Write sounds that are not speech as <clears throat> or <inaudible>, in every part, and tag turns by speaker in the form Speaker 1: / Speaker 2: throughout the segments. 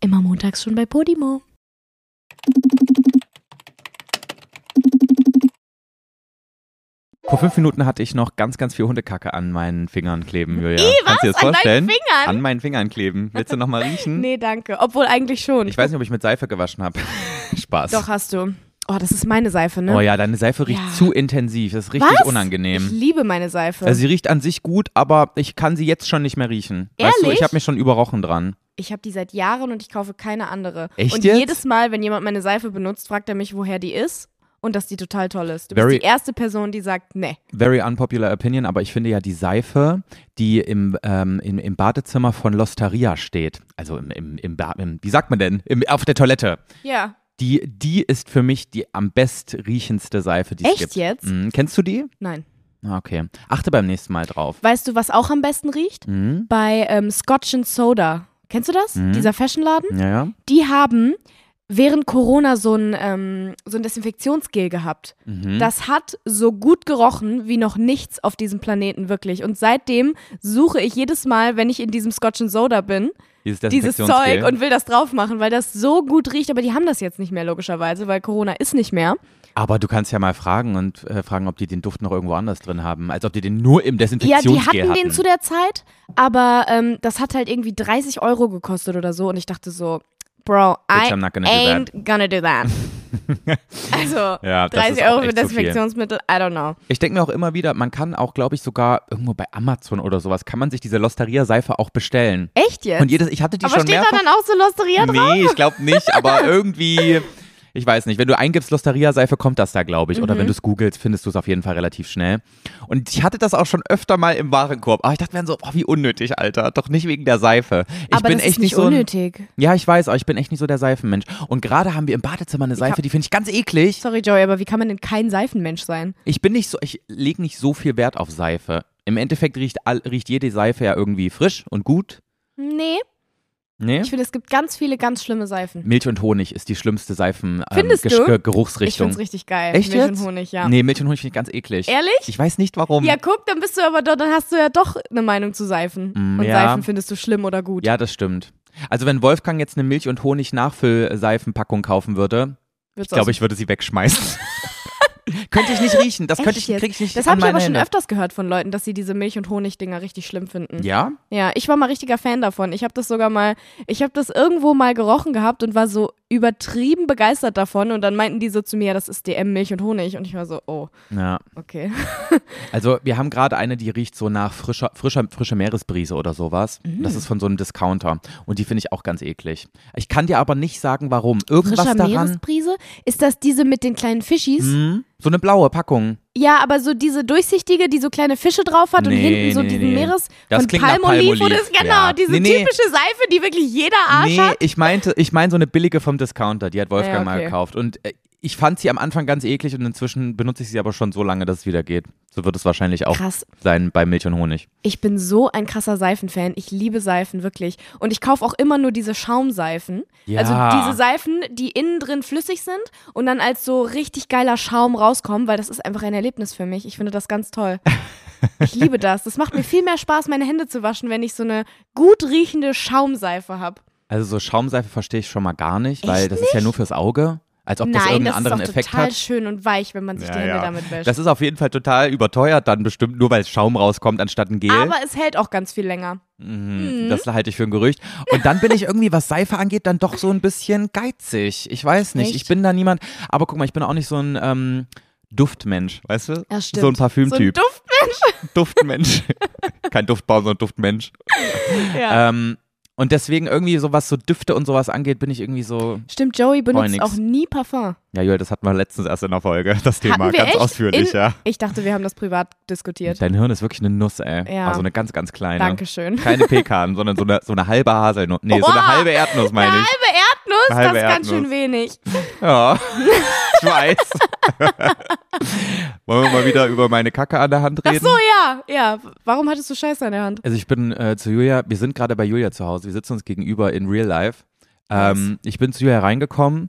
Speaker 1: Immer montags schon bei Podimo.
Speaker 2: Vor fünf Minuten hatte ich noch ganz, ganz viel Hundekacke an meinen Fingern kleben, Julia.
Speaker 1: Ih,
Speaker 2: Kannst du dir
Speaker 1: was? An
Speaker 2: das
Speaker 1: deinen
Speaker 2: vorstellen?
Speaker 1: Fingern?
Speaker 2: An meinen Fingern kleben. Willst
Speaker 1: <laughs>
Speaker 2: du nochmal riechen?
Speaker 1: Nee, danke. Obwohl eigentlich schon.
Speaker 2: Ich weiß nicht, ob ich mit Seife gewaschen habe. <laughs> Spaß.
Speaker 1: Doch, hast du. Oh, das ist meine Seife, ne?
Speaker 2: Oh ja, deine Seife riecht
Speaker 1: Ja.
Speaker 2: zu intensiv. Das ist richtig
Speaker 1: Was? Ich
Speaker 2: unangenehm.
Speaker 1: liebe meine Seife.
Speaker 2: Also sie riecht an sich gut, aber ich kann sie jetzt schon nicht mehr riechen. Weißt du,
Speaker 1: Ehrlich?
Speaker 2: ich habe mich schon überrochen dran.
Speaker 1: ich habe die seit Jahren und ich kaufe keine andere.
Speaker 2: Echt
Speaker 1: und
Speaker 2: jetzt?
Speaker 1: jedes Mal, wenn jemand meine Seife benutzt, fragt er mich, woher die ist und dass die total toll ist. Du
Speaker 2: Very-
Speaker 1: bist die erste Person, die sagt, nee.
Speaker 2: Very unpopular opinion, aber ich finde ja die Seife, die im, ähm, im, im Badezimmer von Lostaria steht, also im, im, im, ba im wie sagt man denn, Im, auf der Toilette,
Speaker 1: Ja.
Speaker 2: die, die ist für mich die am best riechendste Seife, die es
Speaker 1: Echt
Speaker 2: gibt.
Speaker 1: jetzt?
Speaker 2: Mhm. Kennst du die?
Speaker 1: Nein.
Speaker 2: Ah, Okay. Achte beim nächsten Mal drauf.
Speaker 1: Weißt du, was auch am besten riecht?
Speaker 2: Mhm.
Speaker 1: Bei ähm, Scotch and Soda. Kennst du das?
Speaker 2: Hm.
Speaker 1: Dieser Fashionladen?
Speaker 2: Ja, ja.
Speaker 1: Die haben während Corona so ein, ähm, so ein Desinfektionsgel gehabt. Das hat so gut gerochen wie noch nichts auf diesem Planeten, wirklich. Und seitdem suche ich jedes Mal, wenn ich in diesem Scotch and Soda bin,
Speaker 2: Dieses,
Speaker 1: dieses
Speaker 2: Desinfektionsgel.
Speaker 1: Zeug und will das drauf machen, weil das so gut riecht. Aber die haben das jetzt nicht mehr, logischerweise, weil Corona ist nicht mehr.
Speaker 2: Aber du kannst ja mal fragen und äh, fragen, ob die den Duft noch irgendwo anders drin haben, als ob die den nur im
Speaker 1: Ja,
Speaker 2: Desinfektionsgel
Speaker 1: die hatten, den zu der Zeit, aber ähm, das hat halt irgendwie 30 Euro gekostet oder so. Und ich dachte so, Bro, I
Speaker 2: Bitch, I'm not gonna do
Speaker 1: ain't gonna do that.
Speaker 2: <laughs>
Speaker 1: also,
Speaker 2: Ja, das ist
Speaker 1: 30
Speaker 2: auch
Speaker 1: Euro für
Speaker 2: echt zu viel.
Speaker 1: Desinfektionsmittel, I don't know.
Speaker 2: ich denke mir auch immer wieder, man kann auch, glaube ich, sogar irgendwo bei Amazon oder sowas, kann man sich diese Losteria-Seife auch bestellen.
Speaker 1: Echt jetzt?
Speaker 2: Und jedes, ich hatte die
Speaker 1: aber
Speaker 2: schon
Speaker 1: steht
Speaker 2: mehrfach.
Speaker 1: da dann auch so Losteria drauf?
Speaker 2: nee, ich glaube nicht,
Speaker 1: <laughs>
Speaker 2: aber irgendwie, ich weiß nicht, wenn du eingibst Losteria-Seife, kommt das da, glaube ich. Oder
Speaker 1: Mhm.
Speaker 2: wenn du es googelst, findest du es auf jeden Fall relativ schnell. Und ich hatte das auch schon öfter mal im Warenkorb. Aber ich dachte mir dann so, oh, wie unnötig, Alter. Doch nicht wegen der Seife. Ich
Speaker 1: aber
Speaker 2: bin
Speaker 1: das
Speaker 2: echt
Speaker 1: ist nicht
Speaker 2: so ein,
Speaker 1: unnötig.
Speaker 2: Ja, ich weiß, aber ich bin echt nicht so der Seifenmensch. Und gerade haben wir im Badezimmer eine Seife, die finde ich ganz eklig.
Speaker 1: Sorry, Joey, aber wie kann man denn kein Seifenmensch sein?
Speaker 2: Ich bin nicht so, ich lege nicht so viel Wert auf Seife. Im Endeffekt riecht, all, riecht jede Seife ja irgendwie frisch und gut.
Speaker 1: Nee,
Speaker 2: Nee?
Speaker 1: ich finde, es gibt ganz viele ganz schlimme Seifen.
Speaker 2: Milch und Honig ist die schlimmste Seifen ähm,
Speaker 1: Findest
Speaker 2: Gesch-
Speaker 1: du?
Speaker 2: Ge-
Speaker 1: Ich
Speaker 2: Geruchsrichtung.
Speaker 1: finde es richtig geil.
Speaker 2: Echt
Speaker 1: Milch
Speaker 2: jetzt?
Speaker 1: und Honig, ja.
Speaker 2: Nee, Um. Milch und Honig finde ich ganz eklig.
Speaker 1: Ehrlich?
Speaker 2: Ich weiß nicht warum.
Speaker 1: Ja, guck, dann bist du aber doch, dann hast du ja doch eine Meinung zu Seifen.
Speaker 2: Mm,
Speaker 1: und
Speaker 2: ja.
Speaker 1: Seifen findest du schlimm oder gut.
Speaker 2: Ja, das stimmt. Also wenn Wolfgang jetzt eine Milch und Honig Nachfüllseifenpackung kaufen würde,
Speaker 1: Wird's
Speaker 2: ich glaube, ich würde
Speaker 1: <laughs>
Speaker 2: sie wegschmeißen. könnte ich nicht riechen, das
Speaker 1: Echt
Speaker 2: könnte ich,
Speaker 1: jetzt?
Speaker 2: krieg ich nicht
Speaker 1: Das
Speaker 2: an
Speaker 1: habe ich aber
Speaker 2: meine
Speaker 1: schon
Speaker 2: Hände.
Speaker 1: öfters gehört von Leuten, dass sie diese Milch- und Honigdinger richtig schlimm finden.
Speaker 2: Ja?
Speaker 1: Ja, ich war mal richtiger Fan davon. Ich habe das sogar mal, ich habe das irgendwo mal gerochen gehabt und war so übertrieben begeistert davon. Und dann meinten die so zu mir, das ist DM Milch und Honig. Und ich war so, oh,
Speaker 2: Ja.
Speaker 1: okay.
Speaker 2: Also wir haben gerade eine, die riecht so nach frischer, frischer, frischer Meeresbrise oder sowas.
Speaker 1: Mm.
Speaker 2: Das ist von so einem Discounter und die finde ich auch ganz eklig. Ich kann dir aber nicht sagen, warum. Irgendwas
Speaker 1: Frischer
Speaker 2: daran.
Speaker 1: Meeresbrise? Ist das diese mit den kleinen Fischis?
Speaker 2: Hm, so eine blaue Packung.
Speaker 1: Ja, aber so diese durchsichtige, die so kleine Fische drauf hat und
Speaker 2: Nee,
Speaker 1: hinten so
Speaker 2: nee,
Speaker 1: diesen
Speaker 2: nee.
Speaker 1: Meeres
Speaker 2: Das
Speaker 1: von
Speaker 2: klingt nach
Speaker 1: Palmolive und
Speaker 2: Palmolive,
Speaker 1: das genau,
Speaker 2: ja.
Speaker 1: diese
Speaker 2: Nee, nee.
Speaker 1: typische Seife, die wirklich jeder Arsch
Speaker 2: Nee,
Speaker 1: hat.
Speaker 2: ich meinte, ich meine so eine billige vom Discounter, die hat Wolfgang
Speaker 1: Ja,
Speaker 2: mal
Speaker 1: okay.
Speaker 2: gekauft. Und äh, ich fand sie am Anfang ganz eklig und inzwischen benutze ich sie aber schon so lange, dass es wieder geht. So wird es wahrscheinlich auch
Speaker 1: Krass.
Speaker 2: sein bei Milch und Honig.
Speaker 1: Ich bin so ein krasser Seifenfan. Ich liebe Seifen wirklich und ich kaufe auch immer nur diese Schaumseifen.
Speaker 2: Ja.
Speaker 1: Also diese Seifen, die innen drin flüssig sind und dann als so richtig geiler Schaum rauskommen, weil das ist einfach ein Erlebnis für mich. Ich finde das ganz
Speaker 2: <laughs>
Speaker 1: toll. Ich liebe das. Das macht mir viel mehr Spaß, meine Hände zu waschen, wenn ich so eine gut riechende Schaumseife habe.
Speaker 2: Also so Schaumseife verstehe ich schon mal gar nicht, weil
Speaker 1: Echt
Speaker 2: das ist ja nur fürs Auge. Als ob das
Speaker 1: Nein,
Speaker 2: irgendeinen
Speaker 1: das ist
Speaker 2: anderen
Speaker 1: auch
Speaker 2: Effekt
Speaker 1: total
Speaker 2: hat.
Speaker 1: schön und weich, wenn man sich die Hände damit wäscht.
Speaker 2: Das ist auf jeden Fall total überteuert dann bestimmt, nur weil es Schaum rauskommt anstatt ein Gel.
Speaker 1: Aber es hält auch ganz viel länger.
Speaker 2: Mhm, Das halte ich für ein Gerücht. Und dann bin ich irgendwie, was Seife angeht, dann doch so ein bisschen geizig. Ich weiß nicht, ich
Speaker 1: Echt?
Speaker 2: bin da niemand. Aber guck mal, ich bin auch nicht so ein ähm, Duftmensch, weißt du?
Speaker 1: Ja, stimmt.
Speaker 2: So ein Parfümtyp.
Speaker 1: So ein
Speaker 2: <laughs>
Speaker 1: Duft.
Speaker 2: Duftmensch. <laughs> Kein Duftbaum, sondern Duftmensch.
Speaker 1: Ja.
Speaker 2: Ähm, und deswegen irgendwie so was so Düfte und sowas angeht, bin ich irgendwie so.
Speaker 1: Stimmt, Joey benutzt
Speaker 2: nix.
Speaker 1: auch nie Parfum.
Speaker 2: Ja, Joel, das hatten wir letztens erst in der Folge, das Thema.
Speaker 1: Hatten wir
Speaker 2: ganz
Speaker 1: echt?
Speaker 2: ausführlich,
Speaker 1: In-
Speaker 2: ja.
Speaker 1: Ich dachte, wir haben das privat diskutiert.
Speaker 2: Dein Hirn ist wirklich eine Nuss, ey.
Speaker 1: Ja.
Speaker 2: Also eine ganz, ganz kleine.
Speaker 1: Dankeschön.
Speaker 2: Keine Pekanen, sondern so eine, so eine halbe Haselnuss. Nee, so eine
Speaker 1: Boah.
Speaker 2: halbe Erdnuss, meine ich.
Speaker 1: Halbe Erdnuss,
Speaker 2: Eine halbe
Speaker 1: das ist ganz schön
Speaker 2: Erdnuss.
Speaker 1: wenig.
Speaker 2: Ja, ich weiß. Wollen wir mal wieder über meine Kacke an der Hand
Speaker 1: Ach
Speaker 2: reden?
Speaker 1: so, ja, ja. Warum hattest du Scheiße an der Hand?
Speaker 2: Also ich bin äh, zu Julia, wir sind gerade bei Julia zu Hause, wir sitzen uns gegenüber in Real Life. Ähm, ich bin zu Julia reingekommen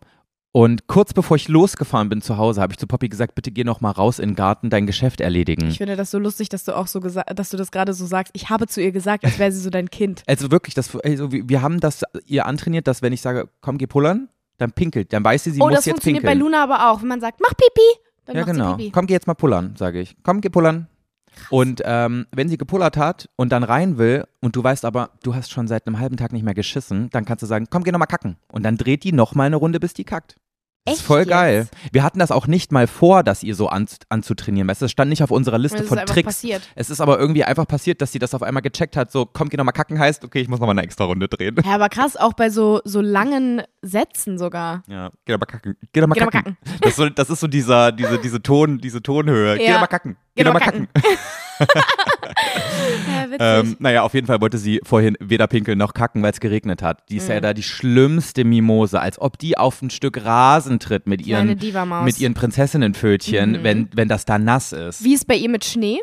Speaker 2: Und kurz bevor ich losgefahren bin zu Hause, habe ich zu Poppy gesagt, bitte geh noch mal raus in den Garten, dein Geschäft erledigen.
Speaker 1: Ich finde das so lustig, dass du auch so gesagt, dass du das gerade so sagst. Ich habe zu ihr gesagt, als wäre sie so dein Kind.
Speaker 2: also wirklich, das, also wir wir haben das ihr antrainiert, dass wenn ich sage, komm, geh pullern, dann pinkelt. Dann weiß sie, sie
Speaker 1: oh,
Speaker 2: muss
Speaker 1: das
Speaker 2: jetzt
Speaker 1: funktioniert
Speaker 2: pinkeln.
Speaker 1: bei Luna aber auch. Wenn man sagt, mach Pipi, dann
Speaker 2: ja,
Speaker 1: macht
Speaker 2: genau.
Speaker 1: sie Pipi.
Speaker 2: Komm, geh jetzt mal pullern, sage ich. Komm, geh pullern. Und ähm, wenn sie gepullert hat und dann rein will und du weißt aber, du hast schon seit einem halben Tag nicht mehr geschissen, dann kannst du sagen, komm, geh nochmal kacken. Und dann dreht die nochmal eine Runde, bis die kackt. Das
Speaker 1: Echt
Speaker 2: ist voll
Speaker 1: jetzt?
Speaker 2: geil. Wir hatten das auch nicht mal vor, das ihr so an, anzutrainieren. Weißt du, das stand nicht auf unserer
Speaker 1: Und
Speaker 2: Liste
Speaker 1: das ist
Speaker 2: von
Speaker 1: einfach
Speaker 2: Tricks.
Speaker 1: passiert.
Speaker 2: Es ist aber irgendwie einfach passiert, dass sie das auf einmal gecheckt hat, so, komm, geh nochmal kacken heißt, okay, ich muss nochmal eine extra Runde
Speaker 1: <laughs>
Speaker 2: drehen.
Speaker 1: Ja, aber krass, auch bei so, so langen Sätzen sogar.
Speaker 2: Ja, geh nochmal kacken. Geh nochmal
Speaker 1: Geh
Speaker 2: kacken.
Speaker 1: doch mal
Speaker 2: Das, ist so, das ist so dieser, diese, diese, Ton, diese Tonhöhe. Geh
Speaker 1: Ja.
Speaker 2: nochmal kacken.
Speaker 1: Geh
Speaker 2: Geh
Speaker 1: doch
Speaker 2: nochmal
Speaker 1: mal
Speaker 2: kacken.
Speaker 1: Ja, witzig.
Speaker 2: Ähm, naja, auf jeden Fall wollte sie vorhin weder pinkeln noch kacken, weil es geregnet hat. Die ist
Speaker 1: Mhm.
Speaker 2: ja da die schlimmste Mimose, als ob die auf ein Stück Rasen tritt mit
Speaker 1: Kleine
Speaker 2: ihren,
Speaker 1: Diva-Maus.
Speaker 2: mit ihren Prinzessinnenpfötchen, wenn, wenn das da nass ist.
Speaker 1: Wie ist bei ihr mit Schnee?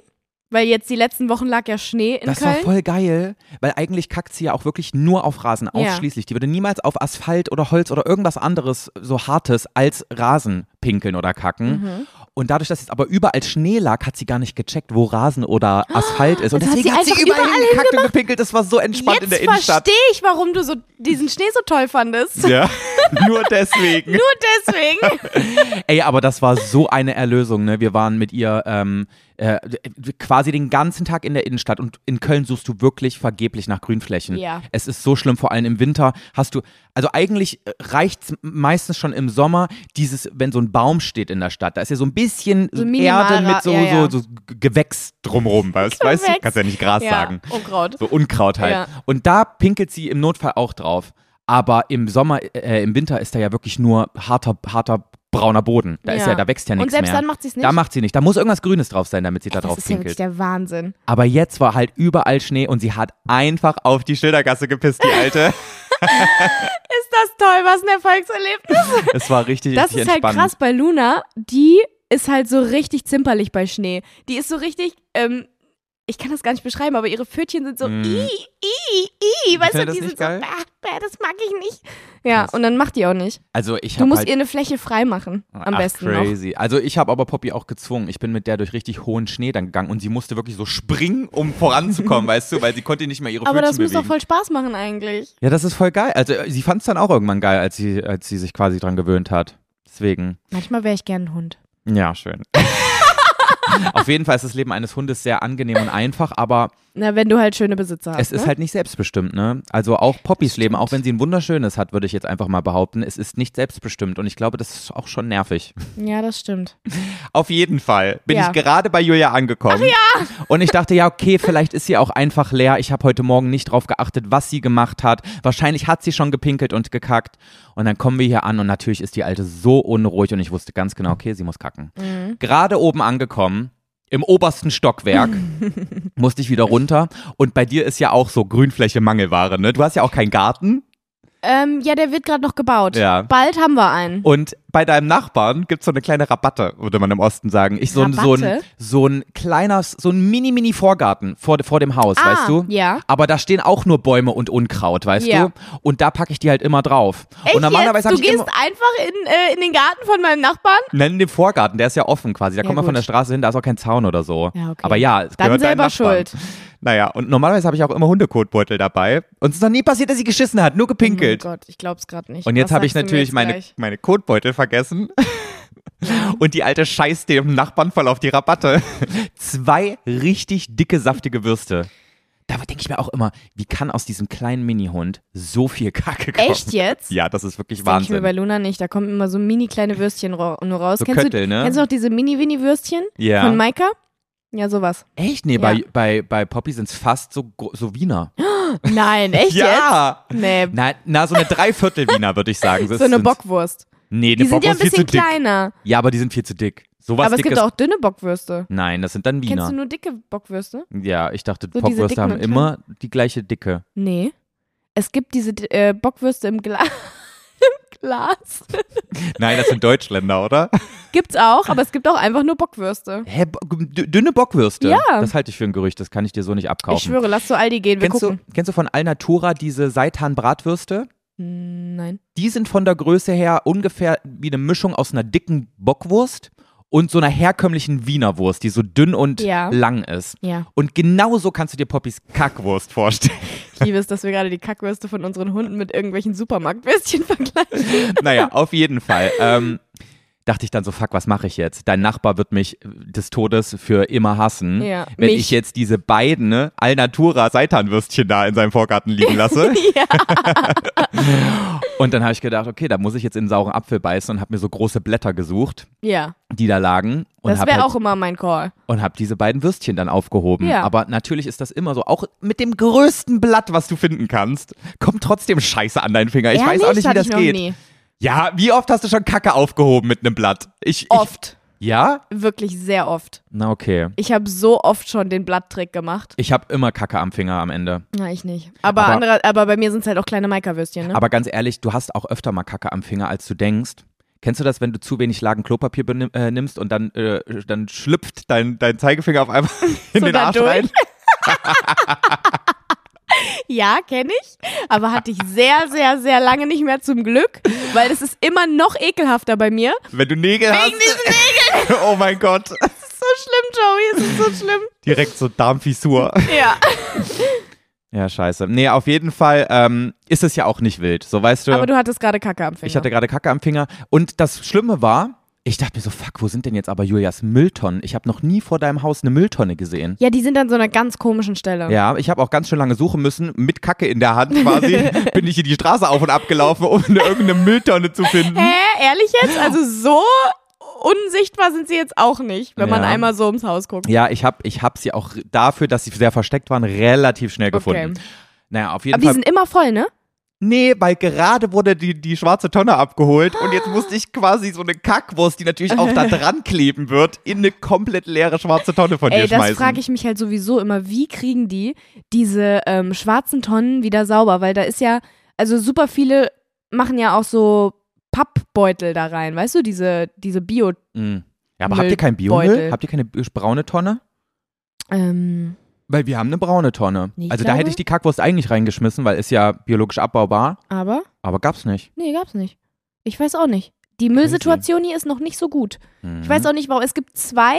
Speaker 1: Weil jetzt die letzten Wochen lag ja Schnee in
Speaker 2: das war
Speaker 1: Köln.
Speaker 2: voll geil, weil eigentlich kackt sie ja auch wirklich nur auf Rasen,
Speaker 1: Ja.
Speaker 2: ausschließlich. Die würde niemals auf Asphalt oder Holz oder irgendwas anderes so Hartes als Rasen pinkeln oder kacken.
Speaker 1: Mhm.
Speaker 2: Und dadurch, dass jetzt aber überall Schnee lag, hat sie gar nicht gecheckt, wo Rasen oder
Speaker 1: <gasps>
Speaker 2: Asphalt ist. Und
Speaker 1: also hat
Speaker 2: deswegen
Speaker 1: sie
Speaker 2: hat sie,
Speaker 1: einfach
Speaker 2: überall,
Speaker 1: überall
Speaker 2: hingekackt und gepinkelt. Das war so entspannt
Speaker 1: jetzt
Speaker 2: in der Innenstadt.
Speaker 1: verstehe ich, warum du so diesen Schnee so toll <laughs> fandest.
Speaker 2: Ja, nur deswegen.
Speaker 1: Nur
Speaker 2: <laughs>
Speaker 1: deswegen.
Speaker 2: Ey, aber das war so eine Erlösung, ne? Wir waren mit ihr ähm, äh, quasi den ganzen Tag in der Innenstadt und in Köln suchst du wirklich vergeblich nach Grünflächen.
Speaker 1: Ja.
Speaker 2: Es ist so schlimm, vor allem im Winter hast du, also eigentlich reicht es meistens schon im Sommer, dieses, wenn so ein Baum steht in der Stadt, da ist ja so ein bisschen
Speaker 1: So minimaler,
Speaker 2: Erde mit so,
Speaker 1: ja, ja.
Speaker 2: so, so G- Gewächs drumrum, weißt, weißt du?
Speaker 1: Gewächs.
Speaker 2: Kannst ja nicht Gras sagen.
Speaker 1: Ja, Oh Unkraut.
Speaker 2: So Unkraut halt.
Speaker 1: Ja.
Speaker 2: Und da pinkelt sie im Notfall auch drauf. Aber im Sommer, äh, im Winter ist da ja wirklich nur harter, harter brauner Boden. Da ist ja, da wächst ja nichts
Speaker 1: Und selbst
Speaker 2: mehr.
Speaker 1: dann macht sie es nicht.
Speaker 2: da macht sie nicht. Da muss irgendwas Grünes drauf sein, damit sie da
Speaker 1: das
Speaker 2: drauf
Speaker 1: ist ja wirklich
Speaker 2: pinkelt.
Speaker 1: der Wahnsinn.
Speaker 2: Aber jetzt war halt überall Schnee und sie hat einfach auf die Schildergasse gepisst, die
Speaker 1: <laughs>
Speaker 2: alte.
Speaker 1: Ist das toll, was ein Erfolgserlebnis.
Speaker 2: es war richtig,
Speaker 1: Das
Speaker 2: richtig
Speaker 1: ist halt
Speaker 2: entspannend.
Speaker 1: krass bei Luna. Die ist halt so richtig zimperlich bei Schnee. Die ist so richtig, ähm, ich kann das gar nicht beschreiben, aber ihre Pfötchen sind so
Speaker 2: Mm.
Speaker 1: i, i, i. Weißt
Speaker 2: findet
Speaker 1: du,
Speaker 2: das
Speaker 1: die sind
Speaker 2: nicht
Speaker 1: so,
Speaker 2: geil?
Speaker 1: bah, bah, das mag ich nicht. Ja,
Speaker 2: Krass.
Speaker 1: und dann macht die auch nicht.
Speaker 2: Also ich
Speaker 1: Du
Speaker 2: hab
Speaker 1: musst
Speaker 2: halt
Speaker 1: ihr eine Fläche freimachen, am
Speaker 2: Ach,
Speaker 1: besten noch.
Speaker 2: crazy. Also ich habe aber Poppy auch gezwungen. Ich bin mit der durch richtig hohen Schnee dann gegangen und sie musste wirklich so springen,
Speaker 1: <laughs>
Speaker 2: um voranzukommen, weißt du, weil sie konnte nicht mehr ihre
Speaker 1: Aber
Speaker 2: Pfötchen
Speaker 1: das muss doch
Speaker 2: bewegen.
Speaker 1: voll Spaß machen eigentlich.
Speaker 2: Ja, das ist voll geil. Also äh, sie fand es dann auch irgendwann geil, als sie, als sie sich quasi dran gewöhnt hat. Deswegen,
Speaker 1: Manchmal wäre ich gern ein Hund.
Speaker 2: ja, schön. Auf jeden Fall ist das Leben eines Hundes sehr angenehm und einfach, aber
Speaker 1: Na, wenn du halt schöne Besitzer hast.
Speaker 2: es ist
Speaker 1: ne?
Speaker 2: halt nicht selbstbestimmt, ne? Also auch Poppys Leben, auch wenn sie ein wunderschönes hat, würde ich jetzt einfach mal behaupten, es ist nicht selbstbestimmt und ich glaube, das ist auch schon nervig.
Speaker 1: Ja, das stimmt.
Speaker 2: Auf jeden Fall bin
Speaker 1: Ja.
Speaker 2: ich gerade bei Julia angekommen. Ach ja. Und ich dachte, ja, okay, vielleicht ist sie auch einfach leer. Ich habe heute Morgen nicht drauf geachtet, was sie gemacht hat. Wahrscheinlich hat sie schon gepinkelt und gekackt. Und dann kommen wir hier an und natürlich ist die Alte so unruhig und ich wusste ganz genau, okay, sie muss kacken. Gerade oben angekommen. Im obersten <laughs> Stockwerk musste ich wieder runter. Und bei dir ist ja auch so Grünfläche Mangelware, ne? Du hast ja auch keinen Garten.
Speaker 1: Ähm, ja, der wird gerade noch gebaut.
Speaker 2: Ja. Oh,
Speaker 1: Bald haben wir einen.
Speaker 2: Und bei deinem Nachbarn gibt's so eine kleine Rabatte, würde man im Osten sagen. Ich so ein, so ein,
Speaker 1: Rabatte?
Speaker 2: so ein kleiner, so ein Mini-Mini-Vorgarten vor, vor dem Haus,
Speaker 1: Ah,
Speaker 2: weißt du?
Speaker 1: ja.
Speaker 2: Aber da stehen auch nur Bäume und Unkraut, weißt
Speaker 1: Ja.
Speaker 2: du? Und da packe ich die halt immer drauf.
Speaker 1: Echt
Speaker 2: und normalerweise
Speaker 1: jetzt?
Speaker 2: habe
Speaker 1: Du
Speaker 2: ich
Speaker 1: gehst
Speaker 2: immer.
Speaker 1: einfach in, äh, in den Garten von meinem Nachbarn?
Speaker 2: Nein, in dem Vorgarten, der ist ja offen quasi. Da
Speaker 1: Ja,
Speaker 2: kommt man von
Speaker 1: gut.
Speaker 2: der Straße hin, da ist auch kein Zaun oder so.
Speaker 1: Ja, okay.
Speaker 2: Aber ja, es
Speaker 1: Dann
Speaker 2: gehört deinem
Speaker 1: selber
Speaker 2: Nachbarn.
Speaker 1: schuld.
Speaker 2: Naja, und normalerweise habe ich auch immer Hundekotbeutel dabei. Und es ist noch nie passiert, dass sie geschissen hat, nur gepinkelt.
Speaker 1: Oh mein Gott, ich glaub's gerade nicht.
Speaker 2: Und jetzt
Speaker 1: Was
Speaker 2: habe ich
Speaker 1: sagst du mir
Speaker 2: natürlich
Speaker 1: jetzt
Speaker 2: meine,
Speaker 1: gleich?
Speaker 2: meine Kotbeutel vergessen.
Speaker 1: <laughs>
Speaker 2: Und die alte scheißt dem Nachbarn voll auf die Rabatte. Zwei richtig dicke, saftige Würste. Da denke ich mir auch immer, wie kann aus diesem kleinen Minihund so viel Kacke kommen?
Speaker 1: Echt jetzt?
Speaker 2: Ja, das ist wirklich
Speaker 1: Denk ich mir bei
Speaker 2: Wahnsinn.
Speaker 1: Luna nicht. Da kommen immer so mini kleine Würstchen ra- nur raus.
Speaker 2: So
Speaker 1: kennst,
Speaker 2: Köttel,
Speaker 1: du,
Speaker 2: ne?
Speaker 1: kennst du noch diese Mini-Winnie-Würstchen
Speaker 2: Ja.
Speaker 1: von Maika? Ja, sowas.
Speaker 2: Echt? Nee,
Speaker 1: Ja.
Speaker 2: bei, bei, bei Poppy sind es fast so, gro- so Wiener. <laughs>
Speaker 1: Nein, echt
Speaker 2: Ja!
Speaker 1: jetzt? Nee,
Speaker 2: Na, na, so eine Dreiviertel-Wiener würde ich sagen. Das
Speaker 1: so eine
Speaker 2: sind's.
Speaker 1: Bockwurst.
Speaker 2: Nee, eine
Speaker 1: Die sind
Speaker 2: Bock
Speaker 1: ja ein
Speaker 2: ist viel
Speaker 1: bisschen
Speaker 2: zu dick.
Speaker 1: kleiner.
Speaker 2: Ja, aber die sind viel zu dick. Sowas
Speaker 1: Aber es
Speaker 2: dickes.
Speaker 1: gibt auch dünne Bockwürste.
Speaker 2: Nein, das sind dann Wiener.
Speaker 1: Kennst du nur dicke Bockwürste?
Speaker 2: Ja, ich dachte,
Speaker 1: So diese
Speaker 2: Bockwürste
Speaker 1: dicken
Speaker 2: haben
Speaker 1: und
Speaker 2: immer die gleiche Dicke.
Speaker 1: Nee. Es gibt diese äh, Bockwürste im, Gla <laughs> im Glas.
Speaker 2: Nein, das sind Deutschländer, oder?
Speaker 1: Gibt's auch, aber es gibt auch einfach nur Bockwürste.
Speaker 2: Hä, bo- d- dünne Bockwürste?
Speaker 1: Ja.
Speaker 2: Das halte ich für ein Gerücht, das kann ich dir so nicht abkaufen.
Speaker 1: Ich schwöre, lass zu Aldi gehen, wir
Speaker 2: kennst, du,
Speaker 1: gucken.
Speaker 2: kennst du von Alnatura diese Seitan-Bratwürste?
Speaker 1: Hm, Nein.
Speaker 2: Die sind von der Größe her ungefähr wie eine Mischung aus einer dicken Bockwurst und so einer herkömmlichen Wiener Wurst, die so dünn und
Speaker 1: Ja.
Speaker 2: lang ist.
Speaker 1: Ja.
Speaker 2: Und genauso kannst du dir Poppys Kackwurst vorstellen.
Speaker 1: Ich liebe es, dass wir gerade die Kackwürste von unseren Hunden mit irgendwelchen Supermarktwürstchen <laughs> vergleichen.
Speaker 2: naja, auf jeden Fall. Ähm, dachte ich dann so, fuck, was mache ich jetzt? Dein Nachbar wird mich äh, des Todes für immer hassen,
Speaker 1: Ja,
Speaker 2: wenn
Speaker 1: mich.
Speaker 2: ich jetzt diese beiden ne, Alnatura Seitanwürstchen da in seinem Vorgarten liegen lasse.
Speaker 1: <laughs> Ja.
Speaker 2: <laughs> Und dann habe ich gedacht, okay, da muss ich jetzt in einen sauren Apfel beißen und habe mir so große Blätter gesucht,
Speaker 1: Ja,
Speaker 2: die da lagen und
Speaker 1: das
Speaker 2: habe
Speaker 1: wäre
Speaker 2: halt,
Speaker 1: auch immer mein Call.
Speaker 2: und hab diese beiden Würstchen dann aufgehoben.
Speaker 1: Ja.
Speaker 2: Aber natürlich ist das immer so, auch mit dem größten Blatt, was du finden kannst, kommt trotzdem Scheiße an deinen Finger. Ich
Speaker 1: Ehrlich?
Speaker 2: weiß auch nicht, wie
Speaker 1: Hatte
Speaker 2: das
Speaker 1: ich noch
Speaker 2: geht.
Speaker 1: Nie.
Speaker 2: Ja, wie oft hast du schon Kacke aufgehoben mit einem Blatt? Ich, ich
Speaker 1: Oft.
Speaker 2: Ja?
Speaker 1: Wirklich sehr oft.
Speaker 2: Na okay.
Speaker 1: Ich habe so oft schon den Blatttrick gemacht.
Speaker 2: Ich habe immer Kacke am Finger am Ende.
Speaker 1: Na, ich nicht. Aber,
Speaker 2: Aber-
Speaker 1: andere, aber bei mir sind es halt auch kleine Maika-Würstchen, ne?
Speaker 2: Aber ganz ehrlich, du hast auch öfter mal Kacke am Finger, als du denkst. Kennst du das, wenn du zu wenig Lagen Klopapier benim- äh, nimmst und dann, äh, dann schlüpft dein, dein Zeigefinger auf einmal <laughs> in
Speaker 1: So
Speaker 2: den
Speaker 1: da
Speaker 2: Arsch
Speaker 1: durch?
Speaker 2: rein?
Speaker 1: <laughs> Ja, kenne ich. Aber hatte ich sehr, sehr, sehr lange nicht mehr zum Glück, weil es ist immer noch ekelhafter bei mir.
Speaker 2: Wenn du Nägel hast. <laughs> oh mein Gott.
Speaker 1: So schlimm, Joey, es ist so schlimm.
Speaker 2: Direkt so Darmfissur.
Speaker 1: <laughs> Ja.
Speaker 2: Ja, scheiße. Nee, auf jeden Fall ähm, ist es ja auch nicht wild. So, weißt du,
Speaker 1: Aber du hattest gerade Kacke am Finger.
Speaker 2: ich hatte gerade Kacke am Finger. Und das Schlimme war, ich dachte mir so, fuck, wo sind denn jetzt aber Julias Mülltonnen? Ich habe noch nie vor deinem Haus eine Mülltonne gesehen.
Speaker 1: ja, die sind an so einer ganz komischen Stelle.
Speaker 2: Ja, ich habe auch ganz schön lange suchen müssen. Mit Kacke in der Hand
Speaker 1: <laughs>
Speaker 2: quasi bin ich hier die Straße auf und ab gelaufen, um eine, irgendeine Mülltonne zu finden.
Speaker 1: Hä, ehrlich jetzt? Also so unsichtbar sind sie jetzt auch nicht, wenn man
Speaker 2: Ja.
Speaker 1: einmal so ums Haus guckt.
Speaker 2: Ja, ich hab, ich hab sie auch dafür, dass sie sehr versteckt waren, relativ schnell gefunden.
Speaker 1: Okay.
Speaker 2: Naja, auf jeden
Speaker 1: Aber die
Speaker 2: Fall.
Speaker 1: sind immer voll, ne?
Speaker 2: Nee, weil gerade wurde die, die schwarze Tonne abgeholt und
Speaker 1: Ah.
Speaker 2: jetzt musste ich quasi so eine Kackwurst, die natürlich auch
Speaker 1: <laughs>
Speaker 2: da dran kleben wird, in eine komplett leere schwarze Tonne von
Speaker 1: Ey,
Speaker 2: dir schmeißen.
Speaker 1: das frage ich mich halt sowieso immer, wie kriegen die diese ähm, schwarzen Tonnen wieder sauber? Weil da ist ja, also super viele machen ja auch so Pappbeutel da rein, weißt du, diese, diese Bio.
Speaker 2: Mhm. Ja, aber habt ihr kein Biomüll?
Speaker 1: Müllbeutel.
Speaker 2: Habt ihr keine b- braune Tonne?
Speaker 1: Ähm,
Speaker 2: Weil wir haben eine braune Tonne.
Speaker 1: Nee, ich
Speaker 2: also da
Speaker 1: glaube-
Speaker 2: hätte ich die Kackwurst eigentlich reingeschmissen, weil ist ja biologisch abbaubar.
Speaker 1: aber?
Speaker 2: Aber gab's nicht.
Speaker 1: Nee, gab's nicht. Ich weiß auch nicht. Die Müllsituation hier ist noch nicht so gut. Ich
Speaker 2: Mhm.
Speaker 1: weiß auch nicht, warum. Es gibt zwei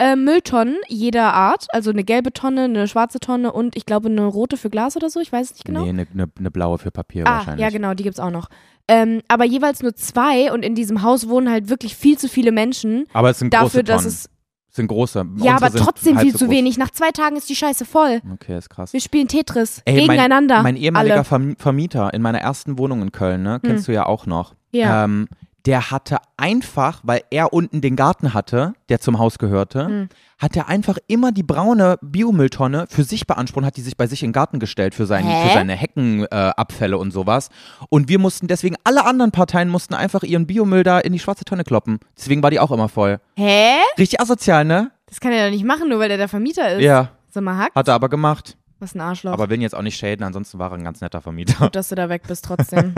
Speaker 1: äh, Mülltonnen jeder Art. Also eine gelbe Tonne, eine schwarze Tonne und ich glaube eine rote für Glas oder so. Ich weiß es nicht genau.
Speaker 2: Nee, eine ne, ne blaue für Papier
Speaker 1: ah,
Speaker 2: wahrscheinlich.
Speaker 1: ja, genau, die gibt's auch noch. Ähm, aber jeweils nur zwei und in diesem Haus wohnen halt wirklich viel zu viele Menschen.
Speaker 2: Aber es sind
Speaker 1: Dafür,
Speaker 2: große
Speaker 1: dass
Speaker 2: Tonnen.
Speaker 1: es.
Speaker 2: Es sind große.
Speaker 1: Ja,
Speaker 2: Unsere
Speaker 1: aber
Speaker 2: sind
Speaker 1: trotzdem
Speaker 2: halb
Speaker 1: viel
Speaker 2: so
Speaker 1: zu
Speaker 2: groß.
Speaker 1: wenig. Nach zwei Tagen ist die Scheiße voll.
Speaker 2: Okay, ist krass.
Speaker 1: Wir spielen Tetris
Speaker 2: Ey, mein-
Speaker 1: gegeneinander.
Speaker 2: Mein ehemaliger
Speaker 1: Alle. Hm.
Speaker 2: Verm Vermieter in meiner ersten Wohnung in Köln, ne, kennst du ja auch noch.
Speaker 1: Ja.
Speaker 2: Ähm, der hatte einfach, weil er unten den Garten hatte, der zum Haus gehörte,
Speaker 1: Hm.
Speaker 2: hat er einfach immer die braune Biomülltonne für sich beansprucht, und hat die sich bei sich in den Garten gestellt für, seinen,
Speaker 1: Hä?
Speaker 2: für seine Heckenabfälle äh, Abfälle und sowas. Und wir mussten deswegen, alle anderen Parteien mussten einfach ihren Biomüll da in die schwarze Tonne kloppen. Deswegen war die auch immer voll.
Speaker 1: Hä?
Speaker 2: Richtig asozial, ne?
Speaker 1: Das kann er doch nicht machen, nur weil er der Vermieter ist.
Speaker 2: Ja.
Speaker 1: Sag mal, Hack,
Speaker 2: Hat er aber gemacht.
Speaker 1: was ein Arschloch.
Speaker 2: Aber will ihn jetzt auch nicht schäden, ansonsten war er ein ganz netter Vermieter.
Speaker 1: Gut, dass du da weg bist
Speaker 2: <laughs>
Speaker 1: trotzdem.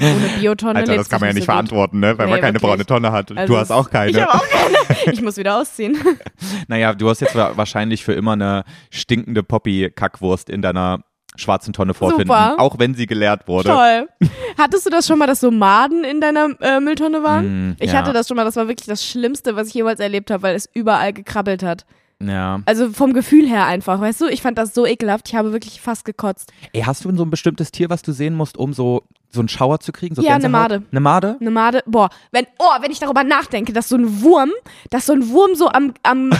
Speaker 1: Ohne Biotonne lebst du so gut.
Speaker 2: ne?
Speaker 1: Weil man Nee, keine wirklich. braune
Speaker 2: Tonne hat.
Speaker 1: Also es- Ich, hab auch keine. <laughs> ich muss wieder ausziehen.
Speaker 2: Naja, du hast jetzt wa- wahrscheinlich für immer eine stinkende Poppy-Kackwurst in deiner schwarzen Tonne vorfinden.
Speaker 1: Super.
Speaker 2: Auch wenn sie geleert wurde.
Speaker 1: Toll. Hattest du das schon mal, dass so Maden in deiner äh, Mülltonne waren?
Speaker 2: Mm,
Speaker 1: ich
Speaker 2: ja.
Speaker 1: hatte das schon mal. Das war wirklich das Schlimmste, was ich jemals erlebt habe, weil es überall gekrabbelt hat.
Speaker 2: Ja.
Speaker 1: Also vom Gefühl her einfach, weißt du? Ich fand das so ekelhaft. Ich habe wirklich fast gekotzt.
Speaker 2: Ey, hast du denn so ein bestimmtes Tier, was du sehen musst, um so, so einen Schauer zu kriegen? So
Speaker 1: Ja, eine
Speaker 2: Gänsehaut?
Speaker 1: Made.
Speaker 2: Eine Made?
Speaker 1: Eine Made, boah, wenn, oh, wenn ich darüber nachdenke, dass so ein Wurm, dass so ein Wurm so am,
Speaker 2: <laughs>
Speaker 1: am,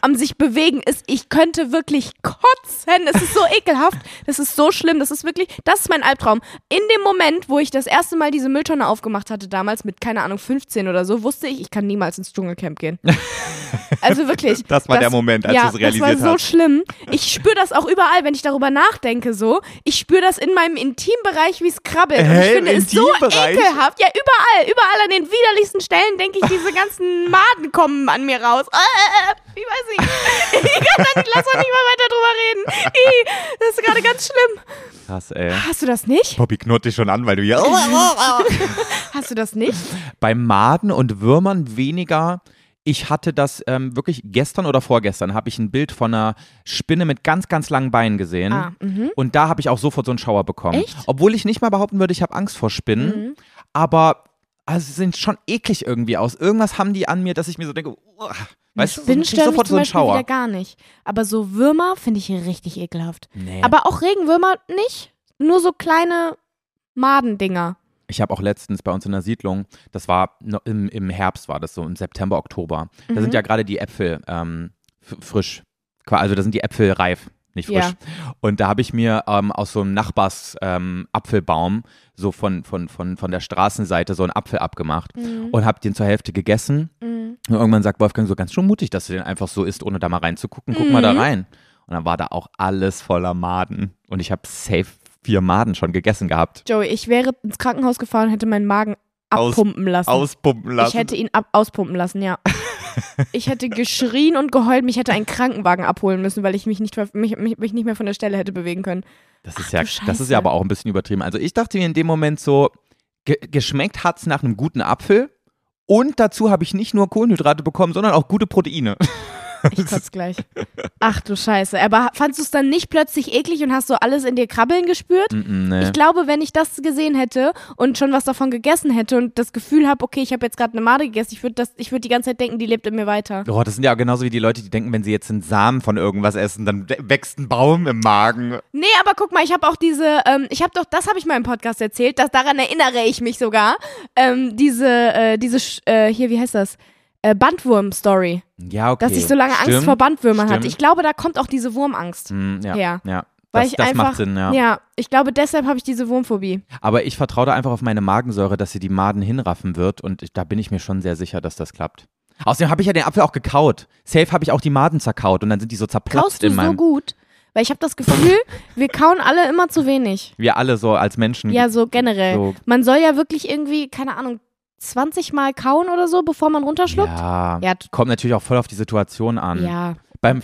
Speaker 1: am sich bewegen ist, ich könnte wirklich kotzen. Es ist so ekelhaft, das ist so schlimm, das ist wirklich, das ist mein Albtraum. In dem Moment, wo ich das erste Mal diese Mülltonne aufgemacht hatte, damals mit, keine Ahnung, 15 oder so, wusste ich, ich kann niemals ins Dschungelcamp
Speaker 2: <laughs>
Speaker 1: gehen. Also wirklich.
Speaker 2: Das war der Moment, als
Speaker 1: ja,
Speaker 2: du es realisiert
Speaker 1: das war so
Speaker 2: hast.
Speaker 1: schlimm. Ich spüre das auch überall, wenn ich darüber nachdenke, so. Ich spüre das in meinem Intimbereich, wie es krabbelt. Und ich
Speaker 2: Hä, im
Speaker 1: finde es so
Speaker 2: Intimbereich?
Speaker 1: ekelhaft. Ja, überall, überall an den widerlichsten Stellen denke ich, diese
Speaker 2: <laughs>
Speaker 1: ganzen Maden kommen an mir raus. Äh, wie weiß ich. Ich kann da nicht, <laughs> lass doch nicht mal weiter drüber reden. Ih, das ist gerade ganz schlimm.
Speaker 2: Krass, ey.
Speaker 1: Hast du das nicht?
Speaker 2: Poppy knurrt dich schon an, weil du <laughs> hier.
Speaker 1: Hast du das nicht?
Speaker 2: Bei Maden und Würmern weniger. Ich hatte das ähm, wirklich gestern oder vorgestern, habe ich ein Bild von einer Spinne mit ganz, ganz langen Beinen gesehen.
Speaker 1: Ah, mhm.
Speaker 2: Und da habe ich auch sofort so einen Schauer bekommen.
Speaker 1: Echt? Mhm.
Speaker 2: Obwohl ich nicht mal behaupten würde, ich habe Angst vor Spinnen. Aber also, sie sind schon eklig irgendwie aus. Irgendwas haben die an mir, dass ich mir so denke, uah, weißt du, so,
Speaker 1: Spinnen
Speaker 2: krieg ich
Speaker 1: stören mich
Speaker 2: sofort
Speaker 1: zum
Speaker 2: so einen
Speaker 1: Beispiel wieder
Speaker 2: Schauer.
Speaker 1: gar nicht. Aber so Würmer finde ich richtig ekelhaft.
Speaker 2: Nee.
Speaker 1: Aber auch Regenwürmer nicht. Nur so kleine Madendinger.
Speaker 2: Ich habe auch letztens bei uns in der Siedlung, das war no- im, im Herbst, war das so, im September, Oktober. Da
Speaker 1: Mhm.
Speaker 2: sind ja gerade die Äpfel ähm, f- frisch. Qua- Also da sind die Äpfel reif, nicht frisch. Und da habe ich mir ähm, aus so einem Nachbars ähm, Apfelbaum so von, von, von, von der Straßenseite so einen Apfel abgemacht und habe den zur Hälfte gegessen.
Speaker 1: Mhm.
Speaker 2: Und irgendwann sagt Wolfgang so ganz schön mutig, dass du den einfach so isst, ohne da mal reinzugucken. Guck mal da
Speaker 1: Mhm.
Speaker 2: rein. Und dann war da auch alles voller Maden. Und ich habe safe vier Maden schon gegessen gehabt.
Speaker 1: Joey, ich wäre ins Krankenhaus gefahren und hätte meinen Magen
Speaker 2: Aus-
Speaker 1: abpumpen lassen.
Speaker 2: Auspumpen lassen.
Speaker 1: Ich hätte ihn ab auspumpen lassen,
Speaker 2: <laughs>
Speaker 1: ja. ich hätte geschrien und geheult, mich hätte ein Krankenwagen abholen müssen, weil ich mich nicht, ver- mich, mich, mich nicht mehr von der Stelle hätte bewegen können.
Speaker 2: Das ist,
Speaker 1: Ach
Speaker 2: ja,
Speaker 1: du
Speaker 2: das ist
Speaker 1: Scheiße.
Speaker 2: ja aber auch ein bisschen übertrieben. Also ich dachte mir in dem Moment so, ge geschmeckt hat es nach einem guten Apfel und dazu habe ich nicht nur Kohlenhydrate bekommen, sondern auch gute Proteine.
Speaker 1: Ich kotze gleich. Ach du Scheiße. Aber fandst du es dann nicht plötzlich eklig und hast so alles in dir krabbeln gespürt?
Speaker 2: Mm, mm, <laughs> nee.
Speaker 1: Ich glaube, wenn ich das gesehen hätte und schon was davon gegessen hätte und das Gefühl habe, okay, ich habe jetzt gerade eine Made gegessen, ich würde das, ich würde die ganze Zeit denken, die lebt in mir weiter.
Speaker 2: Oh, das sind ja genauso wie die Leute, die denken, wenn sie jetzt einen Samen von irgendwas essen, dann we- wächst ein Baum im Magen.
Speaker 1: Nee, aber guck mal, ich habe auch diese, ähm, ich habe doch, das habe ich mal im Podcast erzählt, dass daran erinnere ich mich sogar. Ähm, diese, äh, diese, Sch- äh, hier, wie heißt das? Äh, Bandwurm-Story.
Speaker 2: Ja, okay.
Speaker 1: Dass ich so lange
Speaker 2: Stimmt.
Speaker 1: Angst vor Bandwürmern hatte.
Speaker 2: stimmt.
Speaker 1: Ich glaube, da kommt auch diese Wurmangst.
Speaker 2: Mm, ja,
Speaker 1: her.
Speaker 2: ja. ja.
Speaker 1: Weil
Speaker 2: das
Speaker 1: ich
Speaker 2: das
Speaker 1: einfach,
Speaker 2: macht Sinn, ja.
Speaker 1: ja, ich glaube, deshalb habe ich diese Wurmphobie.
Speaker 2: Aber ich vertraue da einfach auf meine Magensäure, dass sie die Maden hinraffen wird und ich, da bin ich mir schon sehr sicher, dass das klappt. Außerdem habe ich ja den Apfel auch gekaut. Safe habe ich auch die Maden zerkaut und dann sind die so zerplatzt
Speaker 1: Kaust du
Speaker 2: in
Speaker 1: so
Speaker 2: meinem.
Speaker 1: gut? Weil ich habe das
Speaker 2: <laughs>
Speaker 1: Gefühl, wir kauen alle immer zu wenig.
Speaker 2: wir alle so als Menschen.
Speaker 1: Ja, so generell.
Speaker 2: So.
Speaker 1: Man soll ja wirklich irgendwie, keine Ahnung, 20 Mal kauen oder so, bevor man runterschluckt.
Speaker 2: Ja.
Speaker 1: Ja, t-
Speaker 2: Kommt natürlich auch voll auf die Situation an.
Speaker 1: ja.
Speaker 2: Beim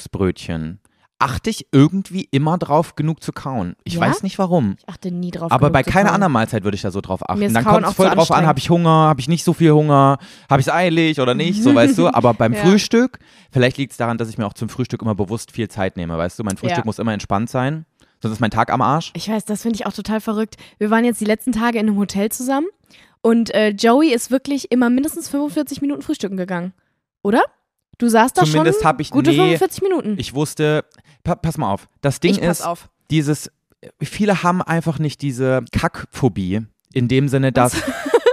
Speaker 2: Frühstücksbrötchen achte ich irgendwie immer drauf, genug zu kauen. Ich
Speaker 1: Ja?
Speaker 2: weiß nicht warum.
Speaker 1: ich achte nie drauf.
Speaker 2: Aber
Speaker 1: genug
Speaker 2: bei
Speaker 1: zu
Speaker 2: keiner
Speaker 1: kauen.
Speaker 2: anderen Mahlzeit würde ich da so drauf achten.
Speaker 1: Mir ist
Speaker 2: Dann
Speaker 1: Kauen
Speaker 2: kommt es
Speaker 1: auch
Speaker 2: voll
Speaker 1: zu
Speaker 2: drauf an,
Speaker 1: anstrengend.
Speaker 2: habe ich Hunger, habe ich nicht so viel Hunger, habe ich es eilig oder nicht,
Speaker 1: <laughs>
Speaker 2: so weißt du. Aber beim
Speaker 1: Ja.
Speaker 2: Frühstück, vielleicht liegt es daran, dass ich mir auch zum Frühstück immer bewusst viel Zeit nehme, weißt du. Mein Frühstück
Speaker 1: Ja.
Speaker 2: muss immer entspannt sein, sonst ist mein Tag am Arsch.
Speaker 1: Ich weiß, das finde ich auch total verrückt. Wir waren jetzt die letzten Tage in einem Hotel zusammen und äh, Joey ist wirklich immer mindestens 45 Minuten frühstücken gegangen. Oder? Du saßt da
Speaker 2: Zumindest
Speaker 1: schon
Speaker 2: hab ich-
Speaker 1: gute
Speaker 2: nee,
Speaker 1: 45 Minuten.
Speaker 2: Ich wusste, pa pass mal auf, das Ding
Speaker 1: Ich pass
Speaker 2: ist,
Speaker 1: auf.
Speaker 2: dieses, viele haben einfach nicht diese Kackphobie in dem Sinne, dass.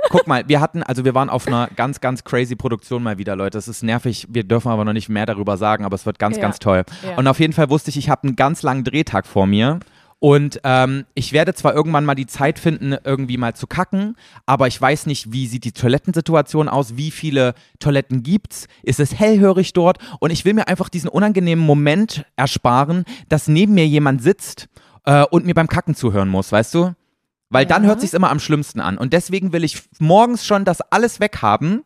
Speaker 2: Guck mal, wir hatten, also wir waren auf einer ganz, ganz crazy Produktion mal wieder, Leute. Es ist nervig, wir dürfen aber noch nicht mehr darüber sagen, aber es wird ganz,
Speaker 1: Ja.
Speaker 2: ganz toll.
Speaker 1: Ja.
Speaker 2: Und auf jeden Fall wusste ich, ich habe einen ganz langen Drehtag vor mir. Und ähm, ich werde zwar irgendwann mal die Zeit finden, irgendwie mal zu kacken, aber ich weiß nicht, wie sieht die Toilettensituation aus, wie viele Toiletten gibt's, ist es hellhörig dort und ich will mir einfach diesen unangenehmen Moment ersparen, dass neben mir jemand sitzt äh, und mir beim Kacken zuhören muss, weißt du? Weil dann
Speaker 1: Ja.
Speaker 2: hört sich's immer am schlimmsten an und deswegen will ich morgens schon das alles weghaben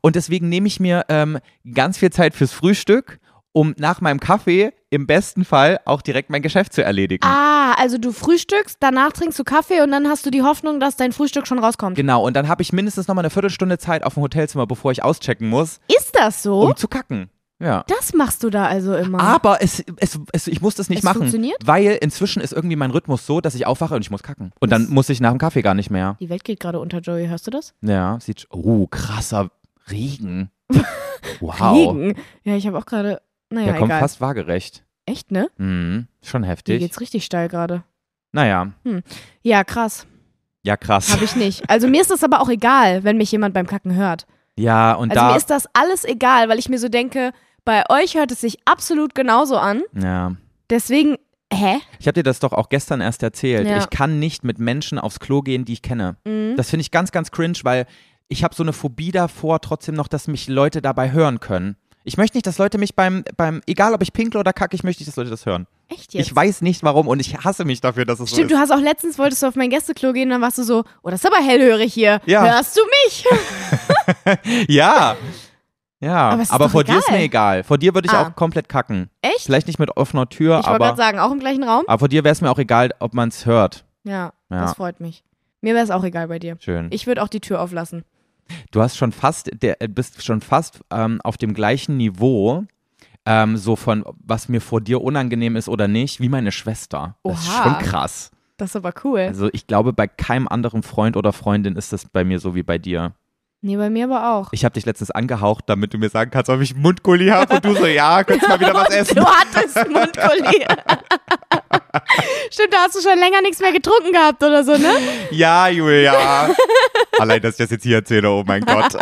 Speaker 2: und deswegen nehme ich mir ähm, ganz viel Zeit fürs Frühstück, um nach meinem Kaffee im besten Fall auch direkt mein Geschäft zu erledigen.
Speaker 1: Ah, also du frühstückst, danach trinkst du Kaffee und dann hast du die Hoffnung, dass dein Frühstück schon rauskommt.
Speaker 2: Genau, und dann habe ich mindestens nochmal eine Viertelstunde Zeit auf dem Hotelzimmer, bevor ich auschecken muss,
Speaker 1: Ist das so?
Speaker 2: um zu kacken. Ja.
Speaker 1: Das machst du da also immer.
Speaker 2: Aber es, es, es, ich muss das nicht
Speaker 1: Es
Speaker 2: machen,
Speaker 1: funktioniert?
Speaker 2: weil inzwischen ist irgendwie mein Rhythmus so, dass ich aufwache und ich muss kacken. Und dann
Speaker 1: Das-
Speaker 2: muss ich nach dem Kaffee gar nicht mehr.
Speaker 1: Die Welt geht gerade unter, Joey, hörst du das?
Speaker 2: Ja, sieht, oh, krasser
Speaker 1: <laughs>
Speaker 2: Regen. Wow.
Speaker 1: Regen. Ja, ich habe auch gerade, naja,
Speaker 2: Der kommt
Speaker 1: egal.
Speaker 2: fast waagerecht.
Speaker 1: Echt, ne?
Speaker 2: Mhm, schon
Speaker 1: Dir
Speaker 2: heftig.
Speaker 1: geht's richtig steil gerade.
Speaker 2: Naja,
Speaker 1: Ja, krass.
Speaker 2: ja krass.
Speaker 1: Habe ich nicht. Also mir ist das aber auch egal, wenn mich jemand beim Kacken hört.
Speaker 2: Ja, und
Speaker 1: Also
Speaker 2: da.
Speaker 1: mir ist das alles egal, weil ich mir so denke, bei euch hört es sich absolut genauso an.
Speaker 2: ja.
Speaker 1: Deswegen, hä?
Speaker 2: Ich habe dir das doch auch gestern erst erzählt.
Speaker 1: Ja.
Speaker 2: Ich kann nicht mit Menschen aufs Klo gehen, die ich kenne.
Speaker 1: Mhm.
Speaker 2: Das finde ich ganz, ganz cringe, weil ich habe so eine Phobie davor, trotzdem noch, dass mich Leute dabei hören können. Ich möchte nicht, dass Leute mich beim, beim egal ob ich pinkle oder kacke, ich möchte nicht, dass Leute das hören.
Speaker 1: Echt jetzt?
Speaker 2: Ich weiß nicht warum und ich hasse mich dafür, dass es
Speaker 1: Stimmt,
Speaker 2: so
Speaker 1: du
Speaker 2: ist.
Speaker 1: hast auch letztens, wolltest du auf mein Gästeklo gehen und dann warst du so, oh, das ist aber hellhörig hier.
Speaker 2: Ja.
Speaker 1: Hörst du mich? <laughs>
Speaker 2: Ja. Ja,
Speaker 1: Aber es ist doch
Speaker 2: vor dir
Speaker 1: egal.
Speaker 2: ist mir egal. Vor dir würde ich
Speaker 1: Ah.
Speaker 2: auch komplett kacken.
Speaker 1: Echt?
Speaker 2: Vielleicht nicht mit offener Tür,
Speaker 1: Ich wollte gerade
Speaker 2: aber,
Speaker 1: sagen, auch im gleichen Raum?
Speaker 2: aber vor dir wäre es mir auch egal, ob man es hört.
Speaker 1: Ja,
Speaker 2: Ja.
Speaker 1: das freut mich. Mir wäre es auch egal bei dir.
Speaker 2: Schön.
Speaker 1: Ich würde auch die Tür auflassen.
Speaker 2: Du hast schon fast, der, äh, bist schon fast ähm, auf dem gleichen Niveau, ähm, so von was mir vor dir unangenehm ist oder nicht, wie meine Schwester. Das ist
Speaker 1: Oha.
Speaker 2: schon krass.
Speaker 1: Das ist aber cool.
Speaker 2: Also ich glaube, bei keinem anderen Freund oder Freundin ist das bei mir so wie bei dir.
Speaker 1: nee, bei mir aber auch.
Speaker 2: Ich habe dich letztens angehaucht, damit du mir sagen kannst, ob ich einen Mundgulli habe und du so, ja, könntest mal wieder was
Speaker 1: <laughs>
Speaker 2: essen.
Speaker 1: Du hattest Mundkuli. <laughs> Stimmt, da hast du schon länger nichts mehr getrunken gehabt oder so, ne?
Speaker 2: Ja,
Speaker 1: <laughs>
Speaker 2: Julia. Allein, dass ich das jetzt hier erzähle, oh mein Gott.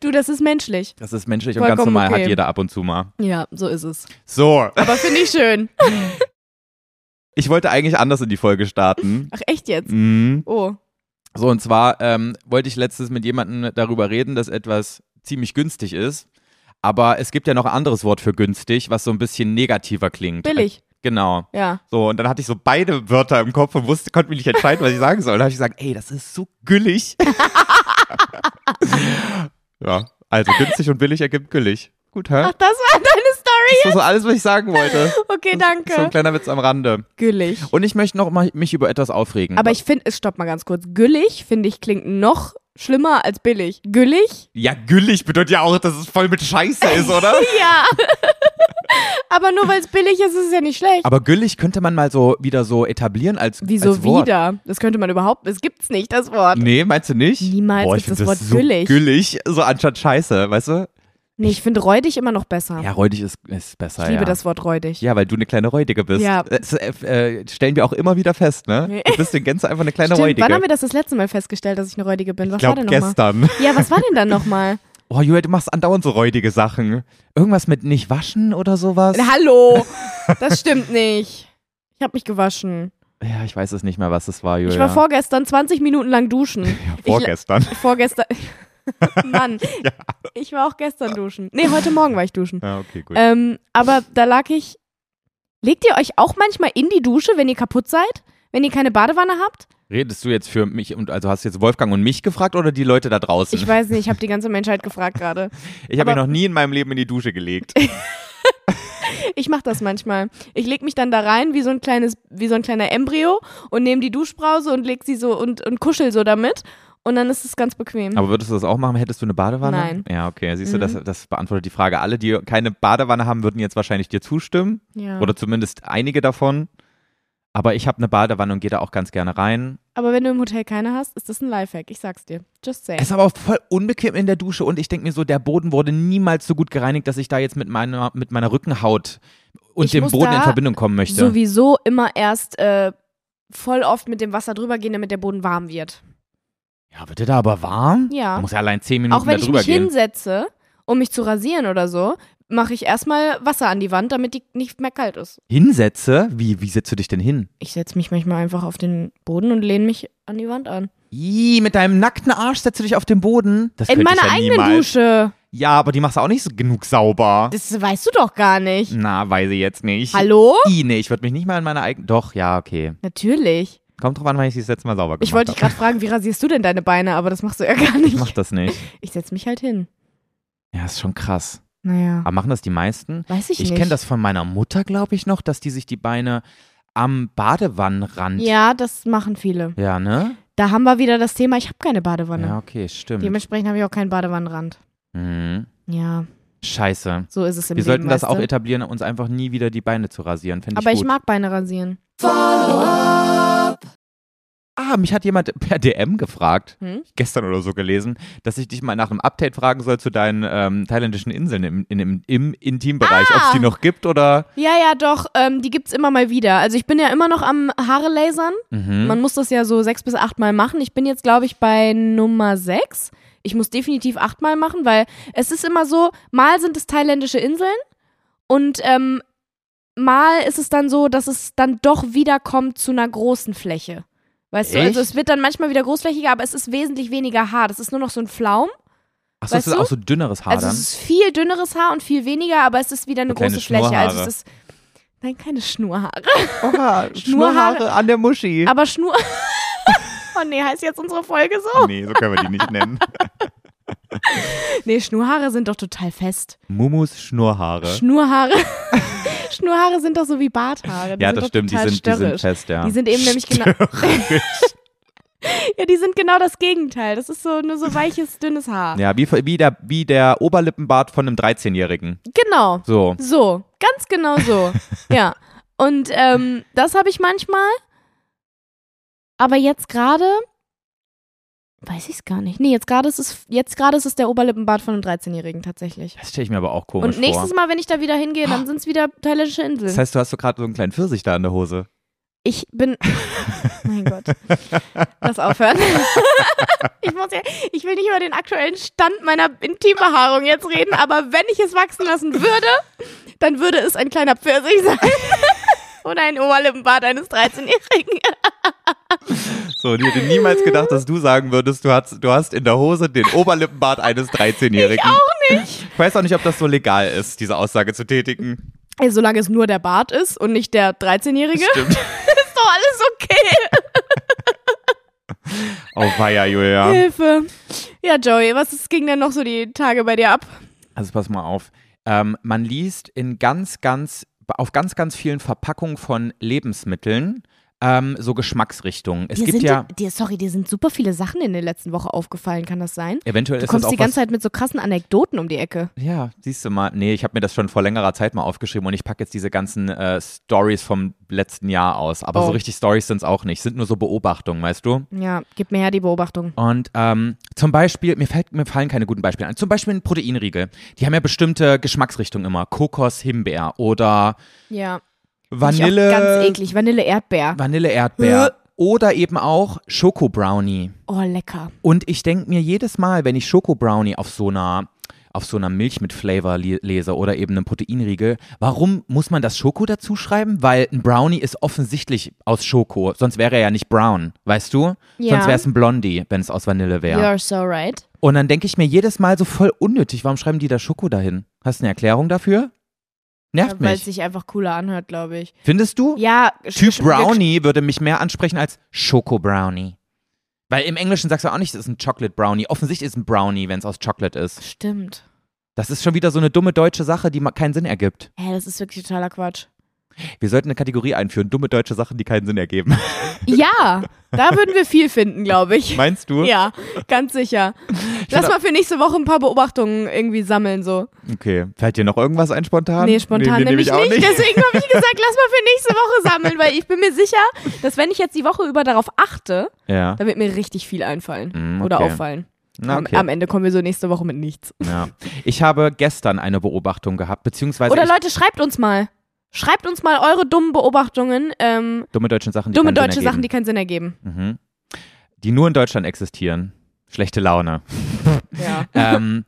Speaker 1: Du, das ist menschlich.
Speaker 2: Das ist menschlich und ganz
Speaker 1: Vollkommen
Speaker 2: normal, hat
Speaker 1: okay.
Speaker 2: jeder ab und zu mal.
Speaker 1: Ja, so ist es.
Speaker 2: So,
Speaker 1: Aber finde ich schön.
Speaker 2: ich wollte eigentlich anders in die
Speaker 1: <laughs>
Speaker 2: Folge starten.
Speaker 1: Ach, echt jetzt?
Speaker 2: Mhm.
Speaker 1: Oh.
Speaker 2: So, und zwar ähm, wollte ich letztens mit jemandem darüber reden, dass etwas ziemlich günstig ist. Aber es gibt ja noch ein anderes Wort für günstig, was so ein bisschen negativer klingt.
Speaker 1: Billig.
Speaker 2: Äh, genau.
Speaker 1: Ja.
Speaker 2: So, und dann hatte ich so beide Wörter im Kopf und wusste, konnte mich nicht entscheiden, was ich sagen soll. Und dann habe ich gesagt, ey, das ist so
Speaker 1: <laughs>
Speaker 2: güllig. ja, also günstig und billig ergibt güllig. Gut, hä?
Speaker 1: Ach, das war <laughs> deine Story.
Speaker 2: Das war so alles, was ich sagen wollte.
Speaker 1: <laughs> Okay,
Speaker 2: So ein
Speaker 1: danke.
Speaker 2: kleiner Witz am Rande.
Speaker 1: Güllig.
Speaker 2: Und ich möchte noch mal mich über etwas aufregen.
Speaker 1: Aber ich finde, stopp mal ganz kurz. Güllig, finde ich, klingt noch schlimmer als billig. Güllig?
Speaker 2: ja, güllig bedeutet ja auch, dass es voll mit
Speaker 1: <laughs>
Speaker 2: Scheiße ist, oder?
Speaker 1: Ja. Aber nur weil es billig ist, ist es ja nicht schlecht.
Speaker 2: Aber güllig könnte man mal so wieder so etablieren als
Speaker 1: Wieso
Speaker 2: als Wort.
Speaker 1: wieder? Das könnte man überhaupt, es gibt's nicht, das Wort.
Speaker 2: Nee, meinst du nicht?
Speaker 1: Niemals
Speaker 2: Boah, ich
Speaker 1: wird
Speaker 2: find
Speaker 1: das Wort
Speaker 2: so
Speaker 1: güllig.
Speaker 2: Güllig, so anstatt Scheiße, weißt du?
Speaker 1: Nee, ich finde räudig immer noch besser.
Speaker 2: Ja, räudig ist, ist besser.
Speaker 1: ich liebe
Speaker 2: ja.
Speaker 1: das Wort räudig.
Speaker 2: Ja, weil du eine kleine Räudige bist.
Speaker 1: Ja.
Speaker 2: Das äh, äh, stellen wir auch immer wieder fest, ne?
Speaker 1: Nee.
Speaker 2: Du bist in Gänze einfach eine kleine
Speaker 1: Stimmt,
Speaker 2: Räudige.
Speaker 1: wann haben wir das das letzte Mal festgestellt, dass ich eine Räudige bin? Was
Speaker 2: ich
Speaker 1: war
Speaker 2: glaube
Speaker 1: denn nochmal?
Speaker 2: gestern.
Speaker 1: Ja, was war denn dann
Speaker 2: <laughs>
Speaker 1: nochmal?
Speaker 2: Oh, Julia, du machst andauernd so räudige Sachen. Irgendwas mit nicht waschen oder sowas? <laughs>
Speaker 1: Hallo, das stimmt nicht. Ich habe mich gewaschen.
Speaker 2: Ja, ich weiß es nicht mehr, was es war, Julia.
Speaker 1: Ich war vorgestern 20 Minuten lang
Speaker 2: <laughs>
Speaker 1: duschen.
Speaker 2: vorgestern.
Speaker 1: Ich,
Speaker 2: <laughs>
Speaker 1: vorgestern. Mann, ich war auch gestern duschen. Nee, heute Morgen war ich duschen.
Speaker 2: Ja, okay, gut.
Speaker 1: Ähm, aber da lag ich. Legt ihr euch auch manchmal in die Dusche, wenn ihr kaputt seid? Wenn ihr keine Badewanne habt?
Speaker 2: Redest du jetzt für mich und also hast du jetzt Wolfgang und mich gefragt oder die Leute da draußen? <laughs>
Speaker 1: Ich weiß nicht, ich habe die ganze Menschheit gefragt gerade.
Speaker 2: Ich habe mich
Speaker 1: Aber-
Speaker 2: noch nie in meinem Leben in die Dusche gelegt.
Speaker 1: <laughs> Ich mache das manchmal. Ich lege mich dann da rein wie so ein kleines, wie so ein kleiner Embryo und nehme die Duschbrause und leg sie so und, und kuschel so damit und dann ist es ganz bequem.
Speaker 2: Aber würdest du das auch machen? Hättest du eine Badewanne?
Speaker 1: Nein. Mhm.
Speaker 2: Ja, okay. Siehst du, das, das beantwortet die Frage. Alle, die keine Badewanne haben, würden jetzt wahrscheinlich dir zustimmen.
Speaker 1: ja.
Speaker 2: Oder zumindest einige davon. Aber ich habe eine Badewanne und gehe da auch ganz gerne rein.
Speaker 1: aber wenn du im Hotel keine hast, ist das ein Lifehack. Ich sag's dir. Just say.
Speaker 2: Es ist aber auch voll unbequem in der Dusche und ich denke mir so, der Boden wurde niemals so gut gereinigt, dass ich da jetzt mit meiner, mit meiner Rückenhaut und
Speaker 1: Ich
Speaker 2: dem
Speaker 1: muss
Speaker 2: Boden
Speaker 1: da
Speaker 2: in Verbindung kommen möchte.
Speaker 1: Sowieso immer erst äh, voll oft mit dem Wasser drüber gehen, damit der Boden warm wird.
Speaker 2: ja, wird dir da aber warm?
Speaker 1: Ja.
Speaker 2: Du musst ja allein zehn Minuten
Speaker 1: Auch wenn
Speaker 2: da
Speaker 1: ich
Speaker 2: drüber
Speaker 1: mich
Speaker 2: gehen.
Speaker 1: hinsetze, um mich zu rasieren oder so, mache ich erstmal Wasser an die Wand, damit die nicht mehr kalt ist.
Speaker 2: Hinsetze? Wie, wie setzt du dich denn hin?
Speaker 1: Ich setze mich manchmal einfach auf den Boden und lehne mich an die Wand an.
Speaker 2: Ih, mit deinem nackten Arsch setzt du dich auf den Boden. Das
Speaker 1: In
Speaker 2: könnte
Speaker 1: meiner
Speaker 2: ich ja
Speaker 1: eigenen
Speaker 2: niemals.
Speaker 1: Dusche.
Speaker 2: Ja, aber die machst du auch nicht so genug sauber.
Speaker 1: Das weißt du doch gar nicht.
Speaker 2: Na, weiß ich jetzt nicht.
Speaker 1: Hallo?
Speaker 2: Ih, nee, ich würde mich nicht mal in meiner eigenen. Doch, ja, okay.
Speaker 1: Natürlich.
Speaker 2: Kommt drauf an, wann ich sie das letzte Mal sauber gemacht
Speaker 1: Ich wollte dich
Speaker 2: habe.
Speaker 1: gerade fragen, wie rasierst du denn deine Beine? Aber das machst du ja gar
Speaker 2: Ich mach
Speaker 1: nicht.
Speaker 2: das nicht.
Speaker 1: Ich setze mich halt hin.
Speaker 2: Ja, ist schon krass.
Speaker 1: Naja.
Speaker 2: Aber machen das die meisten?
Speaker 1: Weiß ich,
Speaker 2: Ich
Speaker 1: nicht.
Speaker 2: kenne das von meiner Mutter, glaube ich, noch, dass die sich die Beine am Badewannenrand.
Speaker 1: Ja, das machen viele.
Speaker 2: Ja, ne?
Speaker 1: Da haben wir wieder das Thema, ich habe keine Badewanne.
Speaker 2: Ja, okay, stimmt.
Speaker 1: Dementsprechend habe ich auch keinen Badewannenrand.
Speaker 2: Mhm.
Speaker 1: Ja,
Speaker 2: Scheiße.
Speaker 1: so ist es im
Speaker 2: Wir
Speaker 1: Leben.
Speaker 2: sollten das
Speaker 1: weißt
Speaker 2: auch
Speaker 1: du?
Speaker 2: etablieren, uns einfach nie wieder die Beine zu rasieren. Fänd
Speaker 1: Aber
Speaker 2: ich
Speaker 1: ich
Speaker 2: gut.
Speaker 1: mag Beine rasieren.
Speaker 2: Ah, mich hat jemand per DM gefragt,
Speaker 1: Hm?
Speaker 2: gestern oder so gelesen, dass ich dich mal nach einem Update fragen soll zu deinen ähm, thailändischen Inseln im, in, im, im Intimbereich,
Speaker 1: Ah!
Speaker 2: ob es die noch gibt oder.
Speaker 1: Ja, ja, doch, ähm, die gibt's immer mal wieder. Also ich bin ja immer noch am Haare lasern.
Speaker 2: Mhm.
Speaker 1: Man muss das ja so sechs bis achtmal machen. Ich bin jetzt, glaube ich, bei Nummer sechs. Ich muss definitiv achtmal machen, weil es ist immer so, mal sind es thailändische Inseln und ähm, mal ist es dann so, dass es dann doch wiederkommt zu einer großen Fläche. Weißt du, also
Speaker 2: Echt?
Speaker 1: es wird dann manchmal wieder großflächiger, aber es ist wesentlich weniger Haar. Das ist nur noch so ein Flaum.
Speaker 2: Achso,
Speaker 1: weißt
Speaker 2: es ist
Speaker 1: du?
Speaker 2: auch so dünneres Haar
Speaker 1: Also
Speaker 2: Ah, dann.
Speaker 1: es ist viel dünneres Haar und viel weniger, aber es ist wieder eine
Speaker 2: So kleine
Speaker 1: große Fläche. Also
Speaker 2: Schnurrhaare.
Speaker 1: es ist Nein, keine Schnurhaare.
Speaker 2: Oha,
Speaker 1: Schnurhaare
Speaker 2: an der Muschi.
Speaker 1: Aber Schnur. <laughs> oh nee, heißt jetzt unsere Folge so?
Speaker 2: Nee, so können wir die
Speaker 1: <laughs>
Speaker 2: nicht nennen.
Speaker 1: Nee, Schnurhaare sind doch total fest.
Speaker 2: Mumus Schnurhaare.
Speaker 1: <laughs> Schnurhaare. Schnurhaare sind doch so wie Barthaare. Die
Speaker 2: ja,
Speaker 1: sind
Speaker 2: das
Speaker 1: doch
Speaker 2: stimmt, die
Speaker 1: total
Speaker 2: sind, die sind
Speaker 1: störrisch.
Speaker 2: fest, ja.
Speaker 1: Die sind eben nämlich genau. <laughs> Ja, die sind genau das Gegenteil. Das ist so nur so weiches, dünnes Haar.
Speaker 2: Ja, wie, wie, der, wie der Oberlippenbart von einem 13-Jährigen.
Speaker 1: Genau.
Speaker 2: So.
Speaker 1: So, ganz genau
Speaker 2: <laughs>
Speaker 1: so. ja. Und ähm, das habe ich manchmal. Aber jetzt gerade weiß ich es gar nicht. Nee, jetzt gerade ist es jetzt gerade ist es der Oberlippenbart von einem 13-Jährigen tatsächlich.
Speaker 2: Das stelle ich mir aber auch komisch
Speaker 1: Und nächstes
Speaker 2: vor. Oh.
Speaker 1: Mal, wenn ich da wieder hingehe, dann sind es wieder thailändische Inseln.
Speaker 2: Das heißt, du hast so gerade so einen kleinen Pfirsich da in der Hose.
Speaker 1: Ich bin. <laughs> Mein Gott. Lass
Speaker 2: <laughs>
Speaker 1: aufhören. ich, muss ja, ich will nicht über den aktuellen Stand meiner Intimbehaarung jetzt reden, aber wenn ich es wachsen lassen würde, dann würde es ein kleiner Pfirsich
Speaker 2: <laughs>
Speaker 1: sein. Oder ein Oberlippenbart eines 13-Jährigen.
Speaker 2: So, die hätte niemals gedacht, dass du sagen würdest, du hast, du hast in der Hose den Oberlippenbart eines 13-Jährigen. Ich auch nicht. Ich weiß auch nicht, ob das so legal ist, diese Aussage zu tätigen.
Speaker 1: Ey, Solange es nur der Bart ist und nicht der 13-Jährige,
Speaker 2: Stimmt.
Speaker 1: <laughs> ist doch alles okay.
Speaker 2: Oh, weia, Julia.
Speaker 1: Hilfe. Ja, Joey, was ist, ging denn noch so die Tage bei dir ab?
Speaker 2: Also pass mal auf. Ähm, man liest in ganz, ganz, auf ganz, ganz vielen Verpackungen von Lebensmitteln ähm, so Geschmacksrichtungen. Es
Speaker 1: Dir
Speaker 2: gibt
Speaker 1: sind
Speaker 2: ja,
Speaker 1: dir, sorry, dir sind super viele Sachen in der letzten Woche aufgefallen, kann das sein?
Speaker 2: eventuell
Speaker 1: Du
Speaker 2: ist das
Speaker 1: kommst
Speaker 2: auch
Speaker 1: die
Speaker 2: was
Speaker 1: ganze Zeit mit so krassen Anekdoten um die Ecke.
Speaker 2: Ja, siehst du mal. Nee, ich habe mir das schon vor längerer Zeit mal aufgeschrieben und ich packe jetzt diese ganzen äh, Stories vom letzten Jahr aus. Aber
Speaker 1: Oh.
Speaker 2: so richtig Stories sind's auch nicht. Sind nur so Beobachtungen, weißt du?
Speaker 1: Ja, gib mir her die Beobachtung.
Speaker 2: Und ähm, zum Beispiel, mir, fällt, mir fallen keine guten Beispiele ein. Zum Beispiel ein Proteinriegel. Die haben ja bestimmte Geschmacksrichtungen immer. Kokos, Himbeer oder
Speaker 1: Ja.
Speaker 2: Vanille.
Speaker 1: Ganz eklig. Vanille-Erdbeer.
Speaker 2: Vanille Erdbeer.
Speaker 1: Äh.
Speaker 2: Oder eben auch Schoko Brownie.
Speaker 1: Oh, lecker.
Speaker 2: Und ich denke mir jedes Mal, wenn ich Schoko Brownie auf so einer auf so einer Milch mit Flavor li- lese oder eben einem Proteinriegel, warum muss man das Schoko dazu schreiben? Weil ein Brownie ist offensichtlich aus Schoko, sonst wäre er ja nicht brown, weißt du?
Speaker 1: Ja.
Speaker 2: Sonst wäre es ein Blondie, wenn es aus Vanille wäre.
Speaker 1: You're so right.
Speaker 2: Und dann denke ich mir jedes Mal so voll unnötig, warum schreiben die da Schoko dahin? Hast du eine Erklärung dafür? Nervt
Speaker 1: Weil es
Speaker 2: mich.
Speaker 1: sich einfach cooler anhört, glaube ich.
Speaker 2: Findest du?
Speaker 1: Ja,
Speaker 2: Typ
Speaker 1: sch- sch-
Speaker 2: Brownie würde mich mehr ansprechen als Schoko Brownie. Weil im Englischen sagst du auch nicht, es ist ein Chocolate Brownie. Offensichtlich ist ein Brownie, wenn es aus Chocolate ist.
Speaker 1: Stimmt.
Speaker 2: Das ist schon wieder so eine dumme deutsche Sache, die ma- keinen Sinn ergibt.
Speaker 1: Hä, das ist wirklich totaler Quatsch.
Speaker 2: Wir sollten eine Kategorie einführen, dumme deutsche Sachen, die keinen Sinn ergeben. <laughs>
Speaker 1: Ja, da würden wir viel finden, glaube ich.
Speaker 2: Meinst du?
Speaker 1: Ja, ganz sicher. Lass
Speaker 2: fand-
Speaker 1: mal für nächste Woche ein paar Beobachtungen irgendwie sammeln, so.
Speaker 2: Okay. Fällt dir noch irgendwas ein spontan?
Speaker 1: Nee, spontan
Speaker 2: Nee, nee,
Speaker 1: nämlich
Speaker 2: ich auch
Speaker 1: nicht. Deswegen habe
Speaker 2: <laughs>
Speaker 1: ich gesagt, lass mal für nächste Woche sammeln, weil ich bin mir sicher, dass wenn ich jetzt die Woche über darauf achte,
Speaker 2: Ja.
Speaker 1: dann wird mir richtig viel einfallen
Speaker 2: Mm,
Speaker 1: oder
Speaker 2: okay.
Speaker 1: auffallen.
Speaker 2: Na,
Speaker 1: Am,
Speaker 2: okay.
Speaker 1: am Ende kommen wir so nächste Woche mit nichts.
Speaker 2: Ja. Ich habe gestern eine Beobachtung gehabt, beziehungsweise
Speaker 1: Oder
Speaker 2: Also ich,
Speaker 1: Leute, schreibt uns mal. Schreibt uns mal eure dummen Beobachtungen, ähm,
Speaker 2: dumme deutsche Sachen, die
Speaker 1: dumme
Speaker 2: keinen
Speaker 1: deutsche
Speaker 2: Sinn
Speaker 1: Sachen, die
Speaker 2: ergeben.
Speaker 1: keinen Sinn
Speaker 2: <laughs>
Speaker 1: ergeben.
Speaker 2: Mhm. die nur in Deutschland existieren. Schlechte Laune.
Speaker 1: Ja.
Speaker 2: ähm,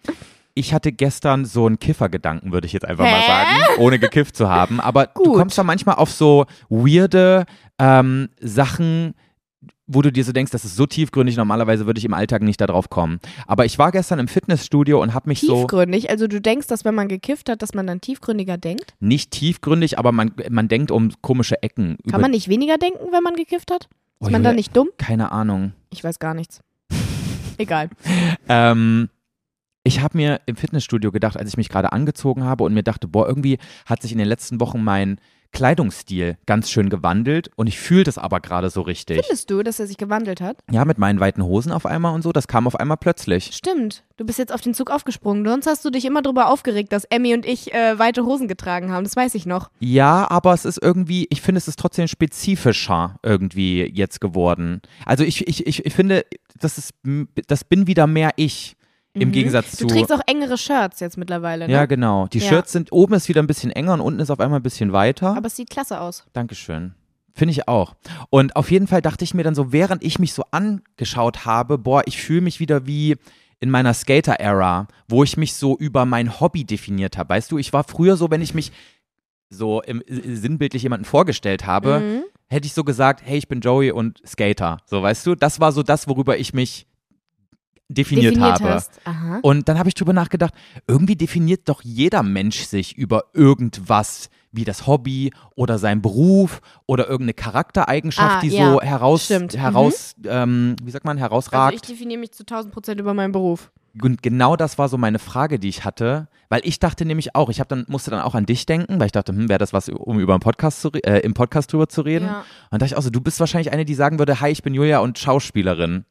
Speaker 2: ich hatte gestern so einen Kiffergedanken, würde ich jetzt einfach mal
Speaker 1: Hä?
Speaker 2: sagen, ohne gekifft zu haben. Aber du
Speaker 1: Gut.
Speaker 2: kommst da manchmal auf so weirde ähm, Sachen, wo du dir so denkst, das ist so tiefgründig, normalerweise würde ich im Alltag nicht darauf kommen. Aber ich war gestern im Fitnessstudio und habe mich so
Speaker 1: Tiefgründig, also du denkst, dass wenn man gekifft hat, dass man dann tiefgründiger denkt?
Speaker 2: nicht tiefgründig, aber man, man denkt um komische Ecken.
Speaker 1: Kann man nicht weniger denken, wenn man gekifft hat? Ist
Speaker 2: Oh,
Speaker 1: man dann
Speaker 2: Junge,
Speaker 1: nicht dumm?
Speaker 2: Keine Ahnung.
Speaker 1: Ich weiß gar nichts. <laughs> Egal.
Speaker 2: Ähm, ich habe mir im Fitnessstudio gedacht, als ich mich gerade angezogen habe und mir dachte, boah, irgendwie hat sich in den letzten Wochen mein Kleidungsstil ganz schön gewandelt und ich fühle das aber gerade so richtig.
Speaker 1: Findest du, dass er sich gewandelt hat?
Speaker 2: Ja, mit meinen weiten Hosen auf einmal und so, das kam auf einmal plötzlich.
Speaker 1: Stimmt. Du bist jetzt auf den Zug aufgesprungen. Sonst hast du dich immer drüber aufgeregt, dass Emmy und ich äh, weite Hosen getragen haben. Das weiß ich noch.
Speaker 2: Ja, aber es ist irgendwie, ich finde, es ist trotzdem spezifischer irgendwie jetzt geworden. Also ich, ich, ich, ich finde, das ist, das bin wieder mehr ich im
Speaker 1: Mhm.
Speaker 2: Gegensatz
Speaker 1: Du
Speaker 2: zu.
Speaker 1: trägst auch engere Shirts jetzt mittlerweile. Ne?
Speaker 2: ja, genau. Die
Speaker 1: Ja.
Speaker 2: Shirts sind, oben ist wieder ein bisschen enger und unten ist auf einmal ein bisschen weiter.
Speaker 1: Aber es sieht klasse aus.
Speaker 2: Dankeschön. Finde ich auch. Und auf jeden Fall dachte ich mir dann so, während ich mich so angeschaut habe, boah, ich fühle mich wieder wie in meiner Skater-Ära, wo ich mich so über mein Hobby definiert habe. Weißt du, ich war früher so, wenn ich mich so im, äh, sinnbildlich jemanden vorgestellt habe,
Speaker 1: Mhm.
Speaker 2: hätte ich so gesagt, hey, ich bin Joey und Skater. So, weißt du, das war so das, worüber ich mich definiert,
Speaker 1: Definiert
Speaker 2: habe.
Speaker 1: hast. Aha. Also
Speaker 2: Und dann habe ich drüber nachgedacht, irgendwie definiert doch jeder Mensch sich über irgendwas wie das Hobby oder sein Beruf oder irgendeine Charaktereigenschaft,
Speaker 1: Ah,
Speaker 2: die
Speaker 1: ja,
Speaker 2: so heraus,
Speaker 1: stimmt. Mhm.
Speaker 2: heraus ähm, wie sagt man,
Speaker 1: Also ich
Speaker 2: herausragt.
Speaker 1: definiere mich zu 1000 Prozent über meinen Beruf.
Speaker 2: Und genau das war so meine Frage, die ich hatte, weil ich dachte nämlich auch, ich hab dann, musste dann auch an dich denken, weil ich dachte, hm, wäre das was, um über einen Podcast zu, re- äh, im Podcast drüber zu reden?
Speaker 1: Ja.
Speaker 2: Und dachte ich auch so, du bist wahrscheinlich eine, die sagen würde, hi, ich bin Julia und Schauspielerin.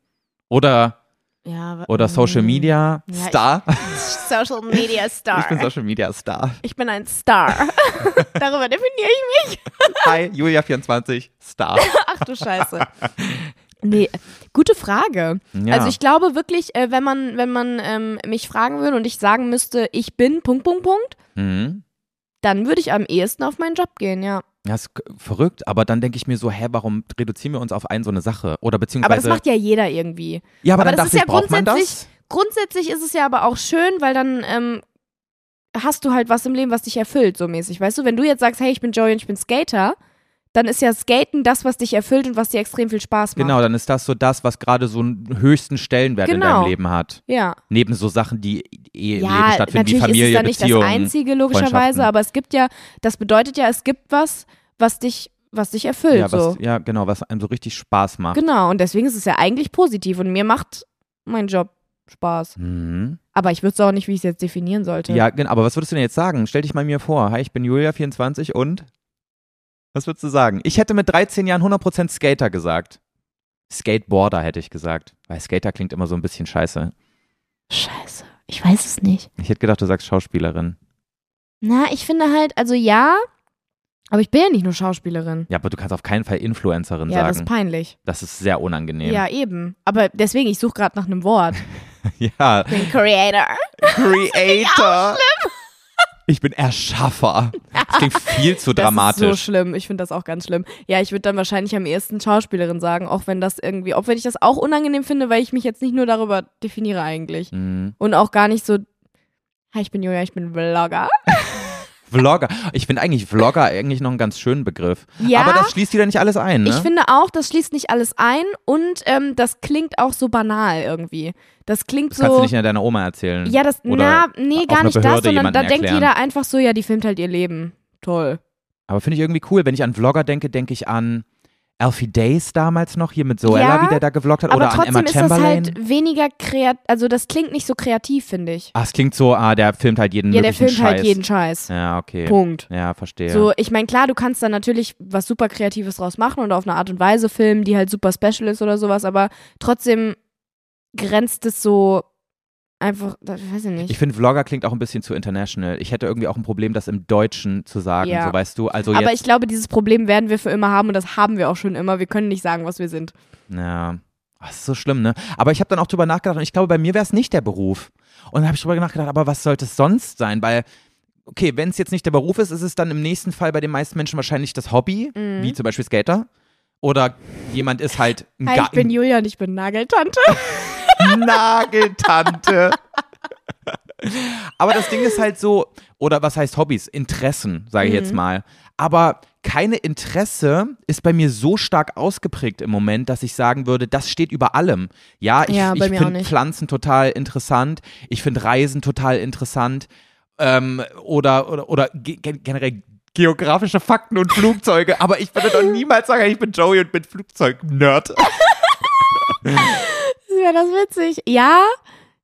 Speaker 2: Oder,
Speaker 1: Ja, wa-
Speaker 2: oder Social
Speaker 1: mm.
Speaker 2: Media
Speaker 1: Ja, ich-
Speaker 2: Star. <laughs>
Speaker 1: <laughs>
Speaker 2: Ich,
Speaker 1: Social
Speaker 2: <laughs>
Speaker 1: Media Star.
Speaker 2: bin Social Media Star.
Speaker 1: Ich bin ein Star. <laughs> Darüber definiere ich mich.
Speaker 2: Hi, Julia24,
Speaker 1: <laughs>
Speaker 2: Star.
Speaker 1: Ach du Scheiße.
Speaker 2: <laughs>
Speaker 1: Nee, äh, gute Frage.
Speaker 2: Ja.
Speaker 1: Also ich glaube wirklich, äh, wenn man, wenn man ähm, mich fragen würde und ich sagen müsste, ich bin Punkt, Punkt, Punkt,
Speaker 2: Mhm.
Speaker 1: dann würde ich am ehesten auf meinen Job gehen, ja.
Speaker 2: Ja, ist k- verrückt, aber dann denke ich mir so, hä, warum reduzieren wir uns auf eine so eine Sache? Oder beziehungsweise.
Speaker 1: Aber das macht ja jeder irgendwie.
Speaker 2: ja, aber,
Speaker 1: aber
Speaker 2: dann
Speaker 1: das ist
Speaker 2: dachte ich,
Speaker 1: ja
Speaker 2: braucht man das?
Speaker 1: grundsätzlich- Grundsätzlich ist es ja aber auch schön, weil dann ähm, hast du halt was im Leben, was dich erfüllt, so mäßig. Weißt du, wenn du jetzt sagst, hey, ich bin Joey und ich bin Skater, dann ist ja Skaten das, was dich erfüllt und was dir extrem viel Spaß macht.
Speaker 2: Genau, dann ist das so das, was gerade so einen höchsten Stellenwert in
Speaker 1: Genau.
Speaker 2: deinem Leben hat.
Speaker 1: Ja.
Speaker 2: Neben so Sachen, die eh im Leben
Speaker 1: Ja,
Speaker 2: stattfinden, wie
Speaker 1: natürlich
Speaker 2: Familie,
Speaker 1: ist es dann nicht das
Speaker 2: Beziehungen.
Speaker 1: Einzige,
Speaker 2: Freundschaften.
Speaker 1: logischerweise, aber es gibt ja, das bedeutet ja, es gibt was, was dich, was dich erfüllt.
Speaker 2: ja, was,
Speaker 1: so.
Speaker 2: ja, genau, was einem so richtig Spaß macht.
Speaker 1: Genau, und deswegen ist es ja eigentlich positiv und mir macht mein Job Spaß.
Speaker 2: Mhm.
Speaker 1: Aber ich wüsste auch nicht, wie ich es jetzt definieren sollte.
Speaker 2: Ja, genau, aber was würdest du denn jetzt sagen? Stell dich mal mir vor, hi, ich bin Julia24 und? Was würdest du sagen? Ich hätte mit 13 Jahren 100% Skater gesagt. Skateboarder hätte ich gesagt, weil Skater klingt immer so ein bisschen scheiße.
Speaker 1: Scheiße, ich weiß es nicht.
Speaker 2: Ich hätte gedacht, du sagst Schauspielerin.
Speaker 1: Na, ich finde halt, also ja, aber ich bin ja nicht nur Schauspielerin.
Speaker 2: Ja, aber du kannst auf keinen Fall Influencerin
Speaker 1: Ja, das ist
Speaker 2: sagen.
Speaker 1: peinlich.
Speaker 2: Das, ist sehr unangenehm.
Speaker 1: Ja, eben. Aber deswegen, ich suche gerade nach einem Wort.
Speaker 2: <laughs> ja.
Speaker 1: Ich bin Creator.
Speaker 2: Creator. Ich bin Erschaffer. Das klingt viel
Speaker 1: <laughs>
Speaker 2: zu
Speaker 1: Das ist so
Speaker 2: dramatisch.
Speaker 1: schlimm. Ich finde das auch ganz schlimm. Ja, ich würde dann wahrscheinlich am ehesten Schauspielerin sagen, auch wenn das irgendwie, auch wenn ich das auch unangenehm finde, weil ich mich jetzt nicht nur darüber definiere eigentlich.
Speaker 2: Mhm.
Speaker 1: Und auch gar nicht so, hi, ich bin Julia, ich bin Vlogger.
Speaker 2: Vlogger. Ich finde eigentlich Vlogger eigentlich noch einen ganz schönen Begriff.
Speaker 1: Ja.
Speaker 2: Aber das schließt wieder nicht alles ein, ne?
Speaker 1: Ich finde auch, das schließt nicht alles ein und ähm, das klingt auch so banal irgendwie. Das klingt
Speaker 2: das
Speaker 1: so.
Speaker 2: kannst du nicht an deiner Oma erzählen.
Speaker 1: ja, das,
Speaker 2: Oder
Speaker 1: na, nee,
Speaker 2: auf
Speaker 1: gar
Speaker 2: einer
Speaker 1: nicht das,
Speaker 2: Behörde
Speaker 1: sondern da
Speaker 2: jemanden
Speaker 1: denkt
Speaker 2: erklären.
Speaker 1: jeder einfach so, ja, die filmt halt ihr Leben. Toll.
Speaker 2: Aber finde ich irgendwie cool. Wenn ich an Vlogger denke, denke ich an Alfie Days damals noch, hier mit Zoella,
Speaker 1: Ja,
Speaker 2: wie der da gevloggt hat.
Speaker 1: Aber
Speaker 2: oder an
Speaker 1: trotzdem
Speaker 2: Emma
Speaker 1: ist das
Speaker 2: Chamberlain.
Speaker 1: halt weniger kreativ, also das klingt nicht so kreativ, finde ich.
Speaker 2: Ach, es klingt so, ah, der filmt halt jeden
Speaker 1: Ja, der
Speaker 2: möglichen
Speaker 1: filmt
Speaker 2: Scheiß.
Speaker 1: halt jeden Scheiß.
Speaker 2: ja, okay.
Speaker 1: Punkt.
Speaker 2: Ja, verstehe.
Speaker 1: So, ich meine, klar, du kannst da natürlich was super Kreatives draus machen und auf eine Art und Weise filmen, die halt super special ist oder sowas, aber trotzdem grenzt es so einfach, das weiß ich nicht.
Speaker 2: Ich finde, Vlogger klingt auch ein bisschen zu international. Ich hätte irgendwie auch ein Problem, das im Deutschen zu sagen,
Speaker 1: Ja.
Speaker 2: so weißt du. Also
Speaker 1: aber
Speaker 2: jetzt,
Speaker 1: ich glaube, dieses Problem werden wir für immer haben und das haben wir auch schon immer. Wir können nicht sagen, was wir sind.
Speaker 2: ja, Ach, das ist so schlimm, ne? Aber ich habe dann auch drüber nachgedacht und ich glaube, bei mir wäre es nicht der Beruf. Und dann habe ich drüber nachgedacht, aber was sollte es sonst sein? Weil, okay, wenn es jetzt nicht der Beruf ist, ist es dann im nächsten Fall bei den meisten Menschen wahrscheinlich das Hobby,
Speaker 1: Mhm.
Speaker 2: wie zum Beispiel Skater. Oder jemand ist halt ein
Speaker 1: Hi, ich bin
Speaker 2: Garten
Speaker 1: Julia und ich bin Nageltante. <laughs>
Speaker 2: Nageltante. Aber das Ding ist halt so, oder was heißt Hobbys? Interessen, sage ich jetzt
Speaker 1: Mhm.
Speaker 2: mal. Aber keine Interesse ist bei mir so stark ausgeprägt im Moment, dass ich sagen würde, das steht über allem. Ja, ich,
Speaker 1: Ja,
Speaker 2: ich
Speaker 1: bei mir auch
Speaker 2: finde
Speaker 1: nicht.
Speaker 2: Pflanzen total interessant, ich finde Reisen total interessant ähm, oder, oder, oder ge gen- generell geografische Fakten und Flugzeuge. Aber ich würde doch niemals sagen, ich bin Joey und bin Flugzeug-Nerd.
Speaker 1: Wäre das witzig? Ja?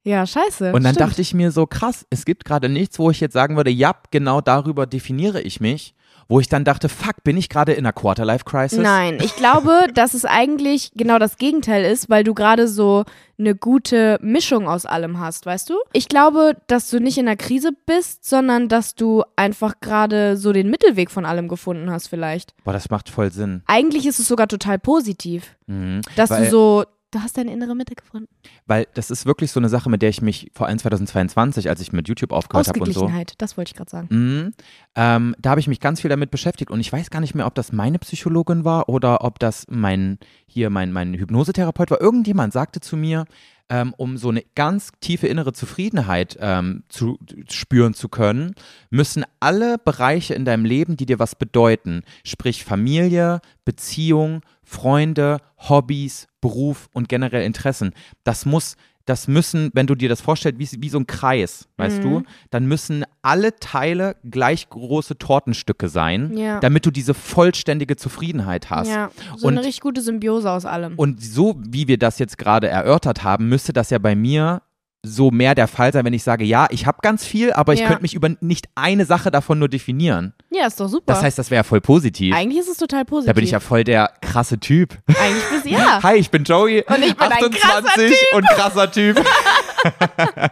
Speaker 1: Ja, scheiße.
Speaker 2: Und dann
Speaker 1: stimmt.
Speaker 2: dachte ich mir so, krass, es gibt gerade nichts, wo ich jetzt sagen würde, ja, genau darüber definiere ich mich. Wo ich dann dachte, fuck, bin ich gerade in einer Quarterlife-Crisis?
Speaker 1: Nein, ich
Speaker 2: <laughs>
Speaker 1: glaube, dass es eigentlich genau das Gegenteil ist, weil du gerade so eine gute Mischung aus allem hast, weißt du? Ich glaube, dass du nicht in einer Krise bist, sondern dass du einfach gerade so den Mittelweg von allem gefunden hast vielleicht.
Speaker 2: Boah, das macht voll Sinn.
Speaker 1: Eigentlich ist es sogar total positiv,
Speaker 2: Mhm.
Speaker 1: dass
Speaker 2: weil,
Speaker 1: du so, du hast deine innere Mitte gefunden.
Speaker 2: Weil das ist wirklich so eine Sache, mit der ich mich vor allem 2022, als ich mit YouTube aufgehört habe und so.
Speaker 1: Ausgeglichenheit, das wollte ich gerade sagen.
Speaker 2: Mhm. Ähm, da habe ich mich ganz viel damit beschäftigt und ich weiß gar nicht mehr, ob das meine Psychologin war oder ob das mein hier mein, mein Hypnosetherapeut war. Irgendjemand sagte zu mir, ähm, um so eine ganz tiefe innere Zufriedenheit ähm, zu spüren zu können, müssen alle Bereiche in deinem Leben, die dir was bedeuten, sprich Familie, Beziehung, Freunde, Hobbys, Beruf und generell Interessen, das muss, das müssen, wenn du dir das vorstellst, wie, wie so ein Kreis, weißt
Speaker 1: Mhm.
Speaker 2: du, dann müssen alle Teile gleich große Tortenstücke sein,
Speaker 1: Ja.
Speaker 2: damit du diese vollständige Zufriedenheit hast.
Speaker 1: Ja, so
Speaker 2: und
Speaker 1: eine richtig gute Symbiose aus allem.
Speaker 2: und so, wie wir das jetzt gerade erörtert haben, müsste das ja bei mir so mehr der Fall sein, wenn ich sage, ja, ich habe ganz viel, aber ich
Speaker 1: Ja.
Speaker 2: könnte mich über nicht eine Sache davon nur definieren.
Speaker 1: Ja, ist doch super.
Speaker 2: Das heißt, das wäre ja voll positiv.
Speaker 1: Eigentlich ist es total positiv.
Speaker 2: Da bin ich ja voll der krasse Typ.
Speaker 1: Eigentlich bist
Speaker 2: <laughs>
Speaker 1: ja.
Speaker 2: Hi, ich bin Joey.
Speaker 1: Und ich bin ein
Speaker 2: 28
Speaker 1: krasser Typ.
Speaker 2: und krasser
Speaker 1: <laughs>
Speaker 2: Typ.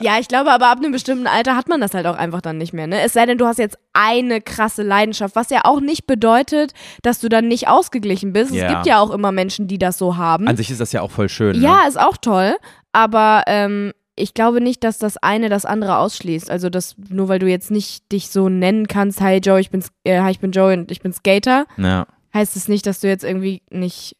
Speaker 1: Ja, ich glaube, aber ab einem bestimmten Alter hat man das halt auch einfach dann nicht mehr. Ne? Es sei denn, du hast jetzt eine krasse Leidenschaft, was ja auch nicht bedeutet, dass du dann nicht ausgeglichen bist.
Speaker 2: Ja.
Speaker 1: Es gibt ja auch immer Menschen, die das so haben.
Speaker 2: An sich ist das ja auch voll schön. Ne?
Speaker 1: ja, ist auch toll, aber ähm, ich glaube nicht, dass das eine das andere ausschließt. Also das nur weil du jetzt nicht dich so nennen kannst, hi Joe, ich bin S- äh, hi, ich bin Joe und ich bin Skater,
Speaker 2: ne? Ja.
Speaker 1: heißt es nicht, dass du jetzt irgendwie nicht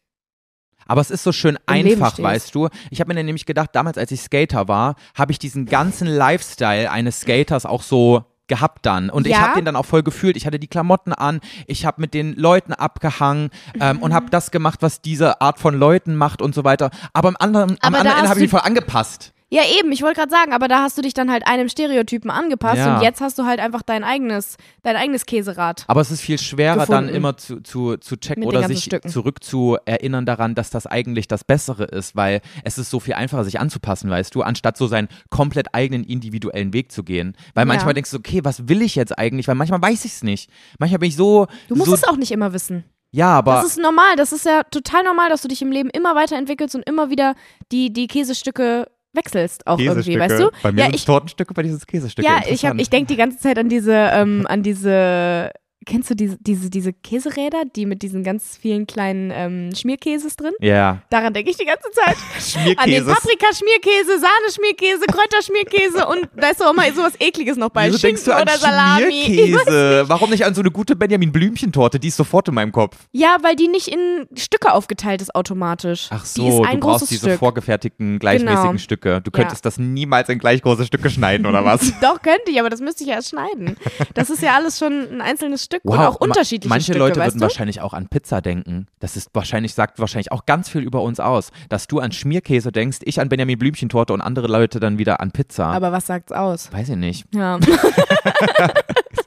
Speaker 2: Aber es ist so schön
Speaker 1: Im Leben
Speaker 2: einfach,
Speaker 1: stehst.
Speaker 2: weißt du. Ich habe mir dann nämlich gedacht, damals, als ich Skater war, habe ich diesen ganzen Lifestyle eines Skaters auch so gehabt dann. Und ich
Speaker 1: Ja.
Speaker 2: habe den dann auch voll gefühlt. Ich hatte die Klamotten an, ich habe mit den Leuten abgehangen ähm, und
Speaker 1: Mhm.
Speaker 2: habe das gemacht, was diese Art von Leuten macht und so weiter. Aber am anderen, am
Speaker 1: Aber da
Speaker 2: anderen Ende
Speaker 1: hast
Speaker 2: habe ich
Speaker 1: du-
Speaker 2: mich voll angepasst.
Speaker 1: Ja, eben, ich wollte gerade sagen, aber da hast du dich dann halt einem Stereotypen angepasst
Speaker 2: Ja.
Speaker 1: und jetzt hast du halt einfach dein eigenes, dein eigenes Käserad.
Speaker 2: Aber es ist viel schwerer,
Speaker 1: Gefunden.
Speaker 2: dann immer zu, zu, zu checken
Speaker 1: Mit den
Speaker 2: oder
Speaker 1: ganzen
Speaker 2: sich
Speaker 1: Stücken.
Speaker 2: zurückzuerinnern daran, dass das eigentlich das Bessere ist, weil es ist so viel einfacher, sich anzupassen, weißt du, anstatt so seinen komplett eigenen individuellen Weg zu gehen. Weil manchmal
Speaker 1: Ja.
Speaker 2: denkst du, okay, was will ich jetzt eigentlich? Weil manchmal weiß ich es nicht. Manchmal bin ich so.
Speaker 1: Du musst
Speaker 2: so,
Speaker 1: es auch nicht immer wissen.
Speaker 2: ja, aber
Speaker 1: Das ist normal, das ist ja total normal, dass du dich im Leben immer weiterentwickelst und immer wieder die, die Käsestücke wechselst auch irgendwie, weißt du? ja, ich,
Speaker 2: Tortenstücke, bei dieses Käsestücke.
Speaker 1: ja, ich, hab- ich denke die ganze Zeit an diese, ähm, an diese, kennst du diese, diese, diese Käseräder, die mit diesen ganz vielen kleinen ähm, Schmierkäses drin?
Speaker 2: Ja.
Speaker 1: Daran denke ich die ganze Zeit. An den
Speaker 2: Schmierkäse.
Speaker 1: Paprikaschmierkäse, Sahneschmierkäse, Kräuterschmierkäse und da ist auch immer sowas ekliges noch bei
Speaker 2: Wieso denkst
Speaker 1: Schinken
Speaker 2: du
Speaker 1: oder
Speaker 2: an
Speaker 1: Salami. <laughs>
Speaker 2: Schmierkäse? Warum nicht an so eine gute Benjamin Blümchentorte? Die ist sofort in meinem Kopf.
Speaker 1: Ja, weil die nicht in Stücke aufgeteilt ist automatisch.
Speaker 2: Ach
Speaker 1: die ist
Speaker 2: so,
Speaker 1: ein
Speaker 2: du brauchst
Speaker 1: großes
Speaker 2: diese
Speaker 1: Stück.
Speaker 2: vorgefertigten, gleichmäßigen
Speaker 1: Genau.
Speaker 2: Stücke. Du könntest das niemals in gleich große Stücke schneiden, oder was?
Speaker 1: <laughs> Doch, könnte ich, aber das müsste ich ja erst schneiden. Das ist ja alles schon ein einzelnes Stück <laughs> und auch
Speaker 2: ma-
Speaker 1: unterschiedliche
Speaker 2: Manche
Speaker 1: Stücke,
Speaker 2: Leute
Speaker 1: weißt
Speaker 2: würden
Speaker 1: du?
Speaker 2: wahrscheinlich auch an Pizza denken. Das ist wahrscheinlich, sagt wahrscheinlich auch ganz viel über uns aus, dass du an Schmierkäse denkst, ich an Benjamin Blümchentorte und andere Leute dann wieder an Pizza.
Speaker 1: Aber was sagt's aus?
Speaker 2: Weiß ich
Speaker 1: <laughs>
Speaker 2: nicht. <laughs>
Speaker 1: Ja,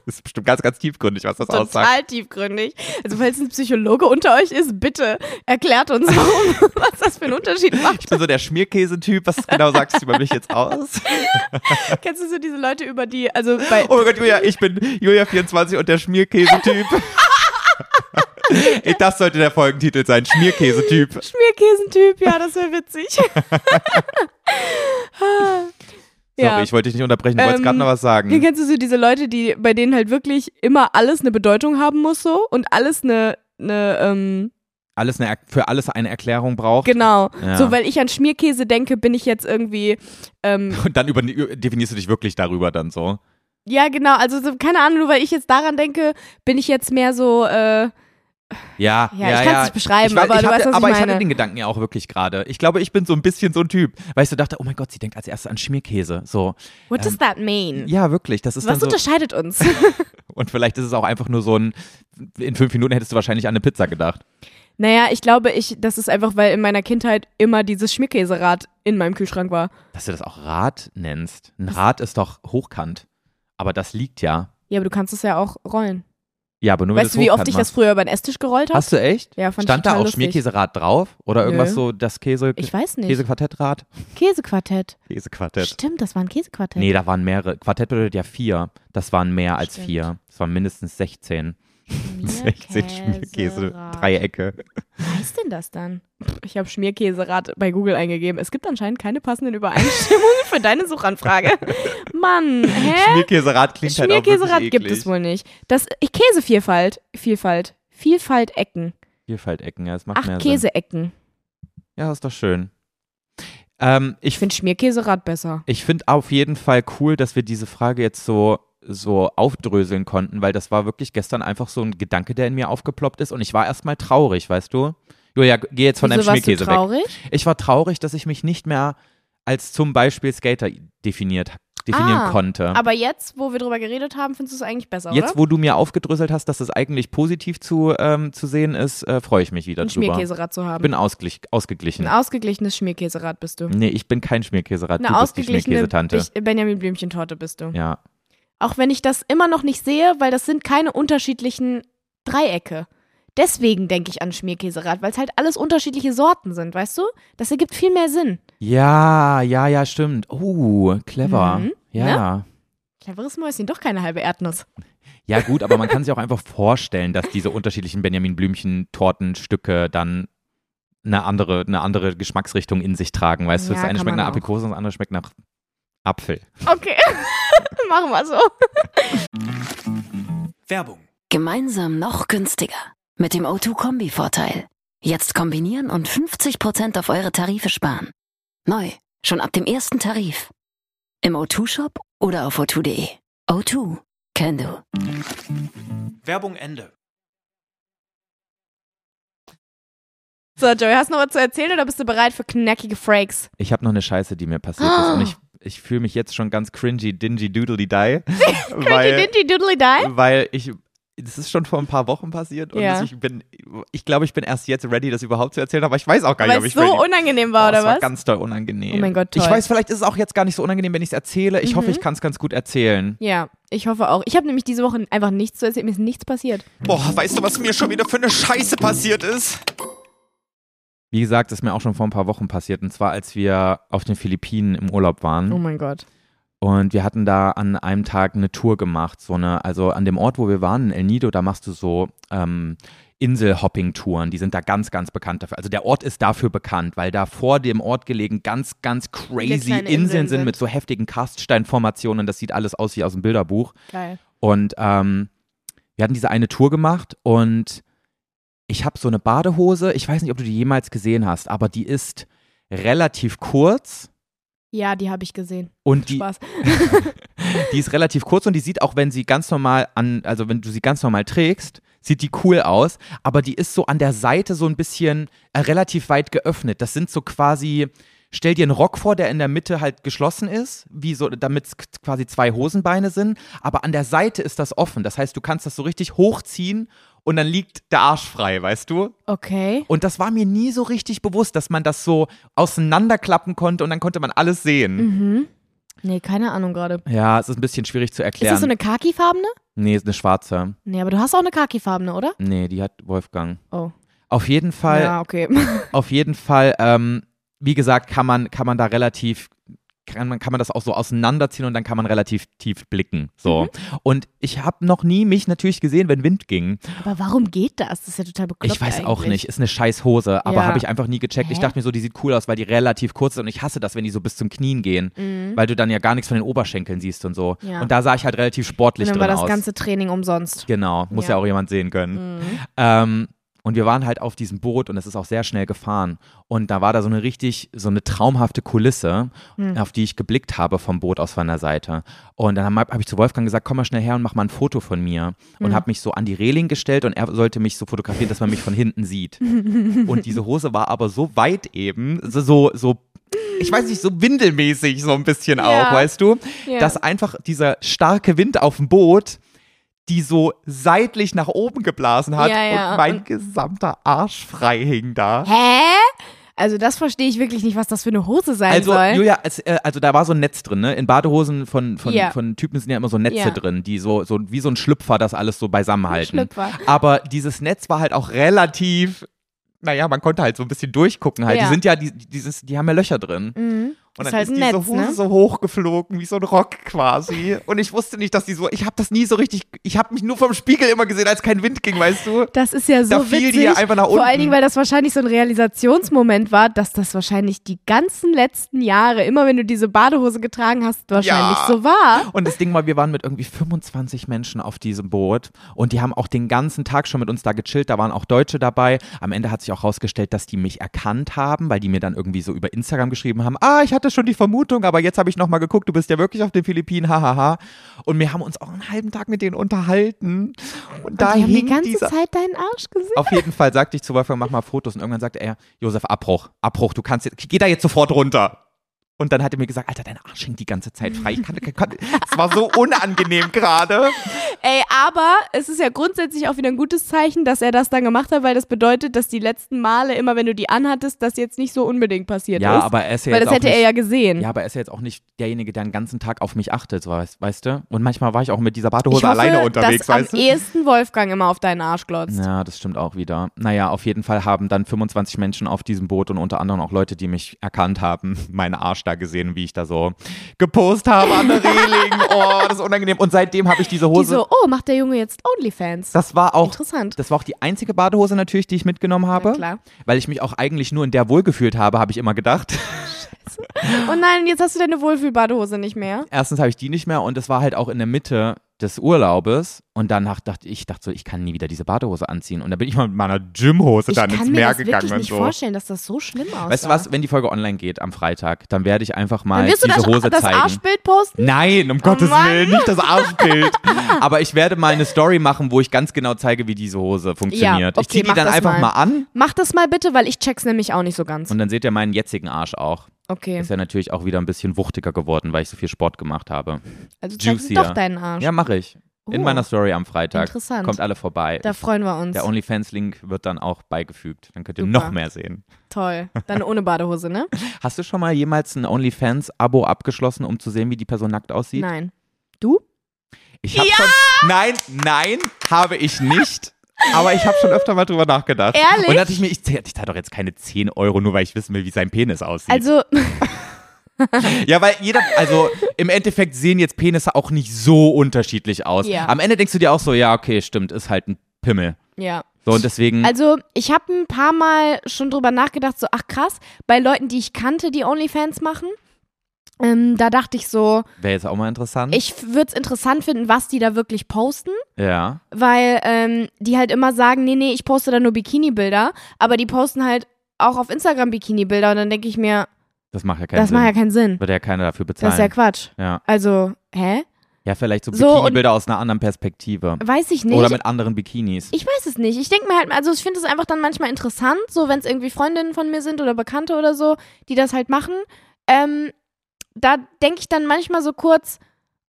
Speaker 2: Das ist bestimmt ganz, ganz tiefgründig, was das aussagt.
Speaker 1: total tiefgründig. Also falls ein Psychologe unter euch ist, bitte erklärt uns, warum, <laughs> was das für einen Unterschied macht.
Speaker 2: <laughs> Ich bin so der Schmierkäse-Typ. Was genau sagst du über mich
Speaker 1: <laughs>
Speaker 2: jetzt aus?
Speaker 1: Kennst du so diese Leute über die, also bei,
Speaker 2: Oh mein Gott, Julia, ich bin Julia24 und
Speaker 1: <laughs>
Speaker 2: der Schmierkäse-Typ. <laughs> Ich- Das sollte der Folgentitel sein, Schmierkäse-Typ.
Speaker 1: Schmierkäsentyp, ja, das wäre witzig.
Speaker 2: Sorry, ich wollte dich nicht unterbrechen, du wolltest
Speaker 1: Ähm,
Speaker 2: gerade noch was
Speaker 1: Ja,
Speaker 2: sagen.
Speaker 1: kennst du so diese Leute, die bei denen halt wirklich immer alles eine Bedeutung haben muss so und alles eine eine ähm,
Speaker 2: Alles eine, Er- für alles eine Erklärung braucht.
Speaker 1: genau.
Speaker 2: Ja.
Speaker 1: So weil ich an Schmierkäse denke, bin ich jetzt irgendwie ähm,
Speaker 2: Und dann über, definierst du dich wirklich darüber dann so.
Speaker 1: ja genau, also so, keine Ahnung, nur weil ich jetzt daran denke, bin ich jetzt mehr so äh,
Speaker 2: Ja,
Speaker 1: Ja, ich kann's nicht beschreiben,
Speaker 2: weiß-
Speaker 1: aber du
Speaker 2: hatte,
Speaker 1: weißt, was ich
Speaker 2: aber ich hatte
Speaker 1: meine.
Speaker 2: den Gedanken ja auch wirklich gerade. Ich glaube, ich bin so ein bisschen so ein Typ. Weißt du, dachte, oh mein Gott, sie denkt als erstes an Schmierkäse. So,
Speaker 1: what does that mean?
Speaker 2: Ähm, ja, wirklich, das ist
Speaker 1: Hm. Was
Speaker 2: dann so.
Speaker 1: unterscheidet uns? <laughs>
Speaker 2: Und vielleicht ist es auch einfach nur so ein, in fünf Minuten hättest du wahrscheinlich an eine Pizza gedacht.
Speaker 1: naja, ich glaube, ich das ist einfach, weil in meiner Kindheit immer dieses Schmierkäserad in meinem Kühlschrank war.
Speaker 2: Dass du das auch Rad nennst. Ein Rad ist doch hochkant. Aber das liegt ja.
Speaker 1: Ja, aber du kannst es ja auch rollen.
Speaker 2: Ja, aber nur wenn
Speaker 1: weißt
Speaker 2: du
Speaker 1: du,
Speaker 2: es
Speaker 1: wie
Speaker 2: hochkant
Speaker 1: oft ich das
Speaker 2: machst.
Speaker 1: früher über den Esstisch gerollt habe?
Speaker 2: Hast du echt?
Speaker 1: Ja, fand ich
Speaker 2: Stand da
Speaker 1: total
Speaker 2: auch
Speaker 1: lustig.
Speaker 2: Schmierkäserad drauf? Oder
Speaker 1: Nö.
Speaker 2: irgendwas so, das Käse,
Speaker 1: Ich weiß nicht.
Speaker 2: Käsequartettrad?
Speaker 1: Käsequartett.
Speaker 2: Käsequartett.
Speaker 1: Stimmt, das war ein Käsequartett.
Speaker 2: Nee, da waren mehrere. Quartett bedeutet ja vier. Das waren mehr als
Speaker 1: Stimmt.
Speaker 2: vier. Das waren mindestens 16. <laughs>
Speaker 1: Schmierkäse.
Speaker 2: 16 Schmierkäse, Dreiecke.
Speaker 1: Was heißt denn das dann? Ich habe Schmierkäserad bei Google eingegeben. Es gibt anscheinend keine passenden Übereinstimmungen für deine Suchanfrage.
Speaker 2: <laughs>
Speaker 1: Mann, hä?
Speaker 2: Schmierkäserad klingt halt auch wirklich
Speaker 1: Schmierkäserad
Speaker 2: eklig.
Speaker 1: gibt es wohl nicht. Das ich- Käsevielfalt, Vielfalt, Vielfalt Ecken.
Speaker 2: Vielfaltecken, ja, das macht mehr
Speaker 1: Acht Käseecken.
Speaker 2: Sinn. Ja, ist doch schön. Ähm, ich
Speaker 1: Ich finde Schmierkäserad besser.
Speaker 2: Ich finde auf jeden Fall cool, dass wir diese Frage jetzt so, so aufdröseln konnten, weil das war wirklich gestern einfach so ein Gedanke, der in mir aufgeploppt ist und ich war erstmal traurig, weißt du? Julia, geh jetzt von
Speaker 1: Wieso
Speaker 2: deinem
Speaker 1: warst du
Speaker 2: Schmierkäse weg.
Speaker 1: traurig?
Speaker 2: Ich war traurig, dass ich mich nicht mehr als zum Beispiel Skater definiert, definieren
Speaker 1: Ah,
Speaker 2: konnte.
Speaker 1: Aber jetzt, wo wir drüber geredet haben, findest du es eigentlich besser,
Speaker 2: Jetzt,
Speaker 1: oder?
Speaker 2: wo du mir aufgedröselt hast, dass es eigentlich positiv zu, ähm, zu sehen ist, äh, freue ich mich wieder
Speaker 1: Ein
Speaker 2: drüber.
Speaker 1: Schmierkäserad zu
Speaker 2: Ich
Speaker 1: haben.
Speaker 2: bin ausglich ausgeglichen.
Speaker 1: Ein ausgeglichenes Schmierkäserad bist du.
Speaker 2: nee, ich bin kein Schmierkäserad.
Speaker 1: Eine
Speaker 2: du bist die
Speaker 1: ausgeglichene
Speaker 2: Schmierkäsetante.
Speaker 1: Bich- Benjamin Blümchentorte bist du.
Speaker 2: ja.
Speaker 1: Auch wenn ich das immer noch nicht sehe, weil das sind keine unterschiedlichen Dreiecke. Deswegen denke ich an Schmierkäserad, weil es halt alles unterschiedliche Sorten sind, weißt du? Das ergibt viel mehr Sinn.
Speaker 2: Ja, ja, ja, stimmt. Oh, clever.
Speaker 1: Mhm,
Speaker 2: Ja.
Speaker 1: Cleveres Mäuschen, doch keine halbe Erdnuss.
Speaker 2: Ja, gut, aber man kann sich auch einfach vorstellen, dass diese unterschiedlichen Benjamin Blümchen Tortenstücke dann eine andere, eine andere Geschmacksrichtung in sich tragen. Weißt du,
Speaker 1: Ja,
Speaker 2: das
Speaker 1: kann
Speaker 2: eine schmeckt
Speaker 1: man
Speaker 2: nach
Speaker 1: auch.
Speaker 2: Aprikose und das andere schmeckt nach Apfel.
Speaker 1: Okay, <laughs> machen wir so.
Speaker 3: Werbung.
Speaker 4: Gemeinsam noch günstiger. Mit dem O2-Kombi-Vorteil. Jetzt kombinieren und 50% auf eure Tarife sparen. Neu, schon ab dem ersten Tarif. Im O2-Shop oder auf o2.de. O2, can do.
Speaker 3: Werbung Ende.
Speaker 1: So, Joey, hast du noch was zu erzählen oder bist du bereit für knackige Freaks?
Speaker 2: Ich habe noch eine Scheiße, die mir passiert ist. Und ich, ich fühle mich jetzt schon ganz cringy, dingy, doodly
Speaker 1: <laughs>
Speaker 2: die.
Speaker 1: Dingy,
Speaker 2: <laughs> weil,
Speaker 1: dingy, doodly die?
Speaker 2: weil ich. Das ist schon vor ein paar Wochen passiert und
Speaker 1: Ja.
Speaker 2: ich bin, ich glaube, ich bin erst jetzt ready, das überhaupt zu erzählen, aber ich weiß auch gar nicht,
Speaker 1: Weil
Speaker 2: ob
Speaker 1: es
Speaker 2: ich
Speaker 1: so
Speaker 2: ready bin.
Speaker 1: unangenehm war,
Speaker 2: Boah,
Speaker 1: oder
Speaker 2: es war
Speaker 1: was?
Speaker 2: ganz doll unangenehm.
Speaker 1: Oh mein Gott, toll. Mhm.
Speaker 2: Ich weiß, vielleicht ist es auch jetzt gar nicht so unangenehm, wenn ich es erzähle. Ich hoffe, ich kann es ganz gut erzählen.
Speaker 1: Ja, ich hoffe auch. Ich habe nämlich diese Woche einfach nichts zu erzählen. Mir ist nichts passiert.
Speaker 2: Boah, weißt du, was mir schon wieder für eine Scheiße passiert ist? Wie gesagt, ist mir auch schon vor ein paar Wochen passiert. Und zwar, als wir auf den Philippinen im Urlaub waren.
Speaker 1: Oh mein Gott.
Speaker 2: Und wir hatten da an einem Tag eine Tour gemacht, so eine, also an dem Ort, wo wir waren, in El Nido, da machst du so ähm, Inselhopping-Touren, die sind da ganz, ganz bekannt dafür. Also der Ort ist dafür bekannt, weil da vor dem Ort gelegen ganz, ganz crazy
Speaker 1: kleine
Speaker 2: Inseln,
Speaker 1: Inseln
Speaker 2: sind
Speaker 1: sind.
Speaker 2: mit so heftigen Karststeinformationen, das sieht alles aus wie aus dem Bilderbuch.
Speaker 1: Geil.
Speaker 2: Und ähm, wir hatten diese eine Tour gemacht und ich habe so eine Badehose, ich weiß nicht, ob du die jemals gesehen hast, aber die ist relativ kurz
Speaker 1: Ja, die habe ich
Speaker 2: <laughs>
Speaker 1: gesehen.
Speaker 2: und die,
Speaker 1: Spaß.
Speaker 2: die ist relativ kurz und die sieht auch, wenn sie ganz normal an, also wenn du sie ganz normal trägst, sieht die cool aus, aber die ist so an der Seite so ein bisschen äh, relativ weit geöffnet. Das sind so quasi, stell dir einen Rock vor, der in der Mitte halt geschlossen ist, wie so, damit es quasi zwei Hosenbeine sind, aber an der Seite ist das offen. Das heißt, du kannst das so richtig hochziehen und dann liegt der Arsch frei, weißt du?
Speaker 1: Okay.
Speaker 2: Und das war mir nie so richtig bewusst, dass man das so auseinanderklappen konnte und dann konnte man alles sehen.
Speaker 1: Mhm. Nee, keine Ahnung gerade.
Speaker 2: Ja, es ist ein bisschen schwierig zu
Speaker 1: Ist
Speaker 2: erklären.
Speaker 1: das so eine khaki-farbene?
Speaker 2: Nee, ist eine schwarze.
Speaker 1: Nee, aber du hast auch eine khaki-farbene, oder?
Speaker 2: Nee, die hat Wolfgang.
Speaker 1: Oh.
Speaker 2: Auf jeden Fall,
Speaker 1: ja, okay. <laughs>
Speaker 2: auf jeden Fall, ähm, wie gesagt, kann man, kann man da relativ, kann man, kann man das auch so auseinanderziehen und dann kann man relativ tief blicken. So.
Speaker 1: Mhm.
Speaker 2: Und ich habe noch nie mich natürlich gesehen, wenn Wind ging.
Speaker 1: Aber warum geht das? Das ist ja total bekloppt
Speaker 2: ich weiß auch
Speaker 1: eigentlich.
Speaker 2: nicht, ist eine scheiß Hose, aber
Speaker 1: Ja.
Speaker 2: habe ich einfach nie gecheckt. Ich
Speaker 1: Hä?
Speaker 2: dachte mir so, die sieht cool aus, weil die relativ kurz ist und ich hasse das, wenn die so bis zum Knien gehen,
Speaker 1: Mhm.
Speaker 2: weil du dann ja gar nichts von den Oberschenkeln siehst und so.
Speaker 1: Ja.
Speaker 2: Und da sah ich halt relativ sportlich
Speaker 1: Und dann
Speaker 2: drin
Speaker 1: war das
Speaker 2: aus.
Speaker 1: ganze Training umsonst.
Speaker 2: genau, muss ja.
Speaker 1: Ja.
Speaker 2: auch jemand sehen können.
Speaker 1: Mhm.
Speaker 2: Ähm, und wir waren halt auf diesem Boot und es ist auch sehr schnell gefahren. Und da war da so eine richtig, so eine traumhafte Kulisse,
Speaker 1: Hm.
Speaker 2: auf die ich geblickt habe vom Boot aus von der Seite. Und dann habe hab ich zu Wolfgang gesagt, komm mal schnell her und mach mal ein Foto von mir. Und habe mich so an die Reling gestellt und er sollte mich so fotografieren, dass man mich von
Speaker 1: <laughs>
Speaker 2: hinten sieht. und diese Hose war aber so weit eben, so, so, so ich weiß nicht, so windelmäßig so ein bisschen
Speaker 1: Ja.
Speaker 2: auch, weißt du?
Speaker 1: Ja.
Speaker 2: dass einfach dieser starke Wind auf dem Boot die so seitlich nach oben geblasen hat
Speaker 1: Ja, ja,
Speaker 2: und mein
Speaker 1: und-
Speaker 2: gesamter Arsch frei hing da.
Speaker 1: Hä? Also das verstehe ich wirklich nicht, was das für eine Hose sein
Speaker 2: Also,
Speaker 1: soll.
Speaker 2: Julia, es, äh, also da war so ein Netz drin, ne? In Badehosen von, von,
Speaker 1: Ja.
Speaker 2: von Typen sind ja immer so Netze
Speaker 1: Ja.
Speaker 2: drin, die so, so wie so ein Schlüpfer das alles so beisammen halten.
Speaker 1: Schlüpfer.
Speaker 2: Aber dieses Netz war halt auch relativ, naja, man konnte halt so ein bisschen durchgucken halt.
Speaker 1: Ja.
Speaker 2: Die sind ja, die, dieses, die haben ja Löcher drin.
Speaker 1: Mhm.
Speaker 2: Und
Speaker 1: Ist
Speaker 2: dann
Speaker 1: halt
Speaker 2: ist
Speaker 1: ein
Speaker 2: diese
Speaker 1: Netz,
Speaker 2: Hose
Speaker 1: ne?
Speaker 2: so hochgeflogen, wie so ein Rock quasi. Und ich wusste nicht, dass die so, ich habe das nie so richtig, ich habe mich nur vom Spiegel immer gesehen, als kein Wind ging, weißt du?
Speaker 1: Das ist ja so
Speaker 2: Da fiel die
Speaker 1: witzig.
Speaker 2: ja einfach nach
Speaker 1: Vor allen
Speaker 2: unten.
Speaker 1: Dingen, weil das wahrscheinlich so ein Realisationsmoment war, dass das wahrscheinlich die ganzen letzten Jahre, immer wenn du diese Badehose getragen hast, wahrscheinlich
Speaker 2: Ja.
Speaker 1: so war.
Speaker 2: Und das Ding war, wir waren mit irgendwie 25 Menschen auf diesem Boot und die haben auch den ganzen Tag schon mit uns da gechillt. Da waren auch Deutsche dabei. Am Ende hat sich auch rausgestellt, dass die mich erkannt haben, weil die mir dann irgendwie so über Instagram geschrieben haben: Ah, ich hatte schon die Vermutung, aber jetzt habe ich nochmal geguckt, du bist ja wirklich auf den Philippinen, hahaha. Und wir haben uns auch einen halben Tag mit denen unterhalten. Und, da
Speaker 1: die haben die
Speaker 2: hing
Speaker 1: ganze
Speaker 2: dieser
Speaker 1: Zeit deinen Arsch gesehen.
Speaker 2: Auf jeden Fall sagte ich zu Wolfgang, mach mal Fotos. Und irgendwann sagte er, Josef, Abbruch, Abbruch, du kannst jetzt, geh da jetzt sofort runter. Und dann hat er mir gesagt, Alter, dein Arsch hängt die ganze Zeit frei. Ich kann, kann, es war so unangenehm gerade.
Speaker 1: Ey, aber es ist ja grundsätzlich auch wieder ein gutes Zeichen, dass er das dann gemacht hat, weil das bedeutet, dass die letzten Male, immer wenn du die anhattest, das jetzt nicht so unbedingt passiert
Speaker 2: Ja,
Speaker 1: ist.
Speaker 2: aber er ist ja
Speaker 1: weil
Speaker 2: jetzt
Speaker 1: das
Speaker 2: auch
Speaker 1: hätte
Speaker 2: nicht,
Speaker 1: er ja gesehen.
Speaker 2: Ja, aber er ist ja jetzt auch nicht derjenige, der den ganzen Tag auf mich achtet, weißt, weißt du? Und manchmal war ich auch mit dieser Badehose
Speaker 1: ich hoffe,
Speaker 2: alleine unterwegs,
Speaker 1: dass am
Speaker 2: weißt du?
Speaker 1: ehesten Wolfgang immer auf deinen Arsch glotzt.
Speaker 2: Ja, das stimmt auch wieder. Naja, auf jeden Fall haben dann 25 Menschen auf diesem Boot und unter anderem auch Leute, die mich erkannt haben, <laughs> meinen Arsch da gesehen, wie ich da so gepost habe an der Reling. Oh, das ist unangenehm. Und seitdem habe ich diese
Speaker 1: Die
Speaker 2: Hose.
Speaker 1: so, oh, macht der Junge jetzt Onlyfans?
Speaker 2: das war auch.
Speaker 1: Interessant.
Speaker 2: Das war auch die einzige Badehose natürlich, die ich mitgenommen habe.
Speaker 1: klar.
Speaker 2: Weil ich mich auch eigentlich nur in der wohlgefühlt habe, habe ich immer gedacht. <laughs>
Speaker 1: oh nein, jetzt hast du deine Wohlfühlbadehose nicht mehr.
Speaker 2: Erstens habe ich die nicht mehr und es war halt auch in der Mitte des Urlaubes. Und danach dachte ich, dachte so, ich kann nie wieder diese Badehose anziehen. Und da bin ich mal mit meiner Gymhose
Speaker 1: Ich
Speaker 2: dann
Speaker 1: kann
Speaker 2: ins
Speaker 1: mir
Speaker 2: Meer
Speaker 1: das
Speaker 2: gegangen
Speaker 1: wirklich
Speaker 2: und
Speaker 1: nicht
Speaker 2: so.
Speaker 1: vorstellen, dass das so schlimm aussah.
Speaker 2: Weißt du was, wenn die Folge online geht am Freitag, dann werde ich einfach mal
Speaker 1: Dann wirst
Speaker 2: diese
Speaker 1: du das,
Speaker 2: Hose
Speaker 1: das
Speaker 2: zeigen.
Speaker 1: Arschbild posten?
Speaker 2: Nein, um Gottes
Speaker 1: Mann.
Speaker 2: Willen, nicht
Speaker 1: <laughs>
Speaker 2: das Arschbild. Aber ich werde mal eine Story machen, wo ich ganz genau zeige, wie diese Hose funktioniert. ich
Speaker 1: okay,
Speaker 2: ziehe die
Speaker 1: mach
Speaker 2: dann
Speaker 1: das
Speaker 2: einfach mal.
Speaker 1: mal.
Speaker 2: an
Speaker 1: Mach das mal bitte, weil ich check's nämlich auch nicht so ganz.
Speaker 2: und dann seht ihr meinen jetzigen Arsch auch.
Speaker 1: okay.
Speaker 2: Ist ja natürlich auch wieder ein bisschen wuchtiger geworden, weil ich so viel Sport gemacht habe.
Speaker 1: Also zeigst du
Speaker 2: juicier.
Speaker 1: doch deinen Arsch.
Speaker 2: Ja, mache ich. In
Speaker 1: Oh.
Speaker 2: meiner Story am Freitag.
Speaker 1: Interessant.
Speaker 2: Kommt alle vorbei.
Speaker 1: Da freuen wir uns.
Speaker 2: Der OnlyFans-Link wird dann auch beigefügt. Dann könnt ihr
Speaker 1: Super.
Speaker 2: noch mehr sehen.
Speaker 1: Toll. Dann ohne Badehose,
Speaker 2: <laughs>
Speaker 1: ne?
Speaker 2: Hast du schon mal jemals ein OnlyFans-Abo abgeschlossen, um zu sehen, wie die Person nackt aussieht?
Speaker 1: Nein. Du?
Speaker 2: Ich hab schon. Nein, nein, habe ich nicht. Aber ich habe schon öfter mal drüber nachgedacht.
Speaker 1: Ehrlich?
Speaker 2: Und dachte ich mir, ich zahle ich zahl doch jetzt keine 10 Euro, nur weil ich wissen will, wie sein Penis aussieht.
Speaker 1: Also, <laughs>
Speaker 2: ja, weil jeder, also im Endeffekt sehen jetzt Penisse auch nicht so unterschiedlich aus.
Speaker 1: Ja.
Speaker 2: Am Ende denkst du dir auch so, ja, okay, stimmt, ist halt ein Pimmel.
Speaker 1: ja.
Speaker 2: So, und deswegen.
Speaker 1: Also, ich habe ein paar Mal schon drüber nachgedacht, so, ach krass, bei Leuten, die ich kannte, die Onlyfans machen. Ähm, da dachte ich so,
Speaker 2: Wäre jetzt auch mal interessant.
Speaker 1: ich würde es interessant finden, was die da wirklich posten,
Speaker 2: ja.
Speaker 1: weil ähm, die halt immer sagen, nee, nee, ich poste da nur Bikini-Bilder, aber die posten halt auch auf Instagram Bikini-Bilder und dann denke ich mir,
Speaker 2: Das macht ja keinen
Speaker 1: das
Speaker 2: Sinn.
Speaker 1: macht ja keinen Sinn.
Speaker 2: Würde ja keiner dafür bezahlen.
Speaker 1: Das ist ja Quatsch.
Speaker 2: ja.
Speaker 1: Also, hä?
Speaker 2: ja, vielleicht so
Speaker 1: So, und-
Speaker 2: Bikini-Bilder aus einer anderen Perspektive.
Speaker 1: Weiß ich nicht.
Speaker 2: Oder mit anderen Bikinis.
Speaker 1: Ich weiß es nicht. Ich denke mir halt, also ich finde es einfach dann manchmal interessant, so wenn es irgendwie Freundinnen von mir sind oder Bekannte oder so, die das halt machen. Ähm, da denke ich dann manchmal so kurz,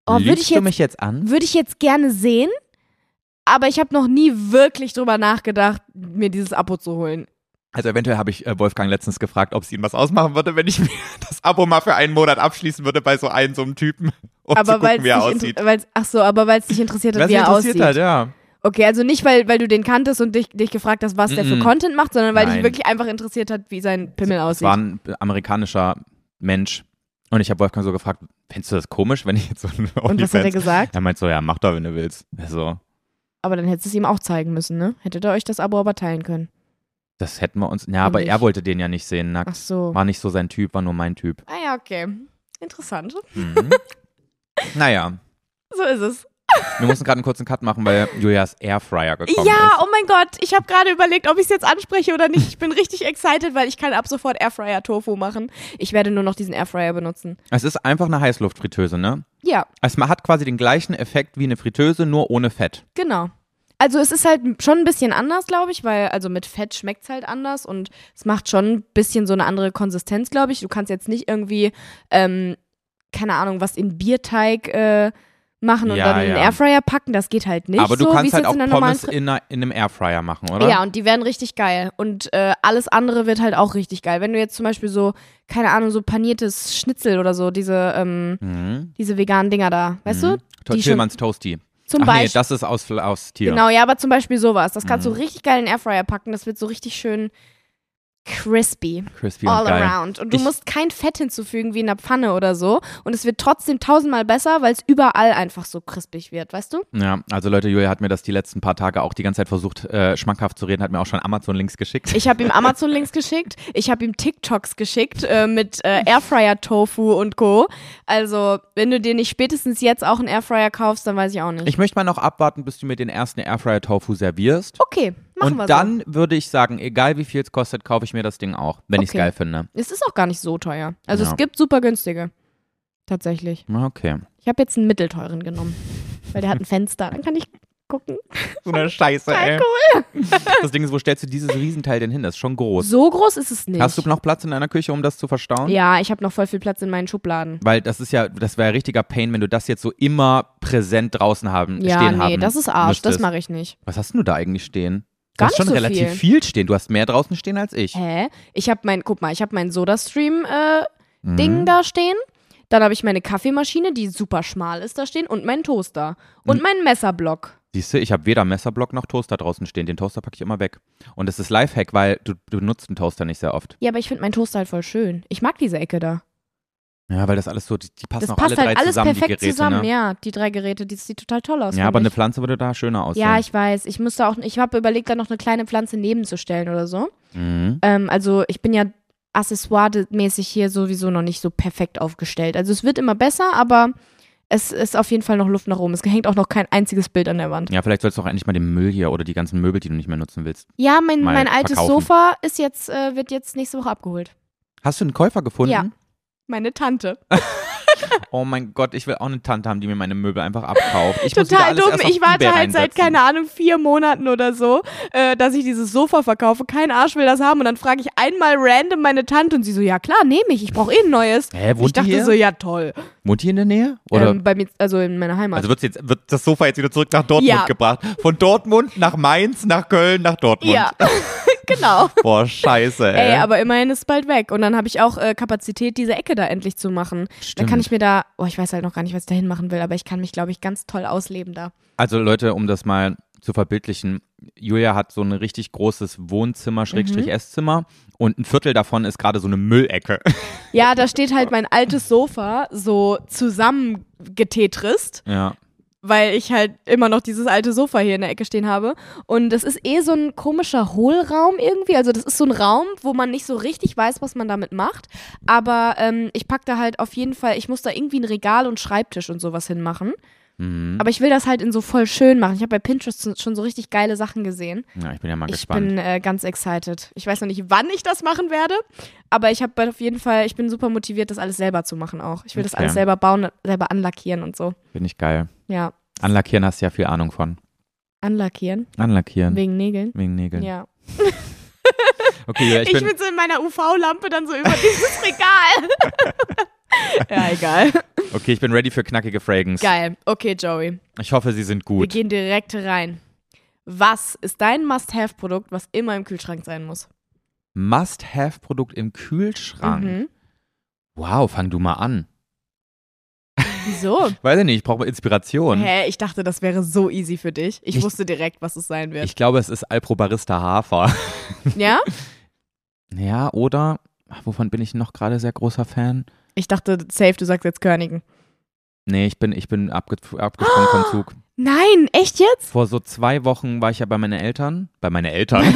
Speaker 1: oh, würde ich,
Speaker 2: Lügst du
Speaker 1: jetzt,
Speaker 2: mich jetzt an?
Speaker 1: würd ich jetzt gerne sehen, aber ich habe noch nie wirklich drüber nachgedacht, mir dieses Abo zu holen.
Speaker 2: Also eventuell habe ich äh, Wolfgang letztens gefragt, ob es ihm was ausmachen würde, wenn ich <laughs> mir das Abo mal für einen Monat abschließen würde bei so einem so einem Typen, um zu
Speaker 1: aber weil
Speaker 2: gucken, wie er
Speaker 1: es
Speaker 2: aussieht.
Speaker 1: dich, weil's- ach so, aber weil es dich interessiert hat,
Speaker 2: Was
Speaker 1: wie
Speaker 2: ihn
Speaker 1: er
Speaker 2: interessiert
Speaker 1: aussieht.
Speaker 2: hat, ja.
Speaker 1: Okay, also nicht, weil, weil du den kanntest und dich, dich gefragt hast, was der für
Speaker 2: Mm-mm.
Speaker 1: Content macht, sondern weil dich
Speaker 2: Nein.
Speaker 1: wirklich einfach interessiert hat, wie sein Pimmel
Speaker 2: Es war
Speaker 1: aussieht.
Speaker 2: ein amerikanischer Mensch und ich habe Wolfgang so gefragt, findest du das komisch, wenn ich jetzt so ein
Speaker 1: Und was hat er
Speaker 2: Onlyfans...
Speaker 1: gesagt?
Speaker 2: Er meint so, ja, mach doch, wenn du willst. Also,
Speaker 1: Aber dann hättest du es ihm auch zeigen müssen, ne? Hättet ihr euch das Abo aber teilen können.
Speaker 2: das hätten wir uns... Ja, aber
Speaker 1: Find ich.
Speaker 2: er wollte den ja nicht sehen,
Speaker 1: Ach
Speaker 2: nackt.
Speaker 1: so.
Speaker 2: War nicht so sein Typ, war nur mein Typ.
Speaker 1: Ah ja, okay. Interessant.
Speaker 2: Mhm. <laughs> naja,
Speaker 1: So ist es.
Speaker 2: wir mussten gerade einen kurzen Cut machen, weil Julias Airfryer gekommen ist.
Speaker 1: Ja, oh mein Gott. Ich habe gerade überlegt, ob ich es jetzt anspreche oder nicht. Ich bin richtig excited, weil ich kann ab sofort Airfryer-Tofu machen. Ich werde nur noch diesen Airfryer benutzen.
Speaker 2: Es ist einfach eine Heißluftfritteuse, ne?
Speaker 1: Ja,
Speaker 2: Also man hat quasi den gleichen Effekt wie eine Fritteuse, nur ohne Fett.
Speaker 1: genau. Also es ist halt schon ein bisschen anders, glaube ich, weil also mit Fett schmeckt es halt anders und es macht schon ein bisschen so eine andere Konsistenz, glaube ich. Du kannst jetzt nicht irgendwie, ähm, keine Ahnung, was in Bierteig äh, machen und
Speaker 2: Ja,
Speaker 1: dann in den
Speaker 2: ja.
Speaker 1: Airfryer packen. Das geht halt nicht.
Speaker 2: Aber du
Speaker 1: so, wie es
Speaker 2: kannst halt
Speaker 1: jetzt
Speaker 2: auch
Speaker 1: in der normalen
Speaker 2: Pommes in, einer, in einem Airfryer machen, oder?
Speaker 1: Ja, und die werden richtig geil. Und äh, alles andere wird halt auch richtig geil. Wenn du jetzt zum Beispiel so, keine Ahnung, so paniertes Schnitzel oder so, diese, ähm,
Speaker 2: Mhm.
Speaker 1: diese veganen Dinger da, weißt
Speaker 2: Mhm.
Speaker 1: du? Die schon,
Speaker 2: Tillmanns Toasty.
Speaker 1: zum
Speaker 2: Ach nee,
Speaker 1: Beispiel.
Speaker 2: das ist aus, Fl- aus Tier.
Speaker 1: genau, ja, aber zum Beispiel sowas. Das kannst
Speaker 2: Mhm.
Speaker 1: du richtig geil in den Airfryer packen. Das wird so richtig schön crispy.
Speaker 2: Crispy
Speaker 1: All
Speaker 2: und geil.
Speaker 1: around. Und du
Speaker 2: Ich-
Speaker 1: musst kein Fett hinzufügen wie in einer Pfanne oder so. Und es wird trotzdem tausendmal besser, weil es überall einfach so crispig wird, weißt du?
Speaker 2: Ja, also Leute, Julia hat mir das die letzten paar Tage auch die ganze Zeit versucht, äh, schmackhaft zu reden, hat mir auch schon Amazon-Links geschickt.
Speaker 1: Ich habe ihm Amazon-Links <laughs> geschickt. Ich habe ihm TikToks geschickt äh, mit äh, Airfryer-Tofu und Co. Also, wenn du dir nicht spätestens jetzt auch einen Airfryer kaufst, dann weiß ich auch nicht.
Speaker 2: Ich möchte mal noch abwarten, bis du mir den ersten Airfryer-Tofu servierst.
Speaker 1: okay, machen wir
Speaker 2: und dann würde ich sagen, egal wie viel es kostet, kaufe ich mir das Ding auch, wenn ich es
Speaker 1: Okay.
Speaker 2: geil finde.
Speaker 1: so. Es ist auch gar nicht so teuer. Also,
Speaker 2: Ja.
Speaker 1: es gibt super günstige. Tatsächlich.
Speaker 2: Okay.
Speaker 1: Ich habe jetzt einen mittelteuren genommen. Weil der hat ein Fenster. Dann kann ich gucken. <laughs>
Speaker 2: So eine Scheiße,
Speaker 1: Voll
Speaker 2: ey.
Speaker 1: cool.
Speaker 2: Das Ding ist, wo stellst du dieses Riesenteil denn hin? Das ist schon groß.
Speaker 1: So groß ist es nicht.
Speaker 2: Hast du noch Platz in einer Küche, um das zu verstauen?
Speaker 1: ja, ich habe noch voll viel Platz in meinen Schubladen.
Speaker 2: Weil das ist ja, das wäre richtiger Pain, wenn du das jetzt so immer präsent draußen haben,
Speaker 1: Ja,
Speaker 2: stehen
Speaker 1: nee,
Speaker 2: haben.
Speaker 1: das ist Arsch.
Speaker 2: müsstest.
Speaker 1: Das mache ich nicht.
Speaker 2: Was hast denn du da eigentlich stehen? Du
Speaker 1: Gar
Speaker 2: hast schon
Speaker 1: nicht so Äh,
Speaker 2: relativ viel. stehen. Du hast mehr draußen stehen als ich.
Speaker 1: Hä? Ich habe mein, guck mal, ich habe mein Soda-Stream-Ding
Speaker 2: Mhm.
Speaker 1: da stehen. Dann habe ich meine Kaffeemaschine, die super schmal ist, da stehen. Und meinen Toaster.
Speaker 2: Mhm.
Speaker 1: Und meinen Messerblock.
Speaker 2: Siehst du, ich habe weder Messerblock noch Toaster draußen stehen. Den Toaster packe ich immer weg. Und das ist Lifehack, weil du, du nutzt den Toaster nicht sehr oft.
Speaker 1: Ja, aber ich finde meinen Toaster halt voll schön. Ich mag diese Ecke da.
Speaker 2: Ja, weil das alles so, die, die passen
Speaker 1: das
Speaker 2: auch
Speaker 1: passt
Speaker 2: alle
Speaker 1: halt
Speaker 2: drei
Speaker 1: alles
Speaker 2: zusammen,
Speaker 1: perfekt
Speaker 2: die Geräte.
Speaker 1: zusammen.
Speaker 2: ne?
Speaker 1: Ja, die drei Geräte, die sieht total toll aus.
Speaker 2: ja
Speaker 1: find
Speaker 2: aber eine
Speaker 1: ich.
Speaker 2: Pflanze würde da schöner aussehen.
Speaker 1: Ja, ich weiß. Ich musste auch, ich habe überlegt, da noch eine kleine Pflanze nebenzustellen oder so.
Speaker 2: Mhm.
Speaker 1: Ähm, also ich bin ja accessoire-mäßig hier sowieso noch nicht so perfekt aufgestellt. Also es wird immer besser, aber es ist auf jeden Fall noch Luft nach oben. Es hängt auch noch kein einziges Bild an der Wand.
Speaker 2: Ja, vielleicht sollst du auch endlich mal den Müll hier oder die ganzen Möbel, die du nicht mehr nutzen willst.
Speaker 1: Ja, mein,
Speaker 2: Mal
Speaker 1: mein altes
Speaker 2: verkaufen.
Speaker 1: Sofa ist jetzt, äh, wird jetzt nächste Woche abgeholt.
Speaker 2: Hast du einen Käufer gefunden?
Speaker 1: Ja. Meine Tante.
Speaker 2: Oh mein Gott, ich will auch eine Tante haben, die mir meine Möbel einfach abkauft. Ich muss wieder
Speaker 1: Total
Speaker 2: alles
Speaker 1: dumm.
Speaker 2: erst auf
Speaker 1: Ich warte
Speaker 2: eBay
Speaker 1: halt seit,
Speaker 2: reinsetzen.
Speaker 1: keine Ahnung, vier Monaten oder so, äh, dass ich dieses Sofa verkaufe. Kein Arsch will das haben. Und dann frage ich einmal random meine Tante und sie so, ja klar, nehme ich. Ich brauche eh ein neues.
Speaker 2: Hä, wohnt
Speaker 1: ich dachte
Speaker 2: die hier?
Speaker 1: so, ja toll.
Speaker 2: Wohnt die in der Nähe? Oder?
Speaker 1: Ähm, bei mir, also in meiner Heimat.
Speaker 2: also wird's jetzt, wird das Sofa jetzt wieder zurück nach Dortmund
Speaker 1: Ja.
Speaker 2: gebracht? Von Dortmund nach Mainz, nach Köln, nach Dortmund.
Speaker 1: ja, <laughs> genau.
Speaker 2: Boah, scheiße, ey.
Speaker 1: <laughs> Ey, aber immerhin ist es bald weg. Und dann habe ich auch äh, Kapazität, diese Ecke da endlich zu machen. Da kann
Speaker 2: Stimmt.
Speaker 1: ich mir da, oh, ich weiß halt noch gar nicht, was ich da hinmachen will, aber ich kann mich, glaube ich, ganz toll ausleben da.
Speaker 2: Also Leute, um das mal zu verbildlichen, Julia hat so ein richtig großes Wohnzimmer,
Speaker 1: Mhm.
Speaker 2: Schrägstrich Esszimmer und ein Viertel davon ist gerade so eine <laughs> Müllecke.
Speaker 1: Ja, da steht halt mein altes Sofa so zusammengetetrist,
Speaker 2: ja.
Speaker 1: weil ich halt immer noch dieses alte Sofa hier in der Ecke stehen habe. Und das ist eh so ein komischer Hohlraum irgendwie. Also das ist so ein Raum, wo man nicht so richtig weiß, was man damit macht. Aber ähm, ich pack da halt auf jeden Fall, ich muss da irgendwie ein Regal und Schreibtisch und sowas hinmachen.
Speaker 2: Mhm.
Speaker 1: Aber ich will das halt in so voll schön machen. Ich habe bei Pinterest schon so richtig geile Sachen gesehen.
Speaker 2: Mhm. ja, ich bin ja mal
Speaker 1: Ich
Speaker 2: gespannt.
Speaker 1: bin äh, ganz excited. Ich weiß noch nicht, wann ich das machen werde, aber ich habe auf jeden Fall, ich bin super motiviert, das alles selber zu machen auch. Ich will das
Speaker 2: Okay.
Speaker 1: alles selber bauen, selber anlackieren und so.
Speaker 2: Finde ich geil.
Speaker 1: Ja,
Speaker 2: Anlackieren hast du ja viel Ahnung von.
Speaker 1: anlackieren
Speaker 2: Anlackieren.
Speaker 1: wegen Nägeln.
Speaker 2: Wegen Nägeln.
Speaker 1: Ja.
Speaker 2: Okay, Julia, ich,
Speaker 1: Ich,
Speaker 2: bin,
Speaker 1: bin so in meiner UV-Lampe dann so über <laughs> dieses Regal. <laughs> ja, egal.
Speaker 2: okay, ich bin ready für knackige Fragens.
Speaker 1: Geil. Okay, Joey.
Speaker 2: Ich hoffe, sie sind
Speaker 1: Wir
Speaker 2: gut.
Speaker 1: gehen direkt rein. Was ist dein Must-Have-Produkt, was immer im Kühlschrank sein muss?
Speaker 2: Must-have-Produkt im Kühlschrank.
Speaker 1: Mhm.
Speaker 2: Wow, fang du mal an.
Speaker 1: Wieso?
Speaker 2: Weiß ich nicht, ich brauche Inspiration.
Speaker 1: Hä, ich dachte, das wäre so easy für dich. Ich,
Speaker 2: Ich-
Speaker 1: wusste direkt, was es sein wird.
Speaker 2: Ich glaube, es ist Alprobarista Hafer.
Speaker 1: ja?
Speaker 2: Ja, oder, ach, wovon bin ich noch gerade sehr großer Fan?
Speaker 1: Ich dachte, safe, du sagst jetzt Körnigen.
Speaker 2: Nee, ich bin, ich bin abge abgesprungen
Speaker 1: Ah!
Speaker 2: vom Zug.
Speaker 1: Nein, echt <laughs> jetzt?
Speaker 2: Vor so zwei Wochen war ich ja bei meinen Eltern. Bei
Speaker 1: <laughs>
Speaker 2: meinen Eltern? <laughs>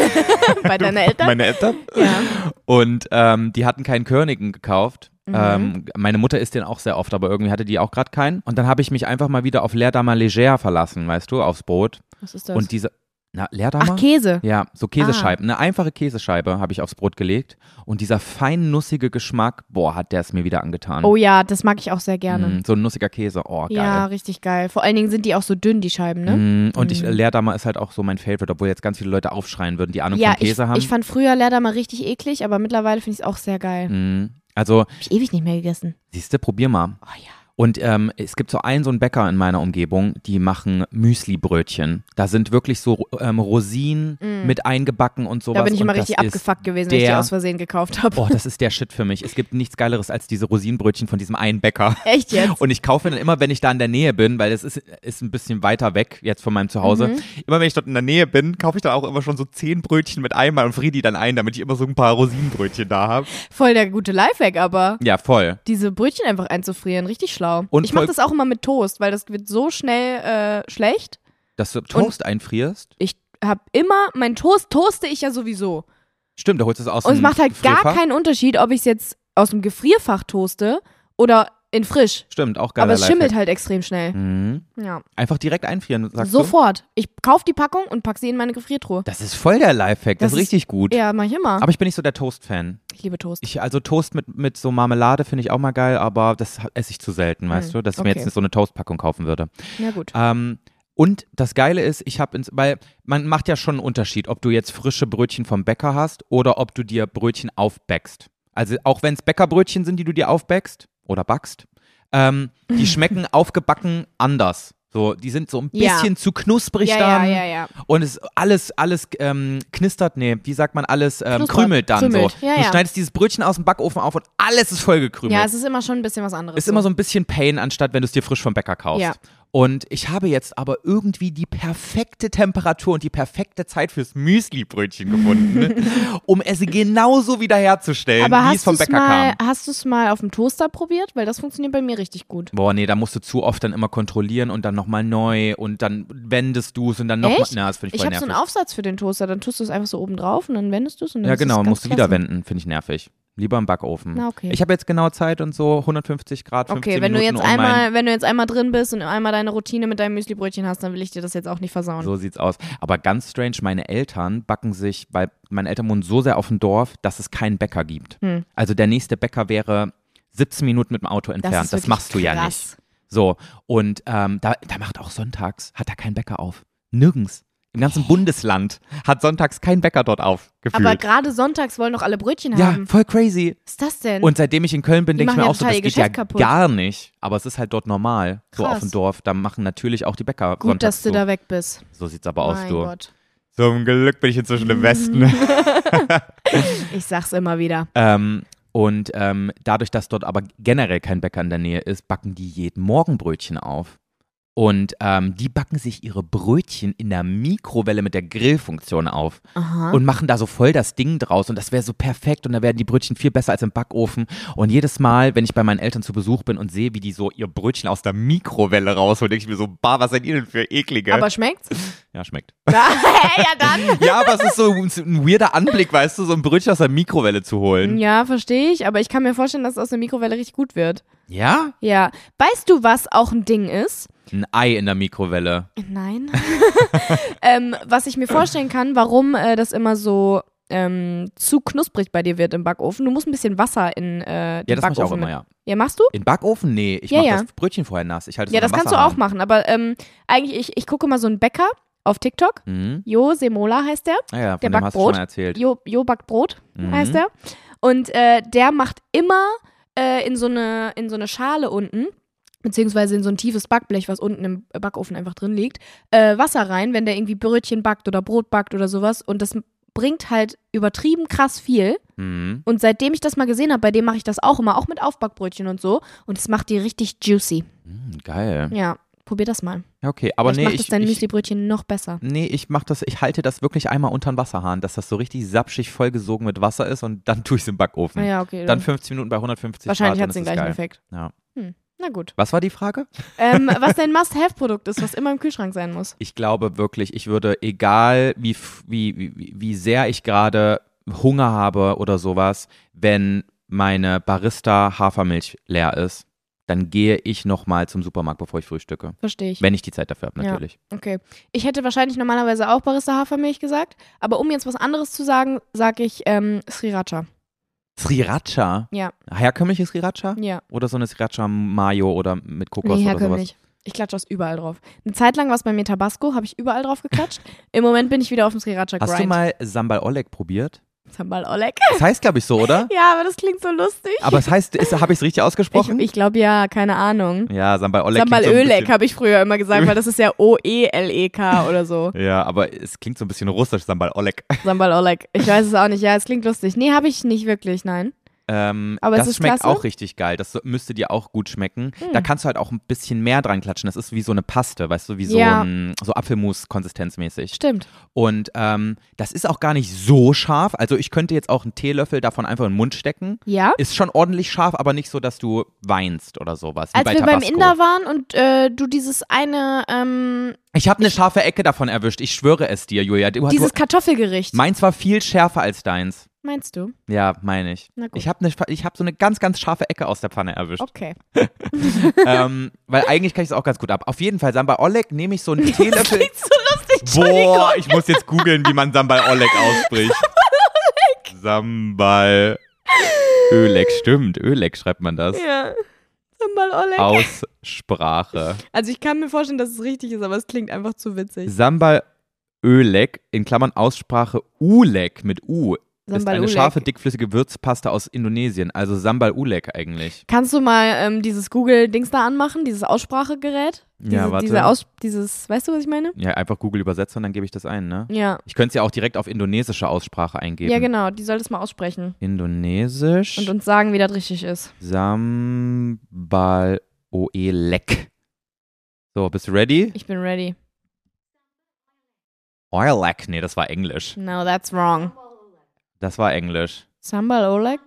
Speaker 1: Bei deinen Eltern?
Speaker 2: Meine Eltern?
Speaker 1: Ja.
Speaker 2: Und ähm, die hatten keinen Körnigen gekauft.
Speaker 1: Mhm.
Speaker 2: Ähm, meine Mutter isst den auch sehr oft, aber irgendwie hatte die auch gerade keinen. Und dann habe ich mich einfach mal wieder auf Leerdammer Leger verlassen, weißt du, aufs Brot.
Speaker 1: Was ist das?
Speaker 2: Und diese, na, Leerdammer?
Speaker 1: Ach, Käse.
Speaker 2: Ja, so Käsescheiben.
Speaker 1: Ah.
Speaker 2: Eine einfache Käsescheibe habe ich aufs Brot gelegt. Und dieser fein nussige Geschmack, boah, hat der es mir wieder angetan.
Speaker 1: Oh ja, das mag ich auch sehr gerne.
Speaker 2: Mm, so ein nussiger Käse, oh, geil.
Speaker 1: Ja, richtig geil. Vor allen Dingen sind die auch so dünn, die Scheiben, ne?
Speaker 2: Mm, Und ich, Leerdammer ist halt auch so mein Favorite, obwohl jetzt ganz viele Leute aufschreien würden, die Ahnung
Speaker 1: Ja,
Speaker 2: von
Speaker 1: ich,
Speaker 2: Käse haben.
Speaker 1: ich fand früher Leder mal richtig eklig, aber mittlerweile finde ich es auch sehr geil.
Speaker 2: Mm, also,
Speaker 1: Hab ich ewig nicht mehr gegessen.
Speaker 2: siehste, probier mal.
Speaker 1: Oh ja.
Speaker 2: Und ähm, es gibt so einen, so einen Bäcker in meiner Umgebung, die machen Müsli-Brötchen. Da sind wirklich so ähm, Rosinen mit eingebacken und sowas.
Speaker 1: Mm. Da bin ich
Speaker 2: und
Speaker 1: immer
Speaker 2: das
Speaker 1: richtig
Speaker 2: ist
Speaker 1: abgefuckt gewesen, wenn ich die
Speaker 2: der-
Speaker 1: aus Versehen gekauft habe.
Speaker 2: Oh, das ist der Shit für mich. Es gibt nichts Geileres als diese Rosinenbrötchen von diesem einen Bäcker.
Speaker 1: Echt jetzt?
Speaker 2: Und ich kaufe dann immer, wenn ich da in der Nähe bin, weil das ist, ist ein bisschen weiter weg jetzt von meinem Zuhause.
Speaker 1: Mhm.
Speaker 2: Immer wenn ich dort in der Nähe bin, kaufe ich dann auch immer schon so zehn Brötchen mit einmal und friere die dann ein, damit ich immer so ein paar Rosinenbrötchen da habe.
Speaker 1: Voll der gute Lifehack, aber.
Speaker 2: Ja, voll.
Speaker 1: Diese Brötchen einfach einzufrieren, richtig schlau.
Speaker 2: Und
Speaker 1: ich mache
Speaker 2: voll-
Speaker 1: das auch immer mit Toast, weil das wird so schnell äh, schlecht.
Speaker 2: Dass du Toast einfrierst.
Speaker 1: ich habe immer, mein Toast toaste ich ja sowieso.
Speaker 2: Stimmt, da holst du es aus
Speaker 1: Und es
Speaker 2: dem
Speaker 1: macht halt gar
Speaker 2: Gefrierfach.
Speaker 1: keinen Unterschied, ob ich es jetzt aus dem Gefrierfach toaste oder in frisch.
Speaker 2: Stimmt, auch geiler
Speaker 1: Aber es schimmelt
Speaker 2: Lifehack.
Speaker 1: halt extrem schnell.
Speaker 2: Mhm.
Speaker 1: Ja.
Speaker 2: Einfach direkt einfrieren, sagst du?
Speaker 1: Sofort. Ich kaufe die Packung und packe sie in meine Gefriertruhe.
Speaker 2: Das ist voll der Lifehack,
Speaker 1: Das
Speaker 2: das, ist
Speaker 1: ist-
Speaker 2: richtig gut.
Speaker 1: Ja, mach ich immer.
Speaker 2: Aber ich bin nicht so der Toast-Fan.
Speaker 1: ich liebe Toast.
Speaker 2: Ich, also Toast mit, mit so Marmelade finde ich auch mal geil, aber das ha- esse ich zu selten, weißt
Speaker 1: Hm,
Speaker 2: du? Dass ich
Speaker 1: okay.
Speaker 2: mir jetzt so eine Toastpackung kaufen würde.
Speaker 1: ja, gut.
Speaker 2: Ähm, Und das Geile ist, ich habe ins, weil man macht ja schon einen Unterschied, ob du jetzt frische Brötchen vom Bäcker hast oder ob du dir Brötchen aufbäckst. Also auch wenn es Bäckerbrötchen sind, die du dir aufbäckst oder backst, ähm,
Speaker 1: <laughs>
Speaker 2: die schmecken aufgebacken anders. So, die sind so ein
Speaker 1: Ja.
Speaker 2: bisschen zu knusprig
Speaker 1: Ja, ja,
Speaker 2: dann.
Speaker 1: ja, ja.
Speaker 2: Und es alles, alles ähm, knistert, nee, wie sagt man, alles ähm,
Speaker 1: Knuspert,
Speaker 2: krümelt dann
Speaker 1: krümelt.
Speaker 2: so.
Speaker 1: Ja,
Speaker 2: du
Speaker 1: ja.
Speaker 2: schneidest dieses Brötchen aus dem Backofen auf und alles ist voll gekrümelt.
Speaker 1: Ja, es ist immer schon ein bisschen was anderes.
Speaker 2: Ist immer so ein bisschen Pain, anstatt wenn du es dir frisch vom Bäcker kaufst.
Speaker 1: Ja.
Speaker 2: Und ich habe jetzt aber irgendwie die perfekte Temperatur und die perfekte Zeit fürs
Speaker 1: <laughs>
Speaker 2: Müsli-Brötchen gefunden, um es genauso wiederherzustellen,
Speaker 1: Aber
Speaker 2: wie es
Speaker 1: hast du
Speaker 2: vom
Speaker 1: es
Speaker 2: Bäcker
Speaker 1: mal,
Speaker 2: kam.
Speaker 1: hast du's mal auf dem Toaster probiert? Weil das funktioniert bei mir richtig gut.
Speaker 2: Boah, nee, da musst du zu oft dann immer kontrollieren und dann nochmal neu und dann wendest du es und dann nochmal.
Speaker 1: Echt?
Speaker 2: Na, das finde ich
Speaker 1: Ich
Speaker 2: voll
Speaker 1: habe so einen
Speaker 2: nervig.
Speaker 1: Aufsatz für den Toaster, dann tust du es einfach so oben drauf und dann wendest du es und dann
Speaker 2: ja,
Speaker 1: ist es
Speaker 2: genau,
Speaker 1: ganz
Speaker 2: musst du
Speaker 1: klasse.
Speaker 2: wieder wenden, finde ich nervig. Lieber im Backofen.
Speaker 1: Na, okay.
Speaker 2: Ich habe jetzt genau Zeit und so 150 Grad, 15
Speaker 1: Okay, wenn du
Speaker 2: Minuten
Speaker 1: jetzt
Speaker 2: um mein-
Speaker 1: einmal, wenn du jetzt einmal drin bist und einmal deine Routine mit deinem Müslibrötchen hast, dann will ich dir das jetzt auch nicht versauen.
Speaker 2: So sieht's aus. Aber ganz strange, meine Eltern backen sich, weil meine Eltern wohnen so sehr auf dem Dorf, dass es keinen Bäcker gibt.
Speaker 1: Hm.
Speaker 2: Also der nächste Bäcker wäre 17 Minuten mit dem Auto entfernt. Das,
Speaker 1: ist wirklich
Speaker 2: machst du ja
Speaker 1: krass.
Speaker 2: nicht. So, und ähm, da, da macht auch sonntags, hat da kein Bäcker auf. Nirgends. Im ganzen Bundesland hat sonntags kein Bäcker dort auf. Gefühlt.
Speaker 1: Aber gerade sonntags wollen doch alle Brötchen
Speaker 2: ja,
Speaker 1: haben.
Speaker 2: voll crazy.
Speaker 1: Was ist das denn?
Speaker 2: Und seitdem ich in Köln bin,
Speaker 1: Die
Speaker 2: denke ich
Speaker 1: machen
Speaker 2: mir
Speaker 1: ja
Speaker 2: auch so,
Speaker 1: total
Speaker 2: das
Speaker 1: ihr
Speaker 2: geht ja
Speaker 1: Geschäft kaputt.
Speaker 2: gar nicht. Aber es ist halt dort normal, so
Speaker 1: Krass.
Speaker 2: auf dem Dorf. Da machen natürlich auch die Bäcker
Speaker 1: Gut,
Speaker 2: sonntags
Speaker 1: dass du
Speaker 2: zu.
Speaker 1: da weg bist.
Speaker 2: So sieht's aber aus,
Speaker 1: mein
Speaker 2: du.
Speaker 1: Gott.
Speaker 2: Zum Glück bin ich inzwischen
Speaker 1: <laughs>
Speaker 2: im Westen.
Speaker 1: Ich sag's immer wieder.
Speaker 2: ähm, und ähm, dadurch, dass dort aber generell kein Bäcker in der Nähe ist, backen die jeden Morgen Brötchen auf. Und ähm, die backen sich ihre Brötchen in der Mikrowelle mit der Grillfunktion auf
Speaker 1: Aha.
Speaker 2: und machen da so voll das Ding draus. Und das wäre so perfekt. Und da werden die Brötchen viel besser als im Backofen. Und jedes Mal, wenn ich bei meinen Eltern zu Besuch bin und sehe, wie die so ihr Brötchen aus der Mikrowelle rausholen, denke ich mir so, bah, was seid ihr denn für eklige?
Speaker 1: Aber schmeckt's? <laughs>
Speaker 2: ja, schmeckt.
Speaker 1: Na, ja, dann.
Speaker 2: Ja, aber es ist so ein ein weirder Anblick, weißt du, so ein Brötchen aus der Mikrowelle zu holen.
Speaker 1: Ja, verstehe ich, aber ich kann mir vorstellen, dass es aus der Mikrowelle richtig gut wird.
Speaker 2: Ja?
Speaker 1: Ja. Weißt du, was auch ein Ding ist?
Speaker 2: Ein Ei in der Mikrowelle.
Speaker 1: Nein. <laughs> ähm, was ich mir vorstellen kann, warum äh, das immer so ähm, zu knusprig bei dir wird im Backofen. Du musst ein bisschen Wasser in äh,
Speaker 2: Ja,
Speaker 1: den
Speaker 2: das mache ich
Speaker 1: Backofen
Speaker 2: auch immer,
Speaker 1: mit-
Speaker 2: ja.
Speaker 1: ja, machst du?
Speaker 2: In Backofen? Nee, ich
Speaker 1: Ja,
Speaker 2: mache
Speaker 1: ja.
Speaker 2: das Brötchen vorher nass. Ich halte es
Speaker 1: ja,
Speaker 2: unter
Speaker 1: das kannst du
Speaker 2: Wasser
Speaker 1: auch machen, aber ähm, eigentlich, ich, ich gucke mal so einen Bäcker auf TikTok.
Speaker 2: machen. Mhm.
Speaker 1: Jo Semola heißt der.
Speaker 2: Ja, ja, von
Speaker 1: Der
Speaker 2: dem hast du schon
Speaker 1: Backbrot.
Speaker 2: mal erzählt.
Speaker 1: Jo, jo backt Brot
Speaker 2: Mhm.
Speaker 1: heißt er. Und äh, der macht immer äh, in, so eine, in so eine Schale unten, beziehungsweise in so ein tiefes Backblech, was unten im Backofen einfach drin liegt, äh, Wasser rein, wenn der irgendwie Brötchen backt oder Brot backt oder sowas. Und das bringt halt übertrieben krass viel.
Speaker 2: Mhm.
Speaker 1: Und seitdem ich das mal gesehen habe, bei dem mache ich das auch immer, auch mit Aufbackbrötchen und so. Und es macht die richtig juicy.
Speaker 2: Mhm, geil.
Speaker 1: Ja, probier das mal.
Speaker 2: Ja, okay, aber
Speaker 1: Vielleicht
Speaker 2: nee,
Speaker 1: macht
Speaker 2: ich,
Speaker 1: das dein
Speaker 2: ich,
Speaker 1: Müslibrötchen noch besser.
Speaker 2: nee, ich mach das, ich halte das wirklich einmal unter den Wasserhahn, dass das so richtig sapschig vollgesogen mit Wasser ist und dann <laughs> tue ich es im Backofen.
Speaker 1: Ah ja, okay.
Speaker 2: Dann 15 Minuten bei 150
Speaker 1: wahrscheinlich hat
Speaker 2: Grad. dann
Speaker 1: es den
Speaker 2: ist das
Speaker 1: gleichen
Speaker 2: geil.
Speaker 1: Effekt.
Speaker 2: Ja.
Speaker 1: Hm, na gut.
Speaker 2: Was war die Frage?
Speaker 1: ähm, was dein Must-Have-Produkt ist, was immer im Kühlschrank sein muss.
Speaker 2: Ich glaube wirklich, ich würde, egal wie, f- wie, wie, wie sehr ich gerade Hunger habe oder sowas, wenn meine Barista-Hafermilch leer ist, dann gehe ich nochmal zum Supermarkt, bevor ich frühstücke.
Speaker 1: Verstehe ich.
Speaker 2: Wenn ich die Zeit dafür habe,
Speaker 1: Ja.
Speaker 2: natürlich.
Speaker 1: Okay. Ich hätte wahrscheinlich normalerweise auch Barista Hafermilch gesagt, aber um jetzt was anderes zu sagen, sage ich ähm, Sriracha.
Speaker 2: Sriracha?
Speaker 1: Ja.
Speaker 2: Herkömmliches Sriracha?
Speaker 1: Ja.
Speaker 2: Oder so eine Sriracha-Mayo oder mit Kokos
Speaker 1: Nee,
Speaker 2: oder sowas?
Speaker 1: herkömmlich. Ich klatsche das überall drauf. Eine Zeit lang war es bei mir Tabasco, habe ich überall drauf geklatscht. Im Moment bin ich wieder auf dem Sriracha-Grind.
Speaker 2: Hast du mal Sambal Oleg probiert?
Speaker 1: Sambal Oleg. <laughs>
Speaker 2: Das heißt, glaube ich, so, oder?
Speaker 1: Ja, aber das klingt so lustig.
Speaker 2: Aber es heißt, habe ich es richtig
Speaker 1: Ich,
Speaker 2: ausgesprochen?
Speaker 1: ich glaube ja, keine Ahnung.
Speaker 2: ja, Sambal Oleg.
Speaker 1: Sambal
Speaker 2: klingt so ein
Speaker 1: Ölek
Speaker 2: bisschen-
Speaker 1: habe ich früher immer gesagt, weil das ist ja E O-E-L-E-K oder
Speaker 2: <laughs>
Speaker 1: so.
Speaker 2: Ja, aber es klingt so ein bisschen russisch, Sambal Oleg. <laughs>
Speaker 1: Sambal Oleg. Ich weiß es auch nicht. Ja, es klingt lustig. Nee, habe ich nicht wirklich, nein.
Speaker 2: Ähm,
Speaker 1: Aber es
Speaker 2: das
Speaker 1: ist
Speaker 2: schmeckt
Speaker 1: klasse. Hm.
Speaker 2: auch richtig geil. Das so- müsste dir auch gut schmecken. Da kannst du halt auch ein bisschen mehr dran klatschen. Das ist wie so eine Paste, weißt du, wie so,
Speaker 1: Ja.
Speaker 2: ein, so Apfelmus-Konsistenzmäßig.
Speaker 1: Stimmt.
Speaker 2: Und ähm, das ist auch gar nicht so scharf. Also ich könnte jetzt auch einen Teelöffel davon einfach in den Mund stecken.
Speaker 1: Ja?
Speaker 2: Ist schon ordentlich scharf, aber nicht so, dass du weinst oder sowas. Wie
Speaker 1: Als
Speaker 2: bei
Speaker 1: wir beim
Speaker 2: Tabasco.
Speaker 1: Inder waren und äh, du dieses eine, ähm,
Speaker 2: ich habe eine scharfe Ecke davon erwischt. Ich schwöre es dir, Julia. Du, du,
Speaker 1: dieses Kartoffelgericht.
Speaker 2: meins war viel schärfer als deins.
Speaker 1: Meinst du?
Speaker 2: Ja, meine ich.
Speaker 1: Na gut.
Speaker 2: Ich habe ne, ich hab so eine ganz, ganz scharfe Ecke aus der Pfanne erwischt. <laughs>
Speaker 1: Okay.
Speaker 2: ähm, weil eigentlich kann ich es auch ganz gut ab. Auf jeden Fall, Sambal Oleg nehme ich
Speaker 1: <laughs>
Speaker 2: so einen Teelöffel.
Speaker 1: Klingt so lustig, Entschuldigung.
Speaker 2: Boah, ich muss jetzt googeln, wie man Sambal
Speaker 1: <laughs>
Speaker 2: Oleg ausspricht. Sambal Oleg. Stimmt, Oleg schreibt man das.
Speaker 1: Ja. Sambal Oleg.
Speaker 2: Aussprache.
Speaker 1: Also ich kann mir vorstellen, dass es richtig ist, aber es klingt einfach zu witzig.
Speaker 2: Sambal Ölek, in Klammern Aussprache Ulek mit U, ist eine
Speaker 1: Oleg.
Speaker 2: scharfe, dickflüssige Gewürzpaste aus Indonesien. Also Sambal Ulek eigentlich.
Speaker 1: Kannst du mal ähm, dieses Google-Dings da anmachen, dieses Aussprachegerät? Diese,
Speaker 2: Ja, warte.
Speaker 1: Diese Aus dieses, weißt du, was ich meine?
Speaker 2: Ja, einfach Google Übersetzer und dann gebe ich das ein, ne?
Speaker 1: Ja.
Speaker 2: Ich könnte es ja auch direkt auf indonesische Aussprache eingeben.
Speaker 1: Ja, genau, die soll das mal aussprechen
Speaker 2: Indonesisch.
Speaker 1: und uns sagen, wie das richtig ist.
Speaker 2: Sambal Oelek. So, bist du ready?
Speaker 1: Ich bin ready.
Speaker 2: Oelek. Nee, das war Englisch.
Speaker 1: No, that's wrong.
Speaker 2: Das war Englisch.
Speaker 1: Sambal Oleg?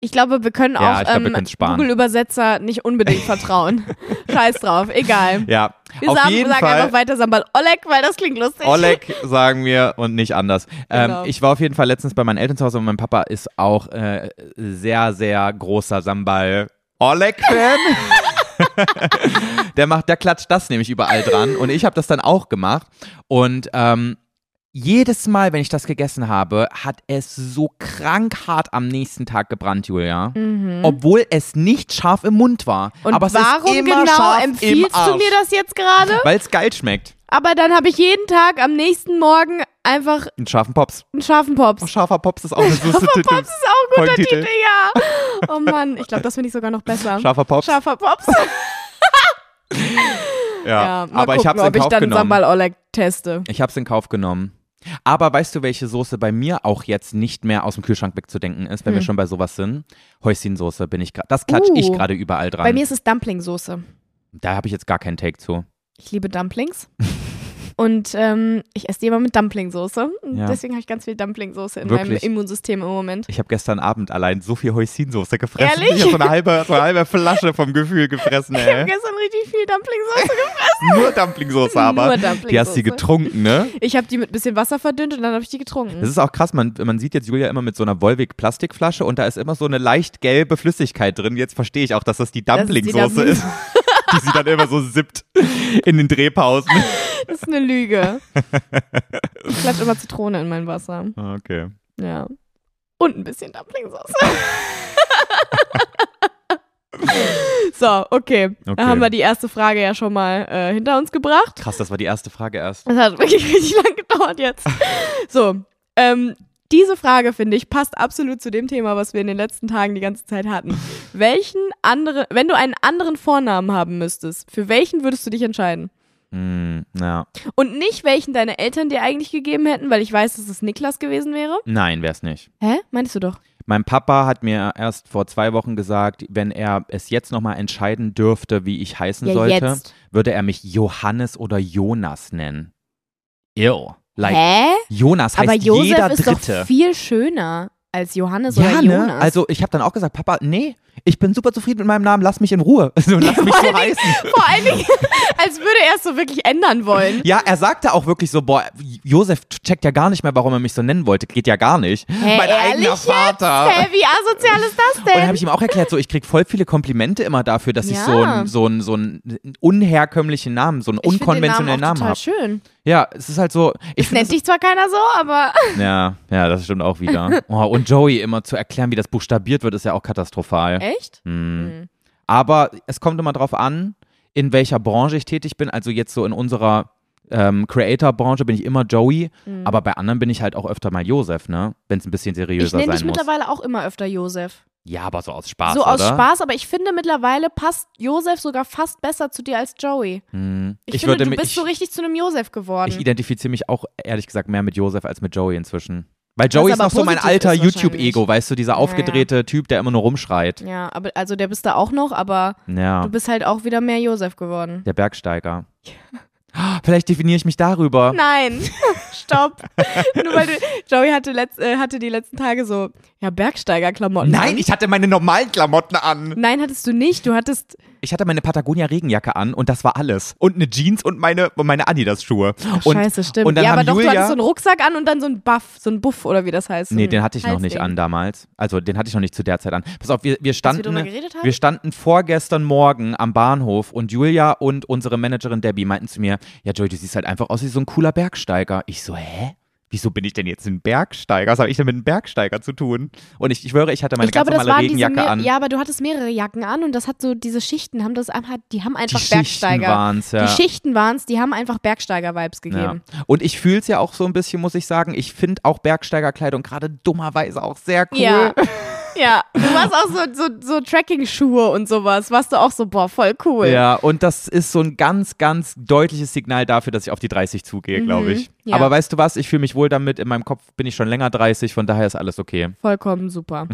Speaker 1: Ich glaube, wir können
Speaker 2: Ja,
Speaker 1: auch
Speaker 2: ich glaub, wir
Speaker 1: ähm,
Speaker 2: können's sparen.
Speaker 1: Google-Übersetzer nicht unbedingt
Speaker 2: <laughs>
Speaker 1: vertrauen. Scheiß drauf, egal.
Speaker 2: Ja,
Speaker 1: Wir
Speaker 2: auf
Speaker 1: sagen,
Speaker 2: jeden
Speaker 1: sagen
Speaker 2: Fall.
Speaker 1: einfach weiter Sambal Oleg, weil das klingt lustig.
Speaker 2: Oleg sagen wir und nicht anders.
Speaker 1: Genau.
Speaker 2: Ähm, ich war auf jeden Fall letztens bei meinen Eltern zu Hause und mein Papa ist auch äh, sehr, sehr großer Sambal Oleg-Fan. <laughs> der macht, der klatscht das nämlich überall dran und ich habe das dann auch gemacht und ähm, jedes Mal, wenn ich das gegessen habe, hat es so krank hart am nächsten Tag gebrannt, Julia. Obwohl es nicht scharf im Mund war.
Speaker 1: Mhm. Und
Speaker 2: aber es
Speaker 1: warum
Speaker 2: ist immer
Speaker 1: genau
Speaker 2: scharf
Speaker 1: empfiehlst
Speaker 2: im Arsch,
Speaker 1: du mir das jetzt gerade?
Speaker 2: Weil es geil schmeckt.
Speaker 1: Aber dann habe ich jeden Tag am nächsten Morgen einfach
Speaker 2: Einen scharfen Pops.
Speaker 1: einen scharfen Pops.
Speaker 2: Oh, scharfer Pops ist auch eine süße Titel.
Speaker 1: Pops ist auch ein guter
Speaker 2: Folgentitel.
Speaker 1: Titel, ja. Oh Mann, ich glaube, das finde ich sogar noch besser.
Speaker 2: Scharfer Pops.
Speaker 1: Scharfer Pops.
Speaker 2: ja.
Speaker 1: Ja, mal
Speaker 2: aber ich
Speaker 1: gucken,
Speaker 2: habe es in
Speaker 1: ob ich
Speaker 2: Kauf
Speaker 1: dann
Speaker 2: genommen.
Speaker 1: Sambal Oleg teste.
Speaker 2: Ich habe es in Kauf genommen. Aber weißt du, welche Soße bei mir auch jetzt nicht mehr aus dem Kühlschrank wegzudenken ist, wenn wir schon bei sowas sind? Häuschensoße bin ich gerade. Das klatsch
Speaker 1: Hm. Uh.
Speaker 2: ich gerade überall dran.
Speaker 1: Bei mir ist es Dumplingsoße.
Speaker 2: da habe ich jetzt gar keinen Take zu.
Speaker 1: Ich liebe
Speaker 2: <laughs>
Speaker 1: Dumplings. Und ähm, ich esse die immer mit Dumplingsoße. Und
Speaker 2: Ja.
Speaker 1: Deswegen habe ich ganz viel Dumplingsoße in meinem
Speaker 2: Wirklich?
Speaker 1: Immunsystem im Moment.
Speaker 2: Ich habe gestern Abend allein so viel Häuschensoße gefressen.
Speaker 1: Ehrlich?
Speaker 2: Ich habe so eine halbe, so eine halbe Flasche vom Gefühl gefressen,
Speaker 1: Ich habe
Speaker 2: ey.
Speaker 1: gestern richtig viel Dumplingsoße
Speaker 2: Nur Dumplingsoße aber.
Speaker 1: Nur
Speaker 2: Die hast
Speaker 1: Dumplingsoße.
Speaker 2: du getrunken, ne?
Speaker 1: Ich habe die mit bisschen Wasser verdünnt und dann habe ich die
Speaker 2: Das
Speaker 1: getrunken.
Speaker 2: ist auch krass, man, man sieht jetzt Julia immer mit so einer Volvic-Plastikflasche und da ist immer so eine leicht gelbe Flüssigkeit drin. Jetzt verstehe ich auch, dass das die
Speaker 1: ist die
Speaker 2: Dumpling-Soße
Speaker 1: Dumpling-
Speaker 2: ist, <laughs> die sie dann immer so sippt in den Drehpausen.
Speaker 1: Das ist eine
Speaker 2: <laughs>
Speaker 1: Lüge. Ich klatsche immer Zitrone in mein Wasser.
Speaker 2: Ah, Okay.
Speaker 1: Ja. Und ein bisschen
Speaker 2: <laughs>
Speaker 1: Dumplingsoße. so, okay.
Speaker 2: Okay.
Speaker 1: Dann haben wir die erste Frage ja schon mal äh, hinter uns gebracht.
Speaker 2: Krass, das war die erste Frage erst.
Speaker 1: Das hat wirklich <laughs> richtig lang gedauert jetzt. So, ähm, diese Frage, finde ich, passt absolut zu dem Thema, was wir in den letzten Tagen die ganze Zeit hatten. Welchen anderen, wenn du einen anderen Vornamen haben müsstest, für welchen würdest du dich entscheiden?
Speaker 2: Hm, na,
Speaker 1: Und nicht welchen deine Eltern dir eigentlich gegeben hätten, weil ich weiß, dass es Niklas gewesen wäre.
Speaker 2: nein, wär's nicht.
Speaker 1: Hä? Meinst du doch?
Speaker 2: Mein Papa hat mir erst vor zwei Wochen gesagt, wenn er es jetzt nochmal entscheiden dürfte, wie ich heißen
Speaker 1: Ja,
Speaker 2: sollte,
Speaker 1: jetzt.
Speaker 2: würde er mich Johannes oder Jonas nennen. Ew. Like,
Speaker 1: Hä?
Speaker 2: Jonas heißt
Speaker 1: Aber Josef
Speaker 2: jeder
Speaker 1: ist
Speaker 2: Dritte.
Speaker 1: doch viel schöner als Johannes
Speaker 2: Ja,
Speaker 1: oder
Speaker 2: ne?
Speaker 1: Jonas.
Speaker 2: Also ich habe dann auch gesagt, Papa, nee, ich bin super zufrieden mit meinem Namen, lass mich in Ruhe. <laughs> Also, lass mich so heißen.
Speaker 1: Vor allen Dingen, <laughs> als würde er es so wirklich ändern wollen.
Speaker 2: Ja, er sagte auch wirklich so, boah, Josef checkt ja gar nicht mehr, warum er mich so nennen wollte. Geht ja gar nicht. mein
Speaker 1: ehrlich
Speaker 2: eigener
Speaker 1: jetzt?
Speaker 2: Vater.
Speaker 1: Hä, wie asozial ist das
Speaker 2: Und dann
Speaker 1: denn?
Speaker 2: habe ich ihm auch erklärt, so ich krieg voll viele Komplimente immer dafür, dass ich
Speaker 1: Ja.
Speaker 2: so einen so einen- so einen unherkömmlichen Namen, so einen
Speaker 1: Ich find den
Speaker 2: unkonventionellen
Speaker 1: Namen,
Speaker 2: Namen
Speaker 1: auch
Speaker 2: habe.
Speaker 1: total schön.
Speaker 2: Ja, es ist halt so. Ich
Speaker 1: Das <laughs> nennt
Speaker 2: finde
Speaker 1: dich zwar keiner so, aber
Speaker 2: <laughs> ja, ja, das stimmt auch wieder. Oh, und Joey immer zu erklären, wie das buchstabiert wird, ist ja auch katastrophal.
Speaker 1: echt?
Speaker 2: Mhm. Aber es kommt immer drauf an, in welcher Branche ich tätig bin. Also jetzt so in unserer ähm, Creator-Branche bin ich immer Joey,
Speaker 1: Mhm.
Speaker 2: aber bei anderen bin ich halt auch öfter mal Josef, ne? Wenn es ein bisschen
Speaker 1: Ich
Speaker 2: seriöser
Speaker 1: nenne dich
Speaker 2: sein muss.
Speaker 1: mittlerweile auch immer öfter Josef.
Speaker 2: Ja, aber so aus Spaß,
Speaker 1: so aus
Speaker 2: oder?
Speaker 1: Spaß, aber ich finde mittlerweile passt Josef sogar fast besser zu dir als Joey.
Speaker 2: Mhm.
Speaker 1: Ich,
Speaker 2: Ich,
Speaker 1: finde,
Speaker 2: würde
Speaker 1: du
Speaker 2: mich,
Speaker 1: bist so richtig zu einem Josef geworden.
Speaker 2: ich identifiziere mich auch ehrlich gesagt mehr mit Josef als mit Joey inzwischen. Weil Joey ist
Speaker 1: aber
Speaker 2: noch so mein
Speaker 1: positiv
Speaker 2: alter
Speaker 1: ist
Speaker 2: YouTube-Ego, weißt du, dieser
Speaker 1: ja.
Speaker 2: aufgedrehte Typ, der immer nur rumschreit.
Speaker 1: ja, aber also der bist du auch noch, aber
Speaker 2: Ja,
Speaker 1: du bist halt auch wieder mehr Josef geworden. <laughs>
Speaker 2: der Bergsteiger. Vielleicht definiere ich mich darüber. <laughs>
Speaker 1: Nein, stopp. Nur weil du, Joey hatte, letzt, äh, hatte die letzten Tage so, ja, Bergsteigerklamotten.
Speaker 2: Nein,
Speaker 1: an.
Speaker 2: ich hatte meine normalen Klamotten an.
Speaker 1: Nein, hattest du nicht. Du hattest,
Speaker 2: Ich hatte meine Patagonia Regenjacke an und das war alles. Und eine Jeans und meine, und meine Adidas Schuhe. und,
Speaker 1: scheiße, stimmt.
Speaker 2: Und dann
Speaker 1: ja, aber
Speaker 2: haben
Speaker 1: doch, du
Speaker 2: Julia,
Speaker 1: hattest so einen Rucksack an und dann so einen Buff, so einen Buff oder wie das heißt.
Speaker 2: Nee, den hatte ich noch
Speaker 1: Halsding.
Speaker 2: nicht an damals. Also den hatte ich noch nicht zu der Zeit an. Pass auf, wir, wir standen.
Speaker 1: drüber geredet haben?
Speaker 2: wir standen vorgestern Morgen am Bahnhof und Julia und unsere Managerin Debbie meinten zu mir, ja Joy, du siehst halt einfach aus wie so ein cooler Bergsteiger. Ich so, hä? wieso bin ich denn jetzt ein Bergsteiger? Was habe ich denn mit einem Bergsteiger zu tun? Und ich, ich schwöre, ich hatte meine
Speaker 1: ich glaube,
Speaker 2: ganz
Speaker 1: das waren
Speaker 2: normale
Speaker 1: diese
Speaker 2: Regenjacke
Speaker 1: mehr,
Speaker 2: an.
Speaker 1: Ja, aber du hattest mehrere Jacken an und das hat so diese Schichten, haben das einfach, die haben
Speaker 2: die
Speaker 1: einfach
Speaker 2: Schichten
Speaker 1: Bergsteiger.
Speaker 2: waren's, ja.
Speaker 1: Die Schichten waren es, die haben einfach Bergsteiger-Vibes
Speaker 2: Ja.
Speaker 1: gegeben.
Speaker 2: Und ich fühle es ja auch so ein bisschen, muss ich sagen. Ich finde auch Bergsteigerkleidung gerade dummerweise auch sehr cool.
Speaker 1: Ja. Ja, du warst auch so, so, so Tracking-Schuhe und sowas. Warst du auch so, boah, voll cool.
Speaker 2: Ja, und das ist so ein ganz, ganz deutliches Signal dafür, dass ich auf die 30 zugehe, glaube ich.
Speaker 1: Mhm. ja.
Speaker 2: Aber weißt du was? Ich fühle mich wohl damit. In meinem Kopf bin ich schon länger 30, von daher ist alles okay.
Speaker 1: Vollkommen super.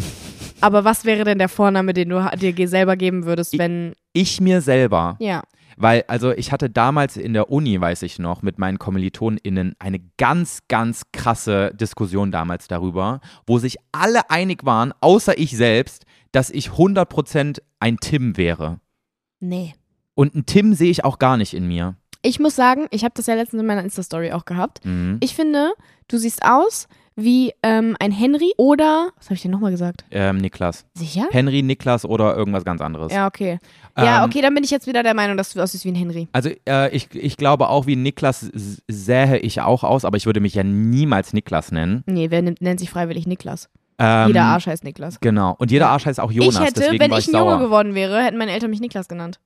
Speaker 1: Aber was wäre denn der Vorname, den du ha- dir ge- selber geben würdest,
Speaker 2: I-
Speaker 1: wenn.
Speaker 2: Ich mir selber,
Speaker 1: Ja.
Speaker 2: weil, also ich hatte damals in der Uni, weiß ich noch, mit meinen KommilitonInnen eine ganz, ganz krasse Diskussion damals darüber, wo sich alle einig waren, außer ich selbst, dass ich 100% ein Tim wäre.
Speaker 1: Nee.
Speaker 2: Und ein Tim sehe ich auch gar nicht in mir.
Speaker 1: Ich muss sagen, ich habe das ja letztens in meiner Insta-Story auch gehabt.
Speaker 2: Mhm.
Speaker 1: Ich finde, du siehst aus wie ähm, ein Henry oder. Was habe ich denn nochmal gesagt?
Speaker 2: Ähm, Niklas.
Speaker 1: Sicher?
Speaker 2: Henry, Niklas oder irgendwas ganz anderes.
Speaker 1: Ja, okay. Ja,
Speaker 2: Ähm,
Speaker 1: okay, dann bin ich jetzt wieder der Meinung, dass du aussiehst wie ein Henry.
Speaker 2: Also äh, ich, ich glaube auch wie Niklas s- sähe ich auch aus, aber ich würde mich ja niemals Niklas nennen.
Speaker 1: Nee, wer nimmt, nennt sich freiwillig Niklas?
Speaker 2: Ähm,
Speaker 1: Jeder Arsch heißt Niklas.
Speaker 2: Genau. Und jeder Arsch heißt auch Jonas.
Speaker 1: ich hätte,
Speaker 2: deswegen
Speaker 1: wenn
Speaker 2: war
Speaker 1: ich ein
Speaker 2: sauer.
Speaker 1: Junge geworden wäre, hätten meine Eltern mich Niklas genannt.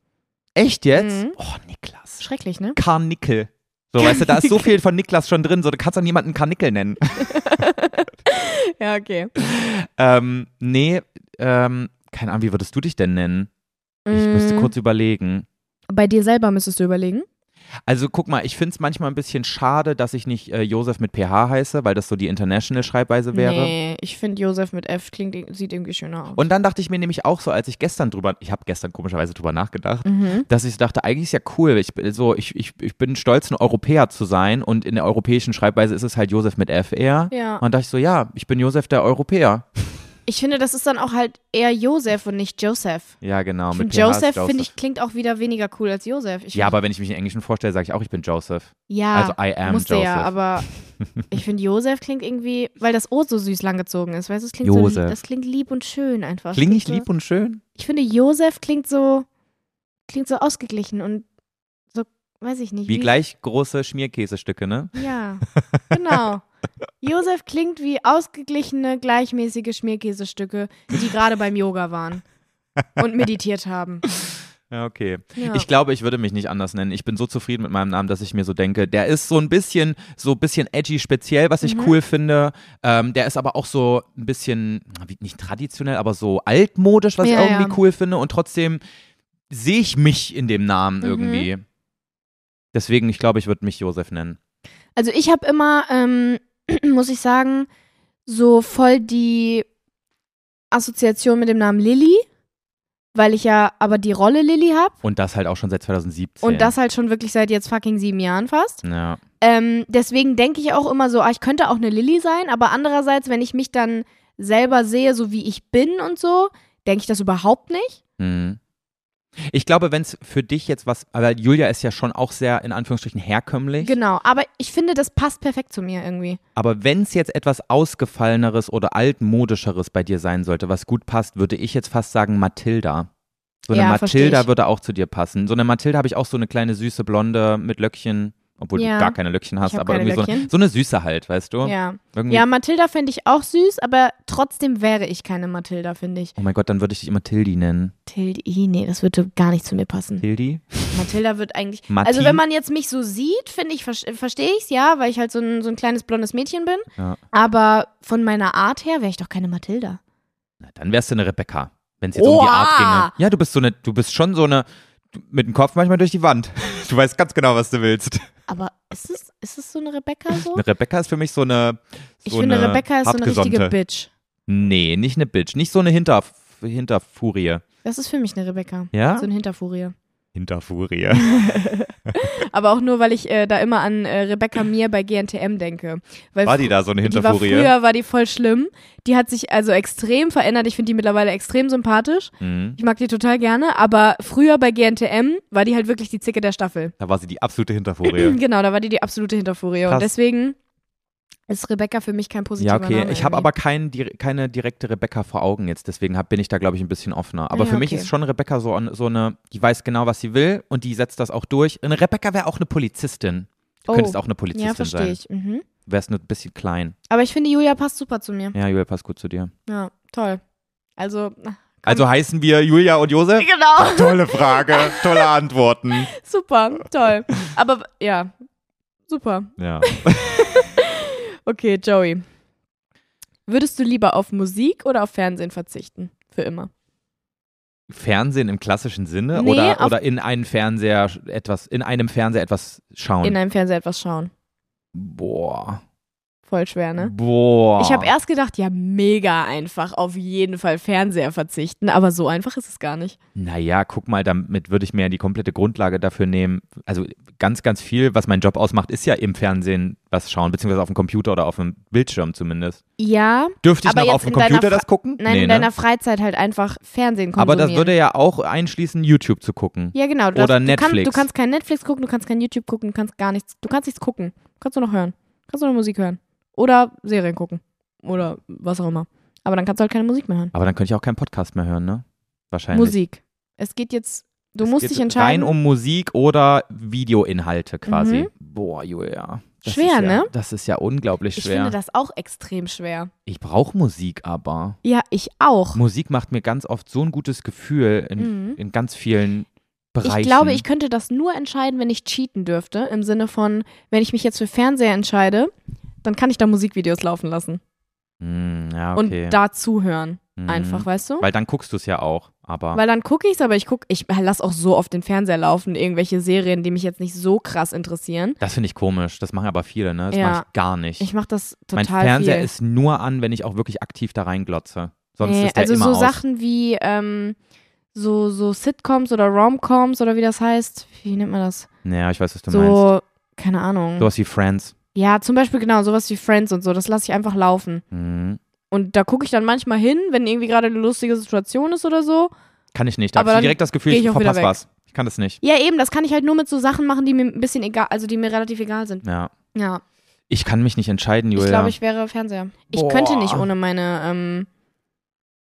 Speaker 2: Echt jetzt?
Speaker 1: Mhm.
Speaker 2: Oh, Niklas.
Speaker 1: Schrecklich, ne?
Speaker 2: Karnickel. So, weißt du, da ist so viel von Niklas schon drin, so du kannst doch niemanden Karnickel nennen.
Speaker 1: <laughs> Ja, okay.
Speaker 2: ähm, nee, ähm, keine Ahnung, wie würdest du dich denn nennen? Ich müsste
Speaker 1: Mm,
Speaker 2: kurz überlegen.
Speaker 1: Bei dir selber müsstest du überlegen.
Speaker 2: Also guck mal, ich finde es manchmal ein bisschen schade, dass ich nicht äh, Josef mit PH heiße, weil das so die International-Schreibweise wäre.
Speaker 1: Nee, ich finde Josef mit F klingt, sieht irgendwie schöner aus.
Speaker 2: Und dann dachte ich mir nämlich auch so, als ich gestern drüber, ich habe gestern komischerweise drüber nachgedacht,
Speaker 1: Mhm.
Speaker 2: dass ich dachte, eigentlich ist ja cool, ich, bin so, ich, ich, ich bin stolz, ein Europäer zu sein und in der europäischen Schreibweise ist es halt Josef mit FR.
Speaker 1: Ja.
Speaker 2: Und dachte ich so, ja, ich bin Josef der Europäer.
Speaker 1: Ich finde, das ist dann auch halt eher Josef und nicht Joseph.
Speaker 2: Ja, genau.
Speaker 1: Ich
Speaker 2: mit
Speaker 1: finde,
Speaker 2: PH ist
Speaker 1: Joseph, finde ich, klingt auch wieder weniger cool als Josef. Ich
Speaker 2: Ja,
Speaker 1: find-
Speaker 2: aber wenn ich mich in Englischen vorstelle, sage ich auch, ich bin Joseph.
Speaker 1: ja,
Speaker 2: also I am
Speaker 1: musste
Speaker 2: Joseph.
Speaker 1: ja,
Speaker 2: <laughs>
Speaker 1: aber ich finde, Josef klingt irgendwie, weil das O so süß langgezogen ist, weißt du, es klingt so,
Speaker 2: Josef.
Speaker 1: lieb- das klingt lieb und schön einfach.
Speaker 2: Klinge ich
Speaker 1: so,
Speaker 2: lieb und schön?
Speaker 1: Ich finde, Josef klingt so, klingt so ausgeglichen und so, weiß ich nicht.
Speaker 2: Wie gleich große Schmierkäsestücke, ne?
Speaker 1: Ja, genau.
Speaker 2: <laughs>
Speaker 1: Josef klingt wie ausgeglichene, gleichmäßige Schmierkäsestücke, die gerade beim Yoga waren und meditiert
Speaker 2: <laughs>
Speaker 1: haben.
Speaker 2: Ja, okay.
Speaker 1: Ja.
Speaker 2: Ich glaube, ich würde mich nicht anders nennen. Ich bin so zufrieden mit meinem Namen, dass ich mir so denke, der ist so ein bisschen, so ein bisschen edgy speziell, was
Speaker 1: Mhm.
Speaker 2: ich cool finde. Ähm, der ist aber auch so ein bisschen, na, wie- nicht traditionell, aber so altmodisch, was
Speaker 1: Ja,
Speaker 2: ich irgendwie
Speaker 1: ja.
Speaker 2: cool finde. Und trotzdem sehe ich mich in dem Namen
Speaker 1: Mhm.
Speaker 2: irgendwie. Deswegen, ich glaube, ich würde mich Josef nennen.
Speaker 1: Also ich habe immer, ähm, <clears throat> muss ich sagen, so voll die Assoziation mit dem Namen Lilly, weil ich ja aber die Rolle Lilly habe
Speaker 2: Und das halt auch schon seit 2017.
Speaker 1: und das halt schon wirklich seit jetzt fucking sieben Jahren fast.
Speaker 2: Ja.
Speaker 1: Ähm, deswegen denke ich auch immer so, ah, ich könnte auch eine Lilly sein, aber andererseits, wenn ich mich dann selber sehe, so wie ich bin und so, denke ich das überhaupt nicht.
Speaker 2: Mhm. Ich glaube, wenn es für dich jetzt was, aber Julia ist ja schon auch sehr in Anführungsstrichen herkömmlich.
Speaker 1: Genau, aber ich finde, das passt perfekt zu mir irgendwie.
Speaker 2: Aber wenn es jetzt etwas Ausgefalleneres oder Altmodischeres bei dir sein sollte, was gut passt, würde ich jetzt fast sagen Mathilda. So eine
Speaker 1: Ja, versteh
Speaker 2: Mathilda
Speaker 1: ich.
Speaker 2: würde auch zu dir passen. So eine Mathilda habe ich auch so eine kleine süße Blonde mit Löckchen, obwohl
Speaker 1: Ja.
Speaker 2: du gar keine Löckchen hast,
Speaker 1: hab
Speaker 2: aber
Speaker 1: keine
Speaker 2: irgendwie so eine,
Speaker 1: Löckchen.
Speaker 2: so eine süße halt, weißt du?
Speaker 1: Ja,
Speaker 2: Irgendwie,
Speaker 1: ja Mathilda fände ich auch süß, aber trotzdem wäre ich keine Mathilda, finde ich.
Speaker 2: Oh mein Gott, dann würde ich dich immer Tildi nennen.
Speaker 1: Tildi, nee, das würde gar nicht zu mir passen.
Speaker 2: Tildi?
Speaker 1: Mathilda wird eigentlich,
Speaker 2: Matti?
Speaker 1: also wenn man jetzt mich so sieht, finde ich, verste- verstehe ich es, ja, weil ich halt so ein, so ein kleines blondes Mädchen bin,
Speaker 2: Ja.
Speaker 1: aber von meiner Art her wäre ich doch keine Mathilda.
Speaker 2: Na, dann wärst du eine Rebecca, wenn es jetzt um die
Speaker 1: Oha!
Speaker 2: Art ginge. Ja, du bist so eine, du bist schon so eine, du- mit dem Kopf manchmal durch die Wand. <laughs> Du weißt ganz genau, was du willst.
Speaker 1: Aber ist es, ist es so eine Rebecca so?
Speaker 2: <laughs> Eine Rebecca ist für mich so eine. So
Speaker 1: Oh. ich finde,
Speaker 2: eine
Speaker 1: Rebecca ist so eine richtige
Speaker 2: hartgesommte.
Speaker 1: Bitch.
Speaker 2: Nee, nicht eine Bitch. Nicht so eine Hinter, Hinterfurie.
Speaker 1: Das ist für mich eine Rebecca.
Speaker 2: Ja?
Speaker 1: So eine Hinterfurie. <laughs>
Speaker 2: Hinterfurie.
Speaker 1: Aber auch nur, weil ich äh, da immer an äh, Rebecca Mir bei GNTM denke. Weil
Speaker 2: War die da so eine
Speaker 1: Die war
Speaker 2: Hinterfurie?
Speaker 1: früher war die voll schlimm. Die hat sich also extrem verändert. Ich finde die mittlerweile extrem sympathisch.
Speaker 2: Mhm.
Speaker 1: Ich mag die total gerne. Aber früher bei GNTM war die halt wirklich die Zicke der Staffel.
Speaker 2: Da war sie die absolute Hinterfurie.
Speaker 1: <clears throat> Genau, da war die die absolute Hinterfurie.
Speaker 2: Krass.
Speaker 1: Und deswegen ist Rebecca für mich kein positiver
Speaker 2: Ja, okay.
Speaker 1: Name
Speaker 2: Ich habe
Speaker 1: irgendwie.
Speaker 2: aber kein, dir- keine direkte Rebecca vor Augen jetzt, deswegen hab, bin ich da, glaube ich, ein bisschen offener. Aber
Speaker 1: Ja,
Speaker 2: für mich
Speaker 1: okay.
Speaker 2: ist schon Rebecca so, an- so eine, die weiß genau, was sie will und die setzt das auch durch. Eine Rebecca wäre auch eine Polizistin. Du
Speaker 1: Oh.
Speaker 2: könntest auch eine Polizistin
Speaker 1: Ja,
Speaker 2: sein.
Speaker 1: verstehe ich. Mhm.
Speaker 2: Wärst nur ein bisschen klein.
Speaker 1: Aber ich finde, Julia passt super zu mir.
Speaker 2: Ja, Julia, passt gut zu dir.
Speaker 1: Ja, toll. Also, <laughs> na,
Speaker 2: Also heißen wir Julia und Josef?
Speaker 1: genau.
Speaker 2: Tolle Frage, tolle Antworten.
Speaker 1: <laughs> Super, toll. Aber w- ja, super.
Speaker 2: <laughs> Ja.
Speaker 1: Okay, Joey. Würdest du lieber auf Musik oder auf Fernsehen verzichten? Für immer.
Speaker 2: Fernsehen im klassischen Sinne
Speaker 1: Nee,
Speaker 2: oder,
Speaker 1: auf-
Speaker 2: oder in einen Fernseher etwas, in einem Fernseher etwas schauen?
Speaker 1: In einem Fernseher etwas schauen.
Speaker 2: boah.
Speaker 1: Voll schwer, ne?
Speaker 2: Boah.
Speaker 1: Ich habe erst gedacht, ja, mega einfach, auf jeden Fall Fernseher verzichten, aber so einfach ist es gar nicht.
Speaker 2: Naja, guck mal, damit würde ich mir ja die komplette Grundlage dafür nehmen. Also ganz, ganz viel, was mein Job ausmacht, ist ja im Fernsehen was schauen, beziehungsweise auf dem Computer oder auf dem Bildschirm zumindest.
Speaker 1: Ja,
Speaker 2: Dürfte ich
Speaker 1: Aber
Speaker 2: noch
Speaker 1: jetzt
Speaker 2: auf
Speaker 1: in
Speaker 2: dem
Speaker 1: deiner
Speaker 2: Computer
Speaker 1: Fra-
Speaker 2: das gucken?
Speaker 1: nein,
Speaker 2: nee,
Speaker 1: in
Speaker 2: ne?
Speaker 1: deiner Freizeit halt einfach Fernsehen
Speaker 2: Aber
Speaker 1: konsumieren.
Speaker 2: das würde ja auch einschließen, YouTube zu gucken.
Speaker 1: Ja, genau. Du darfst,
Speaker 2: Oder
Speaker 1: Du
Speaker 2: Netflix.
Speaker 1: kannst, du kannst kein Netflix gucken, du kannst kein YouTube gucken, du kannst gar nichts. Du kannst nichts gucken. Du kannst nur noch hören. Du kannst nur noch Musik hören. Oder Serien gucken. Oder was auch immer. Aber dann kannst du halt keine Musik mehr hören.
Speaker 2: Aber dann könnte ich auch keinen Podcast mehr hören, ne? Wahrscheinlich.
Speaker 1: Musik. Es geht jetzt, du
Speaker 2: Es
Speaker 1: musst
Speaker 2: geht
Speaker 1: dich entscheiden.
Speaker 2: Rein um Musik oder Videoinhalte quasi.
Speaker 1: Mhm.
Speaker 2: Boah, Julia. Das
Speaker 1: Schwer,
Speaker 2: ist ja,
Speaker 1: ne?
Speaker 2: Das ist ja unglaublich
Speaker 1: ich
Speaker 2: schwer.
Speaker 1: finde das auch extrem schwer.
Speaker 2: ich brauche Musik aber.
Speaker 1: Ja, ich auch.
Speaker 2: Musik macht mir ganz oft so ein gutes Gefühl in,
Speaker 1: Mhm.
Speaker 2: in ganz vielen Bereichen.
Speaker 1: Ich glaube, ich könnte das nur entscheiden, wenn ich cheaten dürfte. Im Sinne von, wenn ich mich jetzt für Fernseher entscheide, dann kann ich da Musikvideos laufen lassen.
Speaker 2: Hm, ja, okay.
Speaker 1: Und da zuhören.
Speaker 2: Mhm.
Speaker 1: Einfach, weißt du?
Speaker 2: Weil dann guckst du es ja auch. Aber
Speaker 1: Weil dann gucke ich's, aber ich gucke, ich lass auch so oft den Fernseher laufen, irgendwelche Serien, die mich jetzt nicht so krass interessieren.
Speaker 2: das finde ich komisch. Das machen aber viele, ne? Das
Speaker 1: Ja.
Speaker 2: mache ich gar nicht.
Speaker 1: Ich mache das
Speaker 2: mein
Speaker 1: total
Speaker 2: Fernseher
Speaker 1: viel.
Speaker 2: ist nur an, wenn ich auch wirklich aktiv da reinglotze. Sonst
Speaker 1: Nee,
Speaker 2: ist der
Speaker 1: also
Speaker 2: immer
Speaker 1: so
Speaker 2: aus.
Speaker 1: Sachen wie ähm, so, so Sitcoms oder Romcoms oder wie das heißt. Wie nennt man das?
Speaker 2: Naja, ich weiß, was du
Speaker 1: so,
Speaker 2: meinst.
Speaker 1: keine Ahnung.
Speaker 2: Sowas wie Friends.
Speaker 1: Ja, zum Beispiel genau, sowas wie Friends und so. Das lasse ich einfach laufen.
Speaker 2: Mhm.
Speaker 1: Und da gucke ich dann manchmal hin, wenn irgendwie gerade eine lustige Situation ist oder so.
Speaker 2: Kann ich nicht. Da
Speaker 1: Aber
Speaker 2: habe ich
Speaker 1: dann
Speaker 2: direkt das Gefühl,
Speaker 1: geh
Speaker 2: ich,
Speaker 1: ich auch wieder
Speaker 2: verpasse
Speaker 1: weg.
Speaker 2: was. Ich kann das nicht.
Speaker 1: Ja, eben, das kann ich halt nur mit so Sachen machen, die mir ein bisschen egal, also die mir relativ egal sind.
Speaker 2: Ja.
Speaker 1: Ja.
Speaker 2: Ich kann mich nicht entscheiden, Julia.
Speaker 1: Ich glaube, ich wäre Fernseher. Ich
Speaker 2: Boah. Ah.
Speaker 1: könnte nicht ohne meine ähm,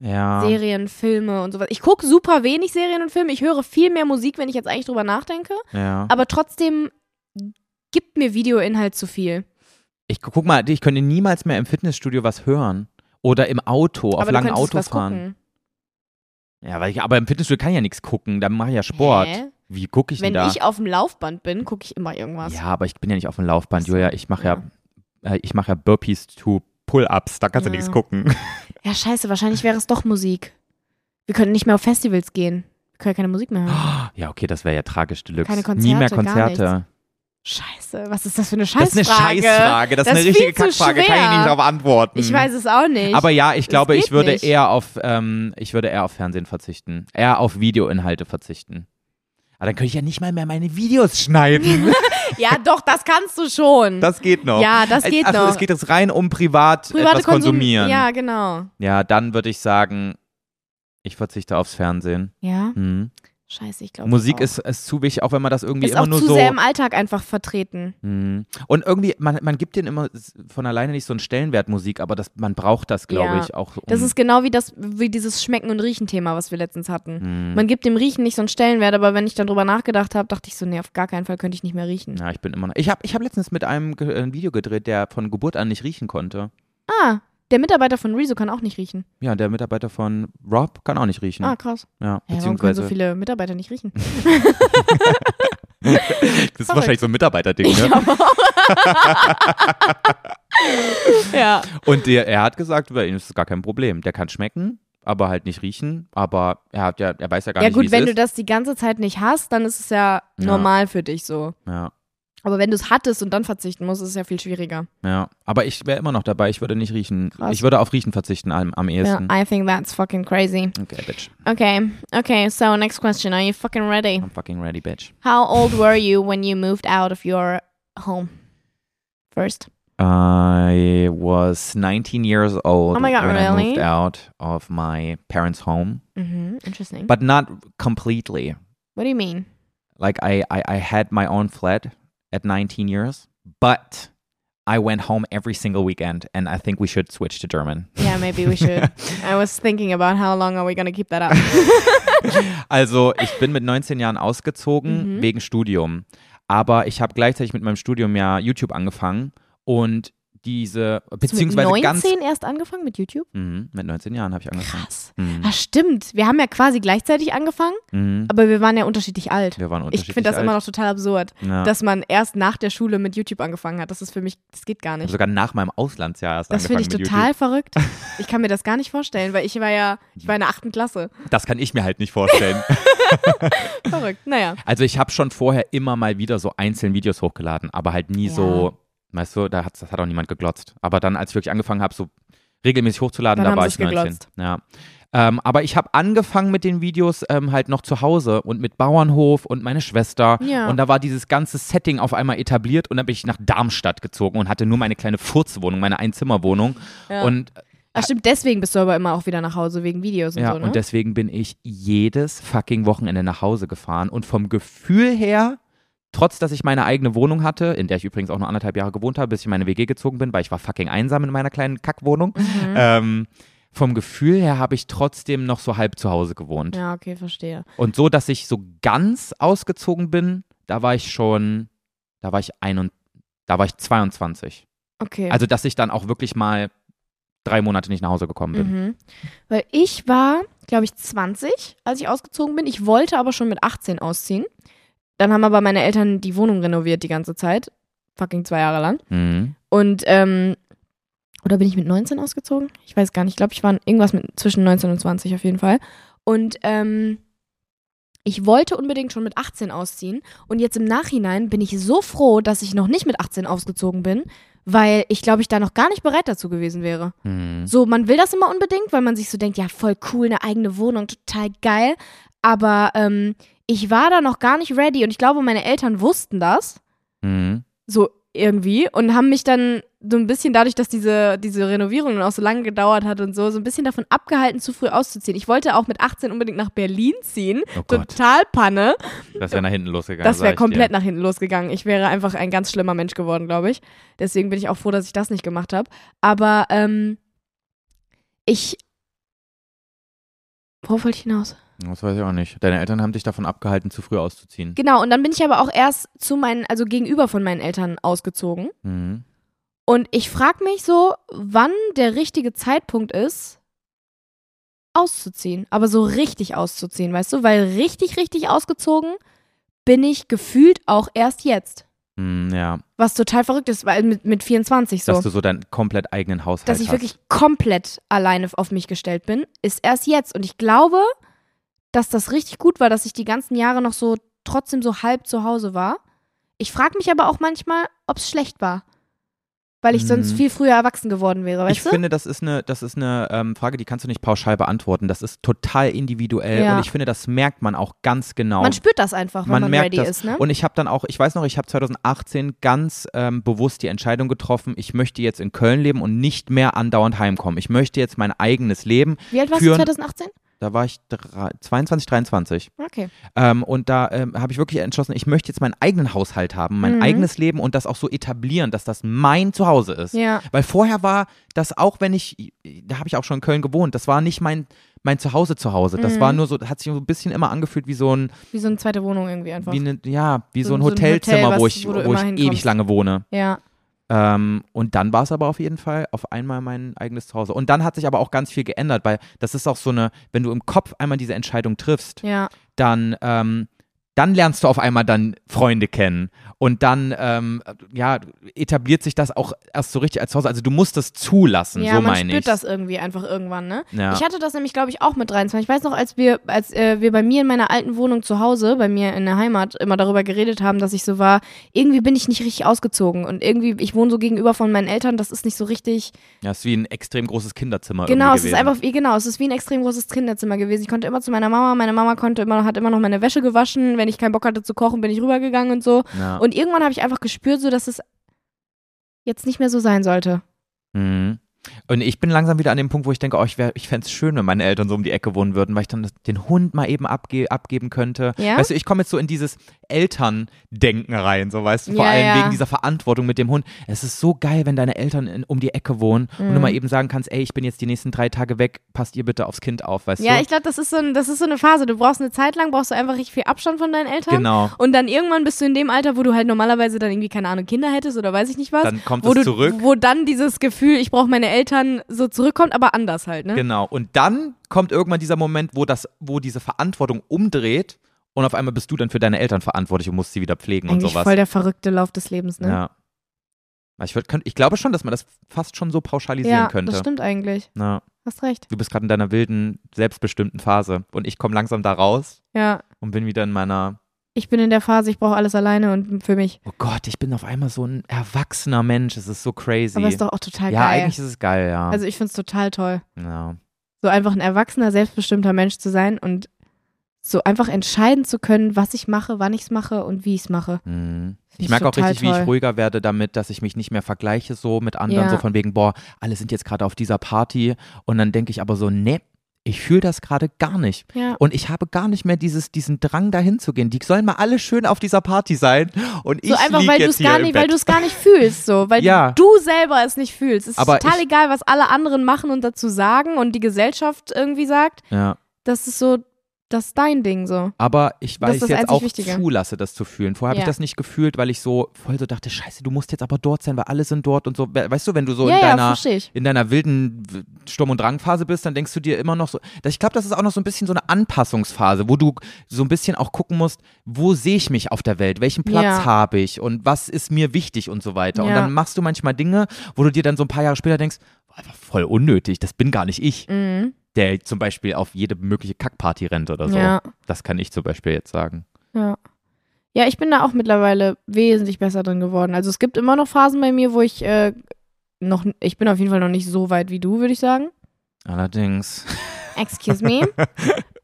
Speaker 2: ja.
Speaker 1: Serien, Filme und sowas. Ich gucke super wenig Serien und Filme. Ich höre viel mehr Musik, wenn ich jetzt eigentlich drüber nachdenke.
Speaker 2: ja.
Speaker 1: Aber trotzdem gibt mir Videoinhalt zu viel.
Speaker 2: Ich gu- guck mal, ich könnte niemals mehr im Fitnessstudio was hören. Oder im Auto, auf
Speaker 1: aber
Speaker 2: langen
Speaker 1: du könntest was
Speaker 2: Autofahren.
Speaker 1: gucken.
Speaker 2: Ja, weil ich, aber im Fitnessstudio kann ich ja nichts gucken, dann mache ich ja Sport.
Speaker 1: Hä?
Speaker 2: Wie gucke ich
Speaker 1: Wenn
Speaker 2: denn da?
Speaker 1: ich auf dem Laufband bin, gucke ich immer irgendwas.
Speaker 2: ja, aber ich bin ja nicht auf dem Laufband,
Speaker 1: Ach so,
Speaker 2: Julia. Ich mache ja, äh, ich mache ja Burpees to Pull-ups, da kannst du
Speaker 1: Ja.
Speaker 2: nichts gucken.
Speaker 1: Ja, scheiße, wahrscheinlich wäre es doch Musik. Wir könnten nicht mehr auf Festivals gehen. Wir können ja keine Musik mehr hören.
Speaker 2: Ja, okay, das wäre ja tragisch Deluxe.
Speaker 1: Keine
Speaker 2: Nie mehr
Speaker 1: Konzerte, gar
Speaker 2: Konzerte.
Speaker 1: Scheiße, was ist das für eine
Speaker 2: das ist
Speaker 1: Scheißfrage?
Speaker 2: eine Scheißfrage, das,
Speaker 1: Das
Speaker 2: ist eine
Speaker 1: ist viel
Speaker 2: richtige
Speaker 1: zu
Speaker 2: Kackfrage, kann ich
Speaker 1: schwer.
Speaker 2: nicht darauf antworten.
Speaker 1: Ich weiß es auch nicht.
Speaker 2: Aber ja, ich glaube, ich
Speaker 1: geht
Speaker 2: würde
Speaker 1: nicht.
Speaker 2: eher auf, ähm, ich würde eher auf Fernsehen verzichten. Eher auf Videoinhalte verzichten. Aber dann könnte ich ja nicht mal mehr meine Videos
Speaker 1: <laughs>
Speaker 2: schneiden.
Speaker 1: <laughs> ja, doch, das kannst du schon.
Speaker 2: Das geht noch.
Speaker 1: Ja, das geht
Speaker 2: also,
Speaker 1: noch.
Speaker 2: Es geht jetzt rein um privat etwas
Speaker 1: Konsum-
Speaker 2: konsumieren.
Speaker 1: Ja, genau.
Speaker 2: Ja, dann würde ich sagen, ich verzichte aufs Fernsehen.
Speaker 1: Ja,
Speaker 2: Mhm.
Speaker 1: scheiße, ich glaube.
Speaker 2: Musik
Speaker 1: auch.
Speaker 2: ist, ist zu wichtig, auch wenn man das irgendwie
Speaker 1: ist
Speaker 2: immer
Speaker 1: auch
Speaker 2: nur
Speaker 1: zu
Speaker 2: so.
Speaker 1: sehr im Alltag einfach vertreten.
Speaker 2: Mhm. Und irgendwie, man, man gibt denen immer s- von alleine nicht so einen Stellenwert Musik, aber das, man braucht das, glaube
Speaker 1: Ja.
Speaker 2: ich, auch. Um,
Speaker 1: Das ist genau wie das, wie dieses Schmecken und Riechen-Thema, was wir letztens hatten.
Speaker 2: Mhm.
Speaker 1: Man gibt dem Riechen nicht so einen Stellenwert, aber wenn ich dann drüber nachgedacht habe, dachte ich so, nee, auf gar keinen Fall könnte ich nicht mehr riechen.
Speaker 2: Ja, ich bin immer noch. Ich habe ich hab letztens mit einem ge- ein Video gedreht, der von Geburt an nicht riechen konnte.
Speaker 1: Ah, der Mitarbeiter von Rezo kann auch nicht riechen.
Speaker 2: Ja, der Mitarbeiter von Rob kann auch nicht riechen.
Speaker 1: Ah, krass.
Speaker 2: ja,
Speaker 1: Ja, warum können so
Speaker 2: beziehungsweise.
Speaker 1: viele Mitarbeiter nicht riechen?
Speaker 2: <laughs> das ist wahrscheinlich so ein Mitarbeiterding, ne? <laughs>
Speaker 1: ja.
Speaker 2: Und der, er hat gesagt, bei ihm ist es gar kein Problem. Der kann schmecken, aber halt nicht riechen. Aber er, hat ja, er weiß ja gar
Speaker 1: Ja
Speaker 2: nicht, wie
Speaker 1: gut,
Speaker 2: es
Speaker 1: wenn du
Speaker 2: ist.
Speaker 1: das die ganze Zeit nicht hast, dann ist es ja
Speaker 2: Ja.
Speaker 1: normal für dich so.
Speaker 2: ja,
Speaker 1: Aber wenn du es hattest und dann verzichten musst, ist es ja viel schwieriger.
Speaker 2: ja. Aber ich wäre immer noch dabei. Ich würde nicht riechen.
Speaker 1: Krass.
Speaker 2: Ich würde auf Riechen verzichten am, am
Speaker 1: Ja,
Speaker 2: ehesten.
Speaker 1: I think that's fucking crazy.
Speaker 2: okay, bitch.
Speaker 1: Okay, okay, so next question. Are you fucking ready?
Speaker 2: I'm fucking ready, bitch.
Speaker 1: How old were you when you moved out of your home? First.
Speaker 2: I was 19 years old
Speaker 1: Oh my God,
Speaker 2: when I
Speaker 1: really?
Speaker 2: moved out of my parents' home.
Speaker 1: Mhm, interesting.
Speaker 2: but not completely.
Speaker 1: What do you mean?
Speaker 2: Like I, I, I had my own flat at 19 years, but I went home every single weekend, and I think we should switch to
Speaker 1: <laughs>
Speaker 2: German.
Speaker 1: Yeah, maybe we should.
Speaker 2: <laughs>
Speaker 1: I was thinking about how long are we gonna keep that up.
Speaker 2: Also ich bin mit 19 Jahren ausgezogen
Speaker 1: Mhm.
Speaker 2: wegen Studium, aber ich habe gleichzeitig mit meinem Studium ja YouTube angefangen und diese, beziehungsweise
Speaker 1: mit 19
Speaker 2: ganz.
Speaker 1: erst angefangen mit YouTube?
Speaker 2: Mhm, mit 19 Jahren habe ich angefangen.
Speaker 1: Krass.
Speaker 2: Mhm.
Speaker 1: Ah, stimmt. Wir haben ja quasi gleichzeitig angefangen,
Speaker 2: Mhm.
Speaker 1: aber wir waren ja unterschiedlich alt.
Speaker 2: Wir waren
Speaker 1: ich
Speaker 2: unterschiedlich
Speaker 1: finde das
Speaker 2: alt.
Speaker 1: immer noch total absurd,
Speaker 2: Ja.
Speaker 1: dass man erst nach der Schule mit YouTube angefangen hat. Das ist für mich, das geht gar
Speaker 2: Ich habe
Speaker 1: nicht.
Speaker 2: sogar nach meinem Auslandsjahr erst
Speaker 1: Das finde
Speaker 2: Also, angefangen
Speaker 1: ich
Speaker 2: mit
Speaker 1: total
Speaker 2: <laughs>
Speaker 1: verrückt. Ich kann mir das gar nicht vorstellen, weil ich war ja, ich war in der achten Klasse.
Speaker 2: YouTube. Das kann ich mir halt nicht vorstellen.
Speaker 1: Verrückt. Naja.
Speaker 2: also ich habe schon vorher immer mal wieder so einzelne Videos hochgeladen, aber halt nie
Speaker 1: Ja.
Speaker 2: so, weißt du, da hat, das hat auch niemand geglotzt. Aber dann, als ich wirklich angefangen habe, so regelmäßig hochzuladen,
Speaker 1: Dann
Speaker 2: da
Speaker 1: haben
Speaker 2: war
Speaker 1: sie's
Speaker 2: ich 19.
Speaker 1: geglotzt.
Speaker 2: Ja. Ähm, aber ich habe angefangen mit den Videos ähm, halt noch zu Hause und mit Bauernhof und meine Schwester.
Speaker 1: Ja.
Speaker 2: Und da war dieses ganze Setting auf einmal etabliert und dann bin ich nach Darmstadt gezogen und hatte nur meine kleine Furzwohnung, meine Einzimmerwohnung.
Speaker 1: Ja.
Speaker 2: Und
Speaker 1: Ach Ah, stimmt, deswegen bist du aber immer auch wieder nach Hause wegen Videos und
Speaker 2: Ah. ja,
Speaker 1: so, ne?
Speaker 2: und deswegen bin ich jedes fucking Wochenende nach Hause gefahren. Und vom Gefühl her, trotz dass ich meine eigene Wohnung hatte, in der ich übrigens auch nur anderthalb Jahre gewohnt habe, bis ich in meine WG gezogen bin, weil ich war fucking einsam in meiner kleinen Kackwohnung.
Speaker 1: Mhm.
Speaker 2: Ähm, vom Gefühl her habe ich trotzdem noch so halb zu Hause gewohnt.
Speaker 1: ja, okay, verstehe.
Speaker 2: Und so, dass ich so ganz ausgezogen bin, da war ich schon, da war ich ein und, da war ich 22.
Speaker 1: Okay.
Speaker 2: Also, dass ich dann auch wirklich mal drei Monate nicht nach Hause gekommen bin.
Speaker 1: Mhm. Weil ich war, glaube ich, 20, als ich ausgezogen bin. Ich wollte aber schon mit 18 ausziehen. Dann haben aber meine Eltern die Wohnung renoviert die ganze Zeit. Fucking zwei Jahre lang.
Speaker 2: Mhm.
Speaker 1: Und, ähm, oder bin ich mit 19 ausgezogen? Ich weiß gar nicht. Ich glaube, ich war irgendwas mit zwischen 19 und 20 auf jeden Fall. Und, ähm, ich wollte unbedingt schon mit 18 ausziehen. Und jetzt im Nachhinein bin ich so froh, dass ich noch nicht mit 18 ausgezogen bin, weil ich glaube, ich da noch gar nicht bereit dazu gewesen wäre.
Speaker 2: Mhm.
Speaker 1: So, man will das immer unbedingt, weil man sich so denkt, ja, voll cool, eine eigene Wohnung, total geil. Aber ähm, ich war da noch gar nicht ready und ich glaube, meine Eltern wussten das
Speaker 2: Mhm.
Speaker 1: so irgendwie und haben mich dann so ein bisschen dadurch, dass diese, diese Renovierung dann auch so lange gedauert hat und so, so ein bisschen davon abgehalten, zu früh auszuziehen. Ich wollte auch mit 18 unbedingt nach Berlin ziehen.
Speaker 2: Oh Gott.
Speaker 1: total Panne.
Speaker 2: Das wäre nach hinten losgegangen.
Speaker 1: Das
Speaker 2: sag
Speaker 1: wäre
Speaker 2: ich
Speaker 1: komplett
Speaker 2: dir.
Speaker 1: nach hinten losgegangen. Ich wäre einfach ein ganz schlimmer Mensch geworden, glaube ich. Deswegen bin ich auch froh, dass ich das nicht gemacht habe. Aber ähm, ich. Worauf wollte ich hinaus?
Speaker 2: Das weiß ich auch nicht. Deine Eltern haben dich davon abgehalten, zu früh auszuziehen.
Speaker 1: Genau, und dann bin ich aber auch erst zu meinen, also gegenüber von meinen Eltern ausgezogen.
Speaker 2: Mhm.
Speaker 1: Und ich frage mich so, wann der richtige Zeitpunkt ist, auszuziehen. Aber so richtig auszuziehen, weißt du? Weil richtig, richtig ausgezogen bin ich gefühlt auch erst jetzt.
Speaker 2: Mhm, ja,
Speaker 1: Was total verrückt ist, weil mit, mit 24 so.
Speaker 2: dass du so deinen komplett eigenen Haushalt
Speaker 1: dass ich
Speaker 2: hast.
Speaker 1: wirklich komplett alleine auf mich gestellt bin, ist erst jetzt. Und ich glaube, dass das richtig gut war, dass ich die ganzen Jahre noch so trotzdem so halb zu Hause war. Ich frage mich aber auch manchmal, ob es schlecht war. Weil ich sonst
Speaker 2: Mhm.
Speaker 1: viel früher erwachsen geworden wäre, weißt
Speaker 2: ich
Speaker 1: du?
Speaker 2: finde, das ist eine, das ist eine ähm, Frage, die kannst du nicht pauschal beantworten. Das ist total individuell
Speaker 1: Ja.
Speaker 2: und ich finde, das merkt man auch ganz genau.
Speaker 1: man spürt das einfach, wenn man,
Speaker 2: merkt
Speaker 1: ready
Speaker 2: das.
Speaker 1: ist, ne?
Speaker 2: Und ich habe dann auch, ich weiß noch, ich habe 2018 ganz ähm, bewusst die Entscheidung getroffen, ich möchte jetzt in Köln leben und nicht mehr andauernd heimkommen. Ich möchte jetzt mein eigenes Leben.
Speaker 1: Wie alt warst du
Speaker 2: führen-
Speaker 1: 2018?
Speaker 2: Da war ich drei, 22, 23.
Speaker 1: Okay.
Speaker 2: Ähm, und da ähm, habe ich wirklich entschlossen, ich möchte jetzt meinen eigenen Haushalt haben, mein
Speaker 1: Mhm.
Speaker 2: eigenes Leben und das auch so etablieren, dass das mein Zuhause ist.
Speaker 1: Ja.
Speaker 2: Weil vorher war das auch, wenn ich, da habe ich auch schon in Köln gewohnt, das war nicht mein, mein Zuhause zu Hause. Das
Speaker 1: Mhm.
Speaker 2: war nur so, das hat sich so ein bisschen immer angefühlt wie so ein,
Speaker 1: Wie so eine zweite Wohnung irgendwie einfach.
Speaker 2: wie eine, ja, wie so,
Speaker 1: So-
Speaker 2: ein
Speaker 1: so ein Hotel,
Speaker 2: Hotelzimmer, wo
Speaker 1: was-
Speaker 2: ich,
Speaker 1: wo
Speaker 2: wo
Speaker 1: du immer
Speaker 2: ich ewig
Speaker 1: hinkommst.
Speaker 2: lange wohne.
Speaker 1: ja.
Speaker 2: Ähm, und dann war es aber auf jeden Fall auf einmal mein eigenes Zuhause. Und dann hat sich aber auch ganz viel geändert, weil das ist auch so eine, wenn du im Kopf einmal diese Entscheidung triffst,
Speaker 1: Ja.
Speaker 2: dann, ähm, dann lernst du auf einmal dann Freunde kennen. Und dann, ähm, ja, etabliert sich das auch erst so richtig als Zuhause. Also du musst das zulassen,
Speaker 1: Ja,
Speaker 2: so
Speaker 1: man
Speaker 2: meine
Speaker 1: spürt
Speaker 2: ich.
Speaker 1: das irgendwie einfach irgendwann, ne?
Speaker 2: Ja.
Speaker 1: Ich hatte das nämlich, glaube ich, auch mit 23. Ich weiß noch, als wir, als äh, wir bei mir in meiner alten Wohnung zu Hause, bei mir in der Heimat, immer darüber geredet haben, dass ich so war, irgendwie bin ich nicht richtig ausgezogen und irgendwie, ich wohne so gegenüber von meinen Eltern, das ist nicht so richtig.
Speaker 2: ja, ist wie ein extrem großes Kinderzimmer.
Speaker 1: Genau,
Speaker 2: irgendwie
Speaker 1: es ist
Speaker 2: gewesen.
Speaker 1: einfach, wie- genau, es ist wie ein extrem großes Kinderzimmer gewesen. Ich konnte immer zu meiner Mama, meine Mama konnte immer, hat immer noch meine Wäsche gewaschen. Wenn ich keinen Bock hatte zu kochen, bin ich rübergegangen und so.
Speaker 2: Ja.
Speaker 1: Und irgendwann habe ich einfach gespürt, so dass es jetzt nicht mehr so sein sollte.
Speaker 2: Mhm. Und ich bin langsam wieder an dem Punkt, wo ich denke, oh, ich, wär- ich fände es schön, wenn meine Eltern so um die Ecke wohnen würden, weil ich dann das- den Hund mal eben abge abgeben könnte.
Speaker 1: Ja?
Speaker 2: Weißt du, ich komme jetzt so in dieses Elterndenken rein, so weißt du, vor
Speaker 1: Ja,
Speaker 2: allem
Speaker 1: ja.
Speaker 2: wegen dieser Verantwortung mit dem Hund. Es ist so geil, wenn deine Eltern in, um die Ecke wohnen und du
Speaker 1: Mhm.
Speaker 2: mal eben sagen kannst, ey, ich bin jetzt die nächsten drei Tage weg, passt ihr bitte aufs Kind auf, weißt
Speaker 1: Ja,
Speaker 2: du?
Speaker 1: ich glaube, das, ist so ein- das ist so eine Phase. Du brauchst eine Zeit lang, brauchst du einfach richtig viel Abstand von deinen Eltern.
Speaker 2: Genau.
Speaker 1: Und dann irgendwann bist du in dem Alter, wo du halt normalerweise dann irgendwie, keine Ahnung, Kinder hättest oder weiß ich nicht was.
Speaker 2: Dann kommt
Speaker 1: wo
Speaker 2: es
Speaker 1: du,
Speaker 2: zurück.
Speaker 1: Wo dann dieses Gefühl, ich brauche meine Eltern, so zurückkommt, aber anders halt, ne?
Speaker 2: Genau. Und dann kommt irgendwann dieser Moment, wo das, wo diese Verantwortung umdreht und auf einmal bist du dann für deine Eltern verantwortlich und musst sie wieder pflegen
Speaker 1: Eigentlich
Speaker 2: und sowas.
Speaker 1: voll der verrückte Lauf des Lebens, ne?
Speaker 2: Ja. Also Ich, würd, könnt, ich glaube schon, dass man das fast schon so pauschalisieren
Speaker 1: ja
Speaker 2: könnte.
Speaker 1: das stimmt eigentlich.
Speaker 2: Ja.
Speaker 1: Hast recht.
Speaker 2: Du bist gerade in deiner wilden, selbstbestimmten Phase und ich komme langsam da raus
Speaker 1: Ja.
Speaker 2: und bin wieder in meiner,
Speaker 1: Ich bin in der Phase, ich brauche alles alleine und für mich.
Speaker 2: oh Gott, ich bin auf einmal so ein erwachsener Mensch, es ist so crazy.
Speaker 1: Aber ist doch auch total
Speaker 2: ja,
Speaker 1: geil.
Speaker 2: eigentlich ist es geil, ja.
Speaker 1: also ich find's total toll.
Speaker 2: ja.
Speaker 1: so einfach ein erwachsener, selbstbestimmter Mensch zu sein und so einfach entscheiden zu können, was ich mache, wann ich es mache und wie ich es mache.
Speaker 2: Mhm.
Speaker 1: Ist
Speaker 2: Ich merke auch
Speaker 1: total
Speaker 2: richtig, wie
Speaker 1: toll.
Speaker 2: ich ruhiger werde damit, dass ich mich nicht mehr vergleiche so mit anderen,
Speaker 1: Ja.
Speaker 2: so von wegen, boah, alle sind jetzt gerade auf dieser Party und dann denke ich aber so, nee, ich fühle das gerade gar nicht.
Speaker 1: Ja.
Speaker 2: Und ich habe gar nicht mehr dieses, diesen Drang, dahin zu gehen. Die sollen mal alle schön auf dieser Party sein. Und
Speaker 1: So
Speaker 2: ich
Speaker 1: einfach,
Speaker 2: lieg
Speaker 1: weil du
Speaker 2: jetzt
Speaker 1: es
Speaker 2: hier
Speaker 1: gar
Speaker 2: im
Speaker 1: nicht, weil du
Speaker 2: Bett.
Speaker 1: es gar nicht fühlst, so,
Speaker 2: <laughs>
Speaker 1: weil
Speaker 2: Ja.
Speaker 1: du selber es nicht fühlst. Es
Speaker 2: Aber
Speaker 1: ist total
Speaker 2: ich-
Speaker 1: egal, was alle anderen machen und dazu sagen und die Gesellschaft irgendwie sagt.
Speaker 2: Ja,
Speaker 1: Das ist so, das ist dein Ding so.
Speaker 2: aber ich,
Speaker 1: Das
Speaker 2: weil
Speaker 1: ist
Speaker 2: ich
Speaker 1: das
Speaker 2: jetzt
Speaker 1: einzig
Speaker 2: auch
Speaker 1: Wichtige.
Speaker 2: zulasse, das zu fühlen. Vorher habe ich
Speaker 1: Ja.
Speaker 2: das nicht gefühlt, weil ich so voll so dachte, scheiße, du musst jetzt aber dort sein, weil alle sind dort und so. We- Weißt du, wenn du so
Speaker 1: ja,
Speaker 2: in
Speaker 1: ja,
Speaker 2: deiner
Speaker 1: verstehe ich.
Speaker 2: in deiner wilden W- Sturm- und Drangphase bist, dann denkst du dir immer noch so, ich glaube, das ist auch noch so ein bisschen so eine Anpassungsphase, wo du so ein bisschen auch gucken musst, wo sehe ich mich auf der Welt, welchen Platz
Speaker 1: Ja.
Speaker 2: habe ich und was ist mir wichtig und so weiter. Und
Speaker 1: Ja.
Speaker 2: dann machst du manchmal Dinge, wo du dir dann so ein paar Jahre später denkst, "Boah, einfach voll unnötig, das bin gar nicht ich,
Speaker 1: Mhm.
Speaker 2: der zum Beispiel auf jede mögliche Kackparty rennt oder so.
Speaker 1: Ja.
Speaker 2: Das kann ich zum Beispiel jetzt sagen.
Speaker 1: Ja. Ja, ich bin da auch mittlerweile wesentlich besser drin geworden. Also es gibt immer noch Phasen bei mir, wo ich äh, noch, ich bin auf jeden Fall noch nicht so weit wie du, würde ich sagen.
Speaker 2: Allerdings, <laughs>
Speaker 1: Excuse me.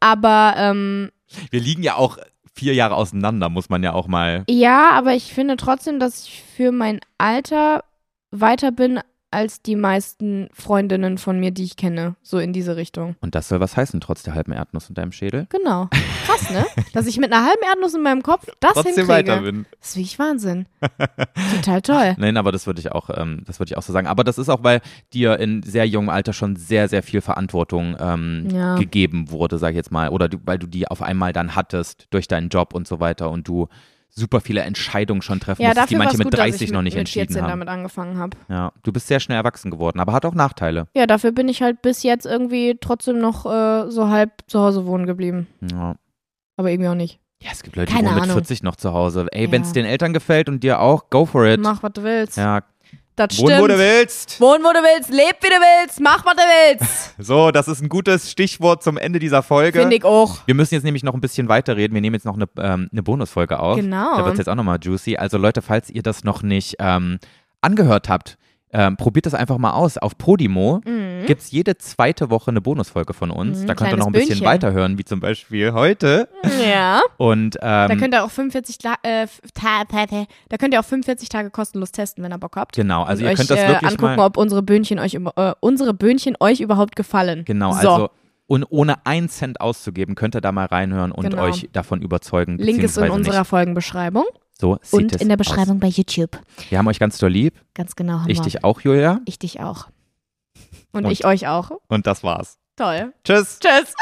Speaker 1: aber ähm,
Speaker 2: wir liegen ja auch vier Jahre auseinander, muss man ja auch mal.
Speaker 1: ja, aber ich finde trotzdem, dass ich für mein Alter weiter bin als die meisten Freundinnen von mir, die ich kenne. So in diese Richtung.
Speaker 2: Und das soll was heißen, trotz der halben Erdnuss in deinem Schädel.
Speaker 1: Genau. Krass, ne? <laughs> Dass ich mit einer halben Erdnuss in meinem Kopf das
Speaker 2: Trotzdem
Speaker 1: hinkriege.
Speaker 2: weiter bin.
Speaker 1: Das ist wirklich Wahnsinn.
Speaker 2: <laughs>
Speaker 1: Total toll.
Speaker 2: Nein, aber das würde ich auch, ähm, das würde ich auch so sagen. Aber das ist auch, weil dir in sehr jungem Alter schon sehr, sehr viel Verantwortung ähm,
Speaker 1: Ja.
Speaker 2: gegeben wurde, sag ich jetzt mal. Oder du, weil du die auf einmal dann hattest durch deinen Job und so weiter und du super viele Entscheidungen schon treffen
Speaker 1: Ja,
Speaker 2: musstest, die
Speaker 1: dafür war
Speaker 2: manche
Speaker 1: es
Speaker 2: mit
Speaker 1: gut, dass
Speaker 2: 30
Speaker 1: ich
Speaker 2: noch
Speaker 1: mit,
Speaker 2: nicht
Speaker 1: mit 14
Speaker 2: entschieden haben.
Speaker 1: damit angefangen habe.
Speaker 2: Ja, du bist sehr schnell erwachsen geworden, aber hat auch Nachteile.
Speaker 1: Ja, dafür bin ich halt bis jetzt irgendwie trotzdem noch äh, so halb zu Hause wohnen geblieben.
Speaker 2: Ja.
Speaker 1: Aber irgendwie auch nicht.
Speaker 2: Ja, es gibt Leute, die
Speaker 1: Keine
Speaker 2: wohnen mit
Speaker 1: Ahnung.
Speaker 2: 40 noch zu Hause. Ey,
Speaker 1: Ja.
Speaker 2: wenn es den Eltern gefällt und dir auch, go for it.
Speaker 1: Mach, was du willst.
Speaker 2: Ja,
Speaker 1: Das stimmt.
Speaker 2: wohnen, wo du willst.
Speaker 1: Wohn, wo du willst, leb, wie du willst, mach, was du willst.
Speaker 2: So, das ist ein gutes Stichwort zum Ende dieser Folge.
Speaker 1: Finde ich auch.
Speaker 2: Wir müssen jetzt nämlich noch ein bisschen weiterreden. Wir nehmen jetzt noch eine, ähm, eine Bonusfolge auf.
Speaker 1: Genau.
Speaker 2: Da wird es jetzt auch nochmal juicy. Also Leute, falls ihr das noch nicht ähm, angehört habt, ähm, probiert das einfach mal aus. Auf Podimo
Speaker 1: Mhm.
Speaker 2: gibt es jede zweite Woche eine Bonusfolge von uns.
Speaker 1: Mhm,
Speaker 2: da könnt ihr
Speaker 1: kleines
Speaker 2: noch ein bisschen
Speaker 1: Bündchen.
Speaker 2: weiterhören, wie zum Beispiel heute.
Speaker 1: Ja.
Speaker 2: Und
Speaker 1: Da
Speaker 2: ähm,
Speaker 1: könnt ihr auch 45 Kla- äh, f- ta- ta- ta- da könnt ihr auch 45 Tage kostenlos testen, wenn ihr Bock habt.
Speaker 2: genau, also
Speaker 1: Und
Speaker 2: ihr
Speaker 1: euch,
Speaker 2: könnt das
Speaker 1: äh,
Speaker 2: wirklich
Speaker 1: angucken,
Speaker 2: mal.
Speaker 1: ob unsere Böhnchen euch über- äh, unsere Böhnchen euch überhaupt gefallen.
Speaker 2: Genau,
Speaker 1: so.
Speaker 2: also und ohne einen Cent auszugeben, könnt ihr da mal reinhören und
Speaker 1: Genau.
Speaker 2: euch davon überzeugen.
Speaker 1: Link ist in
Speaker 2: beziehungsweise
Speaker 1: unserer
Speaker 2: nicht.
Speaker 1: Folgenbeschreibung
Speaker 2: so sieht
Speaker 1: und
Speaker 2: es
Speaker 1: in der Beschreibung bei YouTube.
Speaker 2: Aus. Wir haben euch ganz doll lieb.
Speaker 1: Ganz genau haben
Speaker 2: Ich
Speaker 1: wir.
Speaker 2: dich auch, Julia.
Speaker 1: Ich dich auch. Und,
Speaker 2: Und-
Speaker 1: ich euch auch.
Speaker 2: Und das war's.
Speaker 1: Toll.
Speaker 2: Tschüss.
Speaker 1: Tschüss.